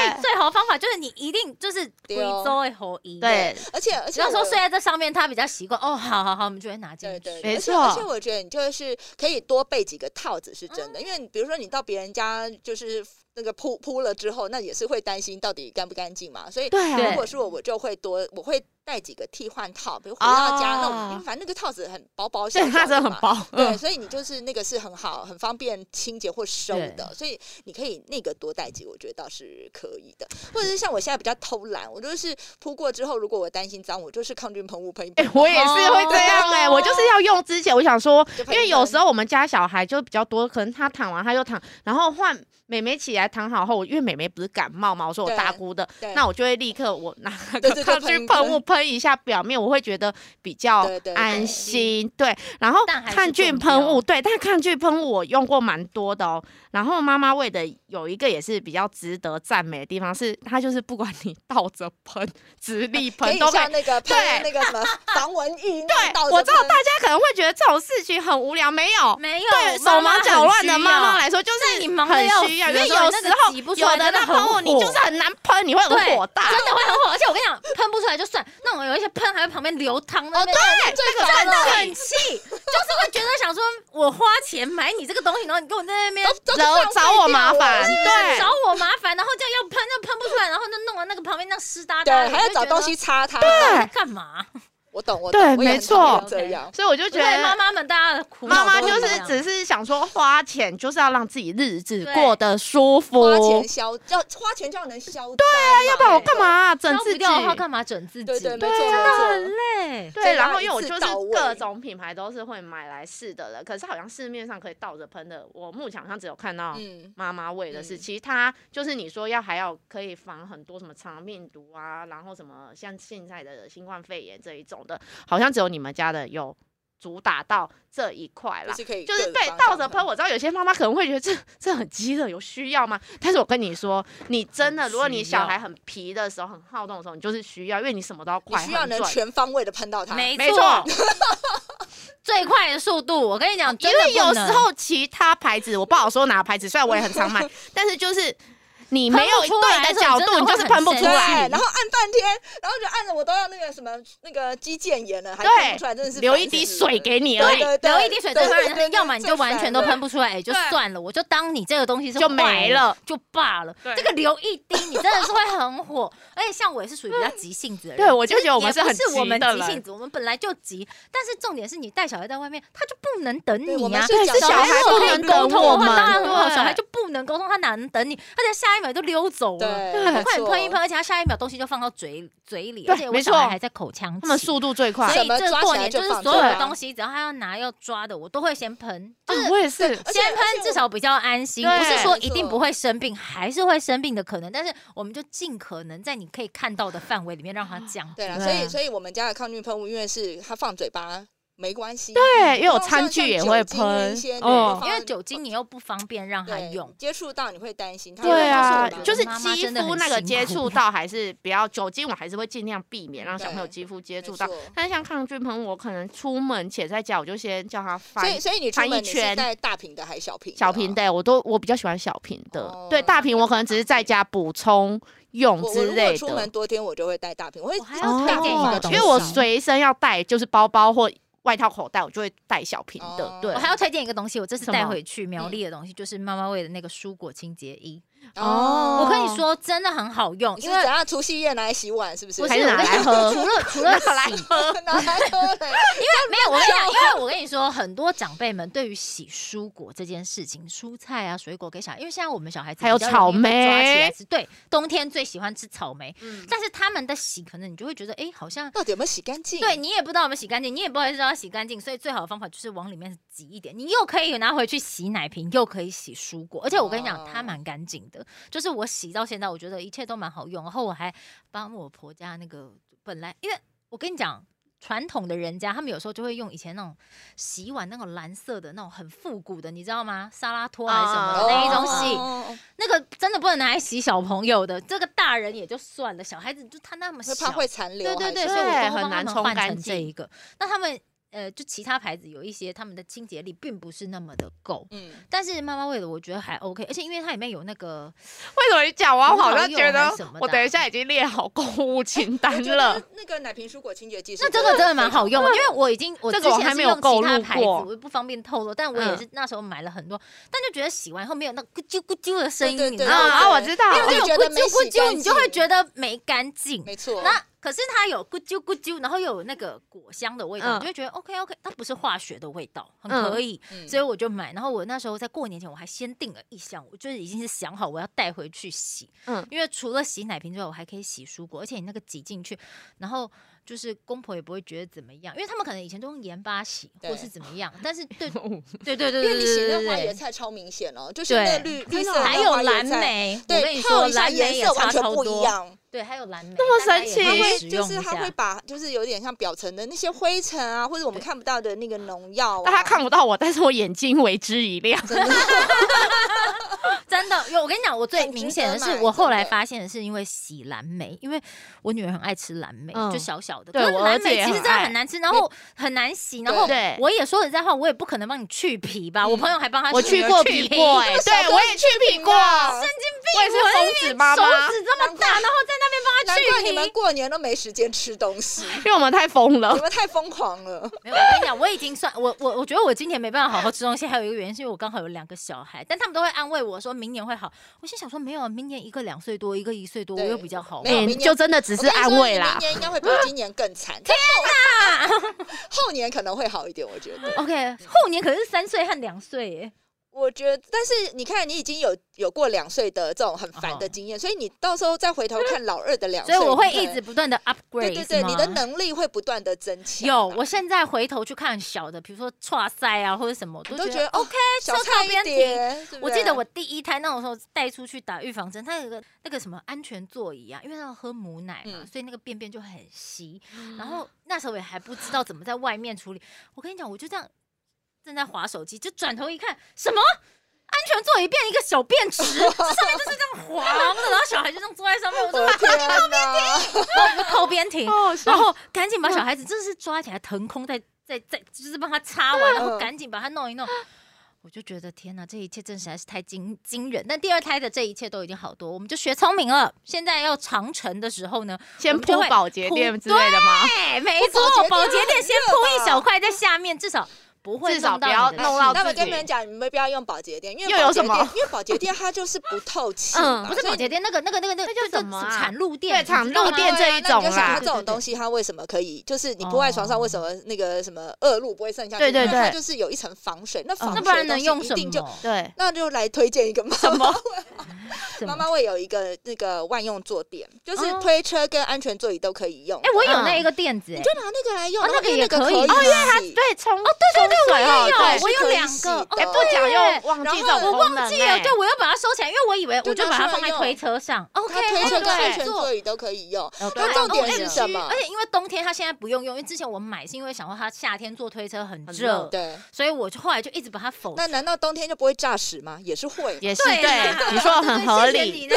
Speaker 3: 以最好的方法就是你一定就是
Speaker 2: 对哦
Speaker 3: 贵州的合一，
Speaker 4: 对，
Speaker 2: 而且而
Speaker 3: 只
Speaker 2: 且
Speaker 3: 要说
Speaker 2: 我
Speaker 3: 睡在这上面，他比较习惯。哦，好好好，我们就会拿进
Speaker 2: 对对，
Speaker 3: 去。
Speaker 4: 没
Speaker 2: 而且
Speaker 4: 错
Speaker 2: 而且我觉得你就是可以多备几个套子，是真的，因为
Speaker 3: 嗯
Speaker 2: 你比如说你到别人家就是那个铺铺了之后，那也是会担心到底干不干净嘛。所以
Speaker 4: 对啊
Speaker 2: 如果是我，我就会多我会带几个替换套，比如回到家，那
Speaker 4: 哦
Speaker 2: 我反正那个套子很薄
Speaker 4: <laughs>
Speaker 2: 薄小
Speaker 4: 对，
Speaker 2: 小的嘛，
Speaker 4: 它真的很薄。
Speaker 2: 对，
Speaker 4: 嗯
Speaker 2: 所以你就是那个是很好、很方便清洁或收的，所以你可以那个多带几，我觉得倒是可以的。或者是像我现在比较偷懒，我就是铺过之后，如果我担心脏，我就是抗菌喷雾喷一
Speaker 4: 哎
Speaker 2: 喷。，
Speaker 4: 我也是会这样哎，我就是要用之前，我想说，
Speaker 2: 哦就喷一
Speaker 4: 因为有时
Speaker 2: 喷
Speaker 4: 候我们家小孩就比较多，可能他躺完他就躺，然后换美美起来躺好后，我因为美美不是感冒嘛，我说我
Speaker 2: 对
Speaker 4: 大姑的
Speaker 2: 对，
Speaker 4: 那我就会立刻我
Speaker 2: <laughs>
Speaker 4: 拿
Speaker 2: 对
Speaker 4: 个
Speaker 2: 对
Speaker 4: <laughs>
Speaker 2: 对
Speaker 4: 抗
Speaker 2: 喷
Speaker 4: 菌
Speaker 2: 一
Speaker 4: 喷雾
Speaker 2: 喷
Speaker 4: 喷一下表面，我会觉得比较
Speaker 2: 对对对
Speaker 4: 安心。对，然后
Speaker 3: 但还是
Speaker 4: 抗菌
Speaker 3: 中
Speaker 4: 喷雾，
Speaker 3: 标
Speaker 4: 对，但抗菌喷雾我用过蛮多的哦。然后妈妈喂的有一个也是比较值得赞美的地方是，它就是不管你倒着喷、直立
Speaker 2: 可
Speaker 4: 喷
Speaker 2: 以
Speaker 4: 都可以
Speaker 2: 像。那个喷那
Speaker 4: 对
Speaker 2: 个
Speaker 4: <laughs>
Speaker 2: 什么防蚊液，对
Speaker 4: 对，我知道大家可能会觉得这种事情很无聊，没有，
Speaker 3: 没有
Speaker 4: 对手
Speaker 3: 妈妈
Speaker 4: 忙脚
Speaker 3: 很
Speaker 4: 乱的
Speaker 3: 需
Speaker 4: 妈妈
Speaker 3: 要
Speaker 4: 来说，就
Speaker 3: 对
Speaker 4: 是
Speaker 3: 你忙得
Speaker 4: 很
Speaker 3: 要
Speaker 4: 需要，
Speaker 3: 死
Speaker 4: 因
Speaker 3: 的
Speaker 4: 为
Speaker 3: 时候
Speaker 4: 有
Speaker 3: 那
Speaker 4: 时
Speaker 3: 个
Speaker 4: 候
Speaker 3: 挤不出
Speaker 4: 有
Speaker 3: 来
Speaker 4: 的
Speaker 3: 真的
Speaker 4: 那
Speaker 3: 很
Speaker 4: 喷雾你就是
Speaker 3: 火
Speaker 4: 很难喷，你会很
Speaker 3: 对
Speaker 4: 火大。
Speaker 3: 真的会很火。而且我跟你讲，喷不出来就算，那种有一些喷还会旁边流汤那
Speaker 2: 哦
Speaker 3: 边
Speaker 2: 对，
Speaker 4: 那哎个
Speaker 2: 最烦
Speaker 4: 真的
Speaker 2: 了
Speaker 3: 很气，就是会觉得想说，我花钱买你这个东西，然后你给我在那边。
Speaker 2: 都
Speaker 4: 然后找我麻烦，
Speaker 3: 就是
Speaker 4: 对
Speaker 3: 找。我麻烦，然后这样要喷又喷不出来，然后就弄完那个旁边那湿哒
Speaker 2: 对
Speaker 3: 哒，的，
Speaker 2: 还要
Speaker 3: 你就
Speaker 2: 找
Speaker 3: 觉得
Speaker 2: 东西擦它。
Speaker 4: 对
Speaker 3: 干嘛？
Speaker 2: 我懂，我
Speaker 4: 对
Speaker 2: 懂，我也
Speaker 4: 没
Speaker 2: 很讨厌
Speaker 3: 错
Speaker 2: 这样。
Speaker 4: 所以我就觉
Speaker 3: 对妈
Speaker 4: 得。
Speaker 3: 妈们，大家的苦恼
Speaker 4: 妈妈
Speaker 3: 都
Speaker 4: 就
Speaker 3: 一
Speaker 4: 是
Speaker 3: 样
Speaker 4: 只是想说花钱就是要让自己日子
Speaker 3: 对
Speaker 4: 过得舒服，
Speaker 2: 花钱消要花钱就要能消灾嘛，对，要
Speaker 4: 不然我干嘛啊整
Speaker 3: 消
Speaker 4: 自
Speaker 3: 不
Speaker 4: 己？
Speaker 3: 掉的话，干嘛整自己？
Speaker 2: 对对，没
Speaker 4: 对啊
Speaker 2: 错，没
Speaker 4: 真的
Speaker 2: 错
Speaker 3: 很累。
Speaker 4: 对，
Speaker 2: 对
Speaker 4: 然
Speaker 2: 啊
Speaker 4: 后
Speaker 2: 一
Speaker 4: 因为我
Speaker 2: 次
Speaker 4: 就是
Speaker 2: 到位
Speaker 4: 各种品牌都是会买来试的了，可是好像市面上可以倒着喷的，我目前好像只有看到
Speaker 2: 嗯，
Speaker 4: 妈妈喂的是，
Speaker 2: 嗯
Speaker 4: 其他就是你说要还要可以防很多什么肠病毒啊，然后什么像现在的新冠肺炎这一种的，好像只有你们家的有主打到这一块啦
Speaker 2: 就。是可以
Speaker 4: 就是
Speaker 2: 各
Speaker 4: 对
Speaker 2: 方
Speaker 4: 倒
Speaker 2: 向
Speaker 4: 着喷，我知道有些妈妈可能会觉得这这很激烈，有需要吗？但是我跟你说，你真的，
Speaker 3: 很
Speaker 4: 如果你
Speaker 3: 需
Speaker 4: 小
Speaker 3: 要
Speaker 4: 孩很皮的时候，很好动的时候，你就是需要，因为你什么都要
Speaker 2: 你
Speaker 4: 快，
Speaker 2: 需要
Speaker 4: 很
Speaker 2: 能
Speaker 4: 准
Speaker 2: 全方位的喷到它，
Speaker 3: 没
Speaker 4: 没错，
Speaker 3: 最快的速度，我跟你讲，
Speaker 4: 哦因
Speaker 3: 真的
Speaker 4: 为有
Speaker 3: 不
Speaker 4: 时
Speaker 3: 能
Speaker 4: 候其他牌子我不好说哪个牌子，虽然我也很常买，但是就是你没有
Speaker 3: 喷不出来
Speaker 4: 对的角
Speaker 3: 的
Speaker 4: 度，
Speaker 3: 时候真
Speaker 4: 你
Speaker 3: 的
Speaker 4: 就是喷不
Speaker 3: 会很
Speaker 4: 出
Speaker 2: 对，
Speaker 3: 生
Speaker 4: 来
Speaker 3: 气。
Speaker 2: 然后按半天，然后就按着我都要那个什么那个肌腱炎了，还
Speaker 4: 对
Speaker 2: 喷不出来，真的是
Speaker 4: 留
Speaker 2: 烦
Speaker 4: 一滴
Speaker 2: 死
Speaker 4: 水
Speaker 2: 了
Speaker 4: 给你而
Speaker 2: 对
Speaker 4: 已，
Speaker 2: 对对，
Speaker 3: 流一滴水这当
Speaker 2: 对对
Speaker 3: 然，
Speaker 2: 对
Speaker 3: <laughs> 要么你就完全都喷不出来，也哎就
Speaker 4: 对
Speaker 3: 算了，我就当你这个东西是
Speaker 4: 就没
Speaker 3: 坏
Speaker 4: 了，
Speaker 3: 就罢了。
Speaker 4: 对
Speaker 3: 这个流一滴，你真的是会很火。而且像我也是属于比较急性子的人，
Speaker 4: 对我就觉得我们
Speaker 3: 也
Speaker 4: 是很
Speaker 3: 不是我们
Speaker 4: 急的
Speaker 3: 急
Speaker 4: 人
Speaker 3: 性子，我们本来就急。但是重点是你带小孩在外面，他就不能等
Speaker 2: 对我
Speaker 3: 你
Speaker 2: 们
Speaker 3: 啊。
Speaker 2: 是
Speaker 4: 对
Speaker 2: 讲
Speaker 4: 是小
Speaker 2: 究
Speaker 4: 孩
Speaker 3: 如
Speaker 4: 不
Speaker 2: 这
Speaker 3: 果可
Speaker 2: 个
Speaker 3: 以
Speaker 4: 能
Speaker 3: 沟
Speaker 4: 等
Speaker 3: 通
Speaker 4: 我
Speaker 3: 的话，
Speaker 4: 们
Speaker 3: 当然很好。
Speaker 4: 对
Speaker 3: 小孩就不能沟通，他哪能等你？他在下一秒就溜走了。
Speaker 4: <laughs>
Speaker 2: 对，
Speaker 4: 对
Speaker 2: 没
Speaker 3: 快点喷一
Speaker 2: 错
Speaker 3: 喷，。而且他下一秒东西就放到嘴嘴里，
Speaker 4: 对
Speaker 3: 而且我
Speaker 4: 没
Speaker 3: 小孩
Speaker 4: 错
Speaker 3: 还在口腔期。
Speaker 4: 他们速度最快。
Speaker 3: 所
Speaker 2: 什
Speaker 3: 以
Speaker 2: 么
Speaker 3: 这
Speaker 2: 抓起
Speaker 3: 过
Speaker 2: 来
Speaker 3: 年
Speaker 2: 就
Speaker 3: 就是
Speaker 2: 放
Speaker 3: 所有
Speaker 4: 对
Speaker 3: 的
Speaker 4: 啊
Speaker 3: 东西，只要他要拿要抓的，我都会先喷，
Speaker 4: 啊我也是，
Speaker 2: 而且
Speaker 3: 先
Speaker 2: 而且
Speaker 3: 喷至少比较安心。
Speaker 4: 对
Speaker 3: 不是说一
Speaker 2: 没
Speaker 3: 定
Speaker 2: 错
Speaker 3: 不会生病，还是会生病的可能，但是我们就尽可能在你可以看到的范围里面让他讲。
Speaker 2: 对啦，
Speaker 4: 对
Speaker 2: 所以所以我们家的抗菌喷雾，因为是它放嘴巴没关系，
Speaker 4: 对，因为
Speaker 2: 然
Speaker 4: 我
Speaker 2: 后
Speaker 4: 餐
Speaker 2: 像
Speaker 4: 具
Speaker 2: 像
Speaker 4: 也
Speaker 2: 酒
Speaker 4: 会
Speaker 2: 精那
Speaker 4: 喷
Speaker 2: 一些，的
Speaker 4: 哦
Speaker 2: 放
Speaker 3: 因为酒精你又不方便让他
Speaker 2: 对
Speaker 3: 用，
Speaker 2: 接触到你会担心，它
Speaker 4: 对啊，
Speaker 2: 会
Speaker 4: 就是
Speaker 2: 手
Speaker 3: 妈妈
Speaker 4: 肌
Speaker 3: 真的
Speaker 4: 肤
Speaker 3: 很
Speaker 4: 那个
Speaker 3: 辛
Speaker 4: 接
Speaker 3: 苦 <laughs>
Speaker 4: 触到还是不要酒精，我还是会尽量避免让小朋友
Speaker 2: 对
Speaker 4: 肌肤接
Speaker 2: 接
Speaker 4: 触到。但是像抗菌喷，我可能出门且在家，我就先叫他
Speaker 2: 所
Speaker 4: 翻
Speaker 2: 以所以你出
Speaker 4: 翻一
Speaker 2: 门你是
Speaker 4: 圈
Speaker 2: 带大瓶的还是小瓶的啊？
Speaker 4: 小瓶的，我都我比较喜欢小瓶的。
Speaker 2: 哦
Speaker 4: 对，大瓶我可能只是在家补充用
Speaker 2: 我我
Speaker 4: 之
Speaker 2: 如果
Speaker 4: 类
Speaker 2: 出门
Speaker 4: 的。哦
Speaker 2: 多天，我就会带大瓶，我会
Speaker 3: 我还
Speaker 2: 一
Speaker 3: 要
Speaker 2: 直带
Speaker 3: 推荐一个
Speaker 2: 大瓶
Speaker 3: 东
Speaker 4: 因
Speaker 3: 西
Speaker 4: 为我随身要带就是包包或外套口袋，我就会带小瓶
Speaker 2: 哦
Speaker 4: 的。
Speaker 2: <laughs>
Speaker 4: 对
Speaker 3: 我，还要推荐一个东西，我这次
Speaker 4: 什么
Speaker 3: 带回去苗栗的东西，就是妈妈味的那个蔬果清洁衣。
Speaker 4: 哦
Speaker 3: 我跟你说，真的很好用，
Speaker 2: 你是
Speaker 3: 因
Speaker 2: 不是
Speaker 3: 为
Speaker 2: 等下除夕夜拿来洗碗是不是？
Speaker 3: 不
Speaker 4: 还
Speaker 3: 是
Speaker 4: 是拿
Speaker 3: 我跟你
Speaker 4: 来喝
Speaker 3: 除了除了洗，
Speaker 2: <laughs> 拿来喝
Speaker 4: <laughs>
Speaker 2: 嘞，
Speaker 3: 没有，我跟你
Speaker 4: 哎
Speaker 3: 讲，因为我跟你说，很多长辈们对于洗蔬果这件事情，蔬菜啊、水果给小孩，因为现在我们小孩子
Speaker 4: 还有
Speaker 3: 比较容易
Speaker 4: 草莓嗯
Speaker 3: 被抓起来吃，对，冬天最喜欢吃草莓，但是他们的洗，可能你就会觉得，哎，好像。
Speaker 2: 到底有没有洗干净？
Speaker 3: 对你也不知道有没有洗干净，你也不会知道要洗干净，所以最好的方法就是往里面挤一点。你又可以拿回去洗奶瓶，又可以洗蔬果，而且我跟你讲，
Speaker 2: 哦
Speaker 3: 它蛮干净的。就是我洗到现在，我觉得一切都蛮好用。然后我还帮我婆家那个本来，因为我跟你讲，传统的人家他们有时候就会用以前那种洗碗那种蓝色的那种很复古的，你知道吗？沙拉托还是什么的
Speaker 4: 哦
Speaker 3: 那一种洗，
Speaker 2: 西
Speaker 3: 那个真的不能拿来洗小朋友的。这个大人也就算了，小孩子就他那么
Speaker 2: 会
Speaker 3: 小
Speaker 2: 怕，会残留
Speaker 3: 对
Speaker 2: 还
Speaker 3: 对
Speaker 2: 是，
Speaker 3: 对，所
Speaker 4: 是
Speaker 3: 以我
Speaker 4: 对
Speaker 3: 都帮
Speaker 4: 很
Speaker 3: 他
Speaker 4: 难
Speaker 3: 们
Speaker 4: 冲
Speaker 3: 换
Speaker 4: 干
Speaker 3: 成这
Speaker 4: 净
Speaker 3: 一个。那他们呃，就其他牌子有一些他们的清洁力并不是那么的够。
Speaker 2: 嗯，
Speaker 3: 但是妈妈为了我觉得还 OK，而且因为它里面有那个，
Speaker 4: 为什么你讲完，我好像觉
Speaker 3: 葡萄柚还
Speaker 4: 得
Speaker 3: 是什么的啊
Speaker 4: 我等一下已经列好购物清
Speaker 2: <laughs> 我
Speaker 3: 嗯
Speaker 4: 单
Speaker 2: 觉
Speaker 4: 了
Speaker 2: 得。那个奶瓶蔬果清洁剂是
Speaker 3: 那
Speaker 2: 非常，
Speaker 3: 这个真的蛮好用的，因为我已经我
Speaker 4: 这
Speaker 3: 之
Speaker 4: 个我
Speaker 3: 前
Speaker 4: 还
Speaker 3: 是
Speaker 4: 没有
Speaker 3: 用其
Speaker 4: 购
Speaker 3: 他
Speaker 4: 入
Speaker 3: 牌子，
Speaker 4: 过
Speaker 3: 我不方便透露，但我也
Speaker 4: 嗯
Speaker 3: 是那时候买了很多，但就觉得洗完后没有那咕啾咕啾的声音，
Speaker 2: 对
Speaker 3: 你
Speaker 2: 对
Speaker 3: 知
Speaker 2: 对
Speaker 3: 道
Speaker 4: 啊
Speaker 3: 吗？
Speaker 4: 啊，我知道，
Speaker 2: 因为
Speaker 3: 没有
Speaker 2: 我觉得
Speaker 3: 咕
Speaker 2: 没
Speaker 3: 啾咕
Speaker 2: 洗干
Speaker 3: 啾，
Speaker 2: 净
Speaker 3: 你就会觉得没干净。
Speaker 2: 没错。
Speaker 3: 那可是它有咕啾咕啾，然后又有那个果香的味道，
Speaker 4: 嗯
Speaker 3: 你就会觉得 OK OK，它不是化学的味道，很
Speaker 4: 嗯
Speaker 3: 可以。
Speaker 2: 嗯
Speaker 3: 所以我就买。然后我那时候在过年前，我还先订了一箱，我就是已经是想好我要带回去洗。
Speaker 4: 嗯
Speaker 3: 嗯，因为除了洗奶瓶之外，我还可以洗蔬果，而且你那个挤进去，然后就是公婆也不会觉得怎么样，因为他们可能以前都用盐巴洗
Speaker 2: 对
Speaker 3: 或是怎么样，但是对对对对对
Speaker 2: 因为你洗
Speaker 3: 对
Speaker 2: 那花
Speaker 3: 对
Speaker 2: 椰
Speaker 3: 对，
Speaker 2: 菜超明显哦，就是那绿绿色的
Speaker 3: 还有
Speaker 2: 花椰
Speaker 3: 蓝
Speaker 2: 菜，
Speaker 3: 莓，我跟
Speaker 2: 对，
Speaker 3: 你
Speaker 2: 泡
Speaker 3: 说
Speaker 2: 一下
Speaker 3: 蓝莓
Speaker 2: 颜
Speaker 3: 也
Speaker 2: 色完
Speaker 3: 差
Speaker 2: 全
Speaker 3: 超
Speaker 2: 不一
Speaker 3: 多， <laughs>
Speaker 2: 样。
Speaker 3: 对，还有蓝莓，
Speaker 4: 那么
Speaker 3: 大家也
Speaker 4: 神奇
Speaker 3: 可
Speaker 2: 它
Speaker 3: 以
Speaker 2: 会
Speaker 3: 使
Speaker 2: 就
Speaker 3: 用
Speaker 2: 是
Speaker 3: 一
Speaker 2: 它会
Speaker 3: 下。
Speaker 2: 把就是有点像表层的那些灰尘啊，或者我们
Speaker 3: 对
Speaker 2: 看不到的那个农
Speaker 3: <laughs>
Speaker 2: 药啊，
Speaker 4: 但他看不到我，但是我眼睛为之一亮。
Speaker 2: 真的 <laughs>
Speaker 3: 真的有，我跟你讲，我最
Speaker 2: 很值
Speaker 3: 明显的
Speaker 2: 得
Speaker 3: 是
Speaker 2: 买，
Speaker 3: 我后
Speaker 2: 真
Speaker 3: 来
Speaker 2: 的
Speaker 3: 发现的是因为洗蓝莓，因为我女儿很爱吃蓝莓，
Speaker 4: 嗯
Speaker 3: 就小小的，
Speaker 4: 对
Speaker 3: 可是
Speaker 4: 我儿
Speaker 3: 蓝
Speaker 4: 子
Speaker 3: 莓
Speaker 4: 也
Speaker 3: 其实真
Speaker 4: 很
Speaker 3: 的
Speaker 4: 爱
Speaker 3: 很难吃，然后很难洗，然后
Speaker 4: 对嗯
Speaker 3: 我也说实在话，我也不可能帮你去皮吧，我朋友还帮他
Speaker 4: 我
Speaker 3: 去
Speaker 4: 去过
Speaker 3: 皮 <laughs>
Speaker 4: 皮过，哎，对
Speaker 2: 小时候
Speaker 4: 我也去皮过，
Speaker 2: 啊
Speaker 4: 我也是疯子妈
Speaker 3: 手
Speaker 4: 妈，
Speaker 3: 指这么大，然后在那
Speaker 2: 难
Speaker 3: 边帮
Speaker 2: 怪
Speaker 3: 他去
Speaker 2: 你们
Speaker 3: 皮。
Speaker 2: 过年都没时间吃东
Speaker 3: <laughs>
Speaker 2: 西，
Speaker 4: 因为我们太疯了
Speaker 2: 你。们太疯狂了。
Speaker 3: 没有，我跟你讲，我已经算我我我觉得我今年没办法好好吃东西，还有一个原因是因为我刚好有两个小孩，但他们都会安慰我说明年会好。我心想说没有，啊明年一个两岁多，一个一岁多，我
Speaker 2: 对
Speaker 3: 又比较好
Speaker 2: 没。有
Speaker 4: 哎
Speaker 2: 明年
Speaker 4: 就真的只
Speaker 2: 我
Speaker 4: 是
Speaker 2: 跟你
Speaker 4: 安
Speaker 2: 说
Speaker 4: 慰
Speaker 2: 你
Speaker 4: 啦
Speaker 2: 明。年应该会比今年更惨。天哪！ <laughs> 后年可能会好一点，我觉得。
Speaker 3: OK，后年可是三岁和两岁耶。
Speaker 2: 我觉得，但是你看，你已经有有过两岁的这种很烦的经验，所以你到时候再回头看老二的两
Speaker 3: 所
Speaker 2: 岁，
Speaker 3: 以我会
Speaker 2: 你可
Speaker 3: 一
Speaker 2: 能
Speaker 3: 直不断的 upgrade，
Speaker 2: 对对对，
Speaker 3: 是吗
Speaker 2: 你的能力会不断的增强。啊
Speaker 3: 有。我现在回头去看小的，比如说跨赛啊或者什么，
Speaker 2: 你
Speaker 3: 我都
Speaker 2: 都
Speaker 3: 觉
Speaker 2: 觉
Speaker 3: 得
Speaker 2: 得 OK，小
Speaker 3: 稍
Speaker 2: 菜
Speaker 3: 靠
Speaker 2: 一
Speaker 3: 边
Speaker 2: 碟。对不
Speaker 3: 我记得
Speaker 2: 对
Speaker 3: 我第一胎那种时候带出去打预防针，它有个那个什么安全座椅啊，因为要喝母奶嘛，
Speaker 2: 嗯
Speaker 3: 所以那个便便就很稀。然后那时候也还不知道怎么在外面处理。我跟你讲，我就这样正在划手机，就转头一看，什么安全座椅变一个小便池，上面就是这样黄的，然后小孩就这样坐在上面，我
Speaker 2: 我
Speaker 3: 就
Speaker 2: 的天哪！
Speaker 3: 然后我就靠边停。
Speaker 4: 哦， <laughs>
Speaker 3: 然后赶紧把小
Speaker 4: <laughs>
Speaker 3: 孩子真的是抓起来腾空再，再再就是帮他擦完，然后赶紧把他弄一弄。我就觉得天哪，这一切真实在是太惊惊人。但第二胎的这一切都已经好多，我们就学聪明了。现在要长程的时候呢，
Speaker 4: 先
Speaker 3: 我们就
Speaker 4: 铺
Speaker 3: 会
Speaker 4: 保洁
Speaker 3: 铺
Speaker 4: 垫之类的吗？
Speaker 3: 哎，没
Speaker 2: 不保
Speaker 3: 错，
Speaker 2: 洁
Speaker 3: 保
Speaker 2: 垫
Speaker 3: 洁
Speaker 2: 很
Speaker 3: 垫先
Speaker 2: 热
Speaker 3: 铺一
Speaker 2: 吧
Speaker 3: 小块在下面，至少不会
Speaker 4: 至少
Speaker 3: 弄到
Speaker 4: 不要
Speaker 3: 你的
Speaker 4: 弄到
Speaker 2: 那么
Speaker 4: 自己
Speaker 2: 跟你们讲，你们不要用保洁垫，因为
Speaker 4: 又有
Speaker 2: 保洁
Speaker 4: 什么
Speaker 2: 垫因为保洁垫它就是不透 <laughs> 气
Speaker 4: 嗯
Speaker 2: 嘛，
Speaker 3: 不是
Speaker 2: 所以
Speaker 3: 保洁垫，那个那个那个那个
Speaker 4: 那
Speaker 3: 就
Speaker 4: 叫什么啊
Speaker 3: 产露垫，
Speaker 4: 对，
Speaker 3: 你
Speaker 4: 厂
Speaker 3: 知道
Speaker 4: 路
Speaker 3: 吗
Speaker 4: 垫这
Speaker 2: 啊那
Speaker 4: 一
Speaker 2: 你
Speaker 4: 种
Speaker 2: 就想它
Speaker 4: 啦
Speaker 2: 这，
Speaker 3: 对对
Speaker 2: 种
Speaker 3: 对
Speaker 2: 东西，它为什么可以？就是你铺在床上，
Speaker 3: 哦
Speaker 2: 为什么那个什么恶露不会渗下去？
Speaker 4: 对对
Speaker 2: 因为它
Speaker 4: 对
Speaker 2: 就是有一层防水。那防
Speaker 3: 哦那
Speaker 2: 水
Speaker 3: 不然
Speaker 2: 的东
Speaker 3: 能
Speaker 2: 西
Speaker 3: 用
Speaker 2: 一
Speaker 3: 什
Speaker 2: 定就
Speaker 3: 么？
Speaker 4: 对，
Speaker 2: <laughs> 那就来推荐一个妈妈 <laughs>
Speaker 3: 什
Speaker 2: 妈
Speaker 3: 么？
Speaker 2: 妈会有一个那个万用坐垫，就是
Speaker 3: 哦
Speaker 2: 推车跟安全座椅都可以用。
Speaker 3: 哎，我有
Speaker 4: 嗯
Speaker 3: 那一个垫子，哎
Speaker 2: 你就拿那个来用，
Speaker 3: 哦
Speaker 2: 然后
Speaker 3: 那
Speaker 2: 因
Speaker 3: 个
Speaker 2: 为
Speaker 3: 也
Speaker 2: 那个
Speaker 3: 可以
Speaker 2: 以洗，
Speaker 3: 哦
Speaker 4: 对冲哦，对对对，水哦，
Speaker 3: 有，
Speaker 4: 对，
Speaker 3: 哎我有
Speaker 2: 可以
Speaker 3: 两
Speaker 2: 洗
Speaker 3: 个，
Speaker 2: 的
Speaker 3: 哦
Speaker 4: 哎，
Speaker 2: 我
Speaker 4: 不
Speaker 3: 对
Speaker 4: 讲
Speaker 3: 耶
Speaker 4: 又忘
Speaker 2: 然
Speaker 4: 记这
Speaker 2: 后
Speaker 4: 种
Speaker 3: 我
Speaker 4: 功
Speaker 3: 忘
Speaker 4: 能
Speaker 3: 记
Speaker 4: 哎
Speaker 3: 了，对，我要把它收起来，因为我以为我就
Speaker 2: 拿
Speaker 3: 把它
Speaker 2: 出来
Speaker 3: 放在
Speaker 2: 用
Speaker 3: 推车上。OK，
Speaker 2: 它推车跟安全
Speaker 3: 对
Speaker 2: 座椅都可以用。
Speaker 4: 哦
Speaker 2: 那
Speaker 4: 对
Speaker 2: 重点
Speaker 3: OMG
Speaker 2: 是什么
Speaker 3: 而？且因为冬天它现在不用用，因为之前我买是因为想说它夏天坐推车很
Speaker 4: 很
Speaker 3: 热
Speaker 4: 热，
Speaker 2: 对，
Speaker 3: 所以我就后来就一直把它否
Speaker 2: 那难道冬天就不会炸屎吗？也是会嘛。
Speaker 4: 也是
Speaker 3: 啦 <laughs>
Speaker 4: 对，你说的很合
Speaker 3: 对对对谢谢
Speaker 4: 理
Speaker 2: <laughs>
Speaker 3: 你，呢，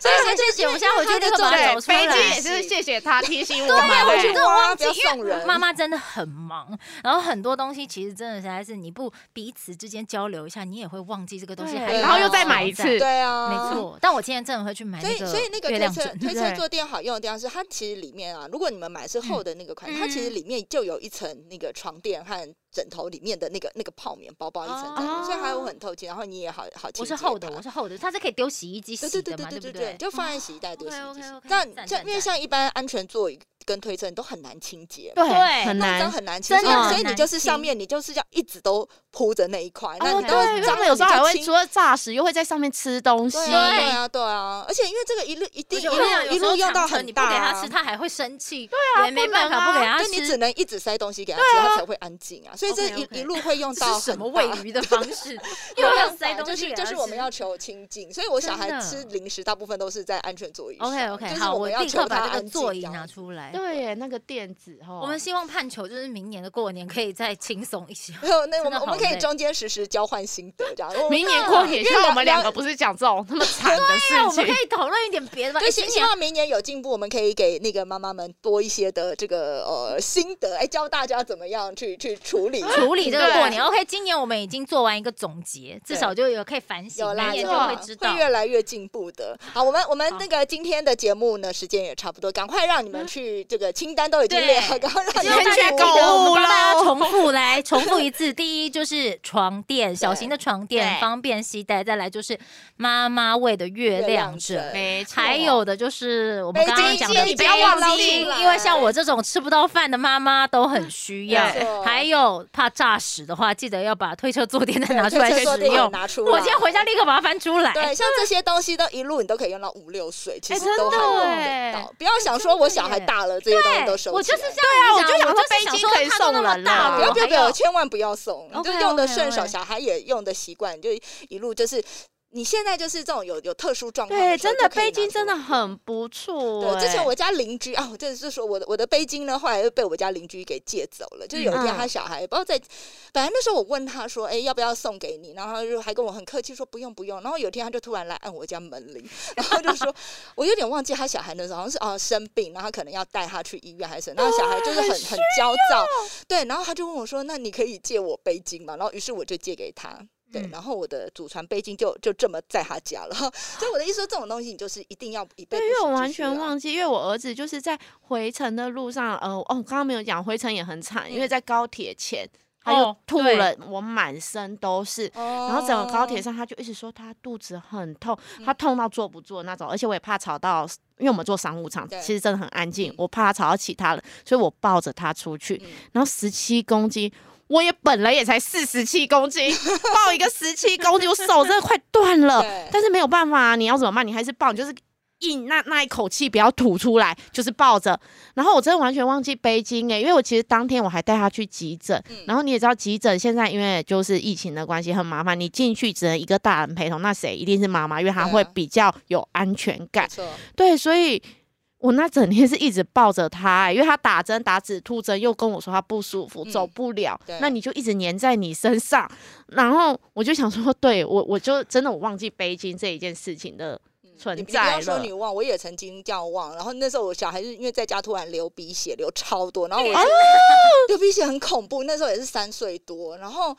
Speaker 3: 所以先谢谢，我现在回去立刻把它找
Speaker 4: 对，
Speaker 3: 出来。
Speaker 4: 飞机也是谢谢他提醒我们，
Speaker 3: 对，我觉
Speaker 4: 哎
Speaker 3: 得忘记
Speaker 2: 不要，送
Speaker 3: 因为
Speaker 2: 人
Speaker 3: 妈妈真的很忙，然后很多东西其实真的实在是你不彼此之间交流一下，你也会忘记这个东西
Speaker 4: 对
Speaker 3: 还有
Speaker 2: 然后又
Speaker 4: 再买一次
Speaker 3: 存在
Speaker 2: 对啊，
Speaker 3: 没。错。但我今天真的会去买
Speaker 2: 所以，
Speaker 3: 那个
Speaker 2: 所以那个推
Speaker 3: 月亮
Speaker 2: 车
Speaker 3: 枕，
Speaker 2: 推车
Speaker 4: 对
Speaker 2: 坐垫好用的地方是，它其实里面啊，如果你们买是厚的那个款，
Speaker 3: 嗯
Speaker 2: 它其实里面就有一层那个床垫和枕头里面的那个那个泡棉包包一层在里面，
Speaker 4: 哦
Speaker 2: 所以它会很透气，然后你也好好清
Speaker 3: 我
Speaker 2: 洁
Speaker 3: 是
Speaker 2: 它。
Speaker 3: 厚的，我是厚的，它是可以丢洗衣机
Speaker 2: 对对
Speaker 3: 洗
Speaker 2: 对
Speaker 3: 的
Speaker 2: 对
Speaker 3: 嘛，
Speaker 2: 对
Speaker 3: 不
Speaker 2: 对对，就放在洗衣袋丢洗衣机
Speaker 3: OK，OK，OK，。
Speaker 2: 那
Speaker 3: 赞
Speaker 2: 像
Speaker 3: 赞
Speaker 2: 因为
Speaker 3: 赞
Speaker 2: 像一般安全座椅跟推车你都很难清洁嘛，
Speaker 3: 对
Speaker 4: 对，很
Speaker 2: 那张
Speaker 4: 难。
Speaker 2: 很难清，
Speaker 3: 真
Speaker 2: 所
Speaker 3: 的
Speaker 2: 以
Speaker 4: 很
Speaker 2: 所以你
Speaker 3: 难
Speaker 2: 就是上
Speaker 3: 清
Speaker 2: 面你就是要一直都铺着那一块，那
Speaker 4: 哦，
Speaker 2: 你
Speaker 3: 对
Speaker 2: 都
Speaker 4: 对，他
Speaker 2: 脏
Speaker 4: 们
Speaker 2: 了
Speaker 4: 有时候
Speaker 2: 你就
Speaker 4: 还会
Speaker 2: 清
Speaker 4: 除了炸屎，又会在上面吃东西
Speaker 2: 对，啊，对啊，对啊，而且因为这个一路一定一
Speaker 3: 我跟你讲
Speaker 2: 路
Speaker 3: 有
Speaker 2: 一
Speaker 3: 时候
Speaker 2: 路用到
Speaker 3: 长城
Speaker 2: 很
Speaker 3: 你不
Speaker 2: 大、
Speaker 3: 给
Speaker 2: 啊，
Speaker 3: 它吃，它还会生气。对也没办
Speaker 4: 不能
Speaker 3: 法
Speaker 4: 啊
Speaker 3: 不给它
Speaker 2: 就你只
Speaker 3: 吃。
Speaker 2: 能一直塞东西给它吃，它才会安静啊。所以这一
Speaker 3: 啊 OK，OK
Speaker 2: 一路会用
Speaker 3: 这
Speaker 2: 到
Speaker 3: 是什
Speaker 2: 很
Speaker 3: 么
Speaker 2: 大
Speaker 3: 喂鱼的方
Speaker 2: <laughs>
Speaker 3: 式？又
Speaker 2: 没
Speaker 3: <laughs> 要
Speaker 2: 办
Speaker 3: 塞
Speaker 2: 法
Speaker 3: 东西给
Speaker 2: 啊就是就是我们
Speaker 3: 它
Speaker 2: 要
Speaker 3: 吃
Speaker 2: 求清静，所以我小孩
Speaker 3: 真的
Speaker 2: 吃零食大部分都是在安全座椅上。
Speaker 3: OK OK，
Speaker 2: 就是
Speaker 3: 好，
Speaker 2: 我
Speaker 3: 我
Speaker 2: 们要
Speaker 3: 立
Speaker 2: 求他
Speaker 3: 刻把这
Speaker 2: 安
Speaker 3: 个
Speaker 2: 静
Speaker 3: 座椅
Speaker 2: 这样
Speaker 3: 拿
Speaker 2: 子。
Speaker 3: 出来。
Speaker 4: 对耶，那个垫子哦，
Speaker 3: 我们希望盼球就是明年的过年可以再轻松
Speaker 2: <laughs>
Speaker 3: 一些。
Speaker 2: 然后 <laughs> 那我
Speaker 3: 真的
Speaker 2: 们我们
Speaker 3: 好
Speaker 2: 可以
Speaker 3: 累
Speaker 2: 中间实时交换心得，这样。我们
Speaker 4: 明年过年，
Speaker 2: 因为
Speaker 4: 希望我们
Speaker 2: 聊
Speaker 4: 两个不是讲这种那么惨的
Speaker 3: 那我
Speaker 4: 事
Speaker 3: 们可
Speaker 4: 情。
Speaker 3: 以讨论一点别的吧。
Speaker 2: 对，
Speaker 3: 哎
Speaker 2: 希
Speaker 3: 今
Speaker 2: 希
Speaker 3: 年
Speaker 2: 望明年有进步，我们可以给那个妈妈们多一些的这个呃心得，哎，教大家怎么样去去处理
Speaker 3: 处理这个过
Speaker 2: <laughs>
Speaker 3: 年
Speaker 4: 对
Speaker 3: ，OK，今年我们已经做完一个总结，至少就有可以反省，
Speaker 2: 有啦，
Speaker 3: 明年
Speaker 2: 有
Speaker 3: 就
Speaker 2: 啦
Speaker 3: 会知道
Speaker 2: 会。越来越进步的。好，我们我们
Speaker 3: 好
Speaker 2: 那个今天的节目呢，时间也差不多，赶快让你们去这个清单都已经列好，
Speaker 3: 嗯对
Speaker 2: 赶快让你
Speaker 3: 希望
Speaker 2: 们
Speaker 3: 大
Speaker 4: 先
Speaker 3: 家记
Speaker 4: 去
Speaker 2: 去
Speaker 3: 得
Speaker 4: 购
Speaker 3: 我们
Speaker 4: 物
Speaker 3: 帮大家
Speaker 4: 喽
Speaker 3: 重复 <laughs> 来重复一次。第一就是床垫，小型的床垫
Speaker 4: 对
Speaker 3: 方便携带；再来就是妈妈味的月
Speaker 2: 月
Speaker 3: 亮
Speaker 2: 亮
Speaker 3: 枕
Speaker 2: 枕。
Speaker 4: 没错
Speaker 3: 还有的就是我们
Speaker 2: 北
Speaker 3: 刚刚
Speaker 2: 京
Speaker 3: 讲
Speaker 2: 街
Speaker 3: 的
Speaker 2: 你不要忘
Speaker 3: 北
Speaker 2: 记
Speaker 3: 京
Speaker 2: 了
Speaker 3: 因为像我这种吃不到饭的妈妈都很
Speaker 2: <laughs>
Speaker 3: 需要
Speaker 4: 没
Speaker 2: 错。
Speaker 3: 还有怕炸屎的话，记得要把推车坐垫再拿出来
Speaker 2: 对推车坐
Speaker 3: 使
Speaker 2: 垫也
Speaker 3: 用。
Speaker 2: 拿出来。
Speaker 3: 我今天回家立刻把它翻出来。
Speaker 2: 对，像这些东西都一路你都可以用到五六岁，其
Speaker 4: 哎
Speaker 2: 实
Speaker 4: 真
Speaker 2: 都还
Speaker 4: 的
Speaker 2: 用
Speaker 4: 哎
Speaker 2: 得到。不要想说我小孩
Speaker 3: 耶
Speaker 2: 大了，这些东西
Speaker 3: 对
Speaker 2: 都收起来。
Speaker 3: 我就是像
Speaker 4: 啊
Speaker 3: 你
Speaker 4: 我
Speaker 3: 讲
Speaker 4: 就想
Speaker 3: 我就
Speaker 4: 说
Speaker 3: 是
Speaker 4: 背
Speaker 3: 想
Speaker 4: 巾
Speaker 3: 说
Speaker 4: 可以
Speaker 3: 他都那
Speaker 4: 送
Speaker 3: 么
Speaker 4: 人
Speaker 3: 大
Speaker 4: 啦
Speaker 2: 不要不要
Speaker 3: 还
Speaker 2: 不要，
Speaker 3: 有
Speaker 2: 千万不要送，你就
Speaker 3: OK，
Speaker 2: 用的
Speaker 3: OK，
Speaker 2: 顺手，
Speaker 3: OK
Speaker 2: 小孩也用的习惯，你就一路就是你现在就是这种有有特殊状况，
Speaker 4: 对，真的背巾
Speaker 2: 巾
Speaker 4: 真的。很不错哎。
Speaker 2: 对，之前我家邻居啊，我真的是说我的我的背巾呢，后来又被我家邻居给借走了。就是有一天
Speaker 4: 嗯
Speaker 2: 他小孩不知道在，本来那时候我问他说，哎、要不要送给你？然后他就还跟我很客气说不用不用。然后有一天他就突然来按我家门铃，然后就 <laughs> 说，我有点忘记他小孩那时候好像是哦生病，然后可能要带他去医院还是什么，然后小孩啊就是很很焦躁，对，然后他就问我说，那你可以借我背巾吗？然后于是我就借给他。对
Speaker 3: 嗯，
Speaker 2: 然后我的祖传背巾就就这么在他家了， <laughs> 所以我的意思说，这种东西你就是一定要一辈
Speaker 4: 对，
Speaker 2: 子、
Speaker 4: 因为我完
Speaker 2: 啊
Speaker 4: 全忘记，因为我儿子就是在回程的路上，呃，哦，刚刚没有讲，回程也很惨，因为
Speaker 2: 嗯
Speaker 4: 在高铁前他
Speaker 3: 哦
Speaker 4: 就吐
Speaker 3: 对
Speaker 4: 了，我满身都是。然
Speaker 2: 然
Speaker 4: 后整个高铁上，他就一直说他肚子很痛，他痛到坐不住那种，而且我也怕吵到，因为我们坐商务舱，
Speaker 2: 对
Speaker 4: 其实真的很安静
Speaker 2: 嗯，
Speaker 4: 我怕他吵到其他人，所以我抱着他出去
Speaker 2: 嗯，
Speaker 4: 然后十七公斤。我也本来也才四十七
Speaker 2: <laughs>
Speaker 4: 公斤，抱一个十七公斤，我手真的快断了
Speaker 2: 对。
Speaker 4: 但是没有办法、啊，你要怎么办？你还是抱，你就是硬那那一口气不要吐出来，就是抱着。然后我真的完全忘记背巾欸诶、因为我其实当天我还带他去急诊，
Speaker 2: 嗯
Speaker 4: 然后你也知道急诊现在因为就是疫情的关系很麻烦，你进去只能一个大人陪同，那谁一定是妈妈，因为她
Speaker 2: 对啊
Speaker 4: 会比较有安全感
Speaker 2: 没。错，
Speaker 4: 对，所以我那整天是一直抱着他、因为他打针、打止吐针，又跟我说他不舒服，走
Speaker 2: 嗯
Speaker 4: 不了
Speaker 2: 对，
Speaker 4: 那你就一直粘在你身上。然后我就想说，对我，我就真的我忘记背巾这一件事情的
Speaker 2: 嗯
Speaker 4: 存
Speaker 2: 你不
Speaker 4: 在
Speaker 2: 要说你
Speaker 4: 了。
Speaker 2: 忘，我也曾经这样忘。然后那时候我小孩是因为在家突然流鼻血，流超多，然后我
Speaker 4: 哦
Speaker 2: 就流鼻血很恐怖。那时候也是三岁多，然后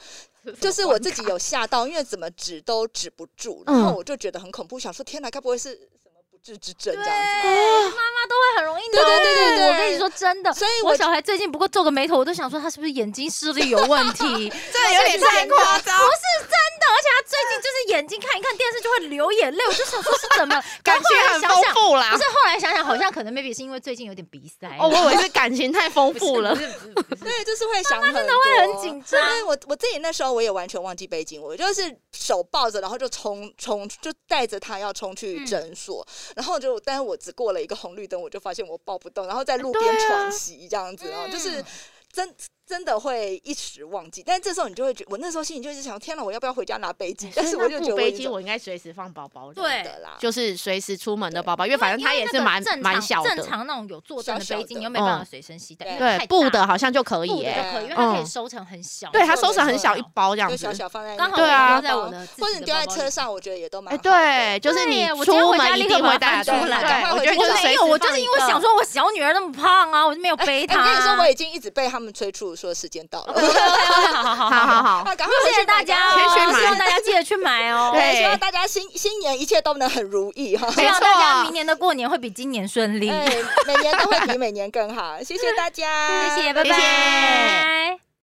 Speaker 2: 就是我自己有吓到，因为怎么止都止不住，然后
Speaker 4: 嗯
Speaker 2: 我就觉得很恐怖，想说天哪，该不会是什么不治之症
Speaker 3: 对，
Speaker 2: 这样子？
Speaker 3: 妈妈都会很容易脑
Speaker 2: 对对对
Speaker 4: 欸
Speaker 2: 对对
Speaker 3: 我跟你说真的，
Speaker 2: 所以
Speaker 3: 我
Speaker 2: 我
Speaker 3: 小孩最近不过皱个眉头，我都想说他是不是眼睛视力有问
Speaker 4: <laughs>
Speaker 3: 题？ <laughs>
Speaker 4: 这有点太夸张，
Speaker 3: 的，而且他最近就是眼睛看一看电视就会流眼泪，我就想说是怎么？
Speaker 4: <laughs> 感
Speaker 3: 可是后
Speaker 4: 情
Speaker 3: 来
Speaker 4: 很
Speaker 3: 想
Speaker 4: 丰
Speaker 3: 想，
Speaker 4: 富啦
Speaker 3: 不。是后来想想，好像可能 maybe 是因为最近有点鼻塞。
Speaker 4: 哦，我以为是感情太丰富了
Speaker 3: 不。是，不是不是不是
Speaker 2: 对，就是会想很多，真的
Speaker 3: 会很紧张
Speaker 2: 对我我自己那时候我也完全忘记背景，我就是手抱着，然后就冲冲，就带着他要冲去
Speaker 3: 嗯
Speaker 2: 诊所，然后就但是我只过了一个红绿灯，我就发现我抱不动，然后在路
Speaker 4: 对
Speaker 2: 边
Speaker 4: 啊
Speaker 2: 喘息这样子，然后就是
Speaker 3: 嗯
Speaker 2: 真。真的会一时忘记，但这时候你就会觉，我那时候心里就是想，天哪，我要不要回家拿背
Speaker 3: 哎
Speaker 2: 巾？但是我就觉得
Speaker 4: 布
Speaker 2: 我已
Speaker 4: 飞
Speaker 2: 经
Speaker 4: 机我应该随时放包包里。
Speaker 3: 对
Speaker 2: 的啦，
Speaker 4: 就是随时出门的包包，因为 <laughs> 反正它也
Speaker 3: 因为
Speaker 4: 是
Speaker 3: 那个
Speaker 4: 蛮
Speaker 3: 正常
Speaker 4: 蛮小
Speaker 3: 正
Speaker 4: 的，
Speaker 3: 常那种有坐正的
Speaker 2: 小
Speaker 3: 杯
Speaker 2: 小
Speaker 3: 巾，
Speaker 2: 的
Speaker 3: 你又没办法
Speaker 4: 嗯
Speaker 3: 随身携带，
Speaker 2: 对
Speaker 3: 因为
Speaker 4: 对
Speaker 3: 太
Speaker 4: 布
Speaker 3: 大
Speaker 4: 的好像就可以
Speaker 3: 布的
Speaker 4: 耶、
Speaker 3: 就可以，因为它可以
Speaker 4: 嗯
Speaker 3: 收成很小，
Speaker 4: 对，它
Speaker 2: 没错
Speaker 4: 收拾很小
Speaker 2: 没
Speaker 4: 一
Speaker 2: 错
Speaker 4: 包这样
Speaker 2: 就
Speaker 4: 子，
Speaker 2: 小小放在
Speaker 3: 刚好
Speaker 4: 对啊
Speaker 3: 我丢在我的自己的
Speaker 2: 或者你丢在
Speaker 3: 包包里
Speaker 2: 车上，我觉得也都蛮
Speaker 4: 哎、
Speaker 2: 好的
Speaker 4: 对，就是
Speaker 3: 对
Speaker 4: 你
Speaker 3: 耶我今天
Speaker 4: 出
Speaker 3: 回家
Speaker 4: 门一
Speaker 3: 立刻
Speaker 4: 定
Speaker 3: 把
Speaker 4: 会
Speaker 3: 它
Speaker 4: 带
Speaker 3: 翻
Speaker 4: 得
Speaker 2: 出来赶
Speaker 4: 对，
Speaker 2: 快
Speaker 4: 我
Speaker 2: 回
Speaker 4: 觉
Speaker 2: 去
Speaker 4: 得就是
Speaker 3: 我
Speaker 4: 随
Speaker 3: 没
Speaker 4: 时
Speaker 3: 有，我就
Speaker 4: 放
Speaker 3: 是
Speaker 4: 一
Speaker 3: 因为
Speaker 4: 个
Speaker 3: 想说，我小女儿那么胖啊，我就 <laughs> 没有
Speaker 2: 哎
Speaker 3: 背
Speaker 2: 哎
Speaker 3: 她。
Speaker 2: 我跟你说，我已经一直被他们催促说时间到了。
Speaker 3: OK OK，好好好
Speaker 4: 好好好，
Speaker 2: 啊，赶快
Speaker 3: 谢谢大家哦，
Speaker 4: 先去买
Speaker 3: 希望大家记得去买哦。
Speaker 4: <laughs> 对
Speaker 2: 对， <laughs> 希望大家新新年一切都能很如意哈。哎
Speaker 3: 希望大家
Speaker 4: 没错
Speaker 3: 明年的过年会比今年顺利。
Speaker 2: 哎，每年都会比每年更好，谢谢大家，
Speaker 3: 谢谢，拜
Speaker 4: 谢谢
Speaker 3: 拜。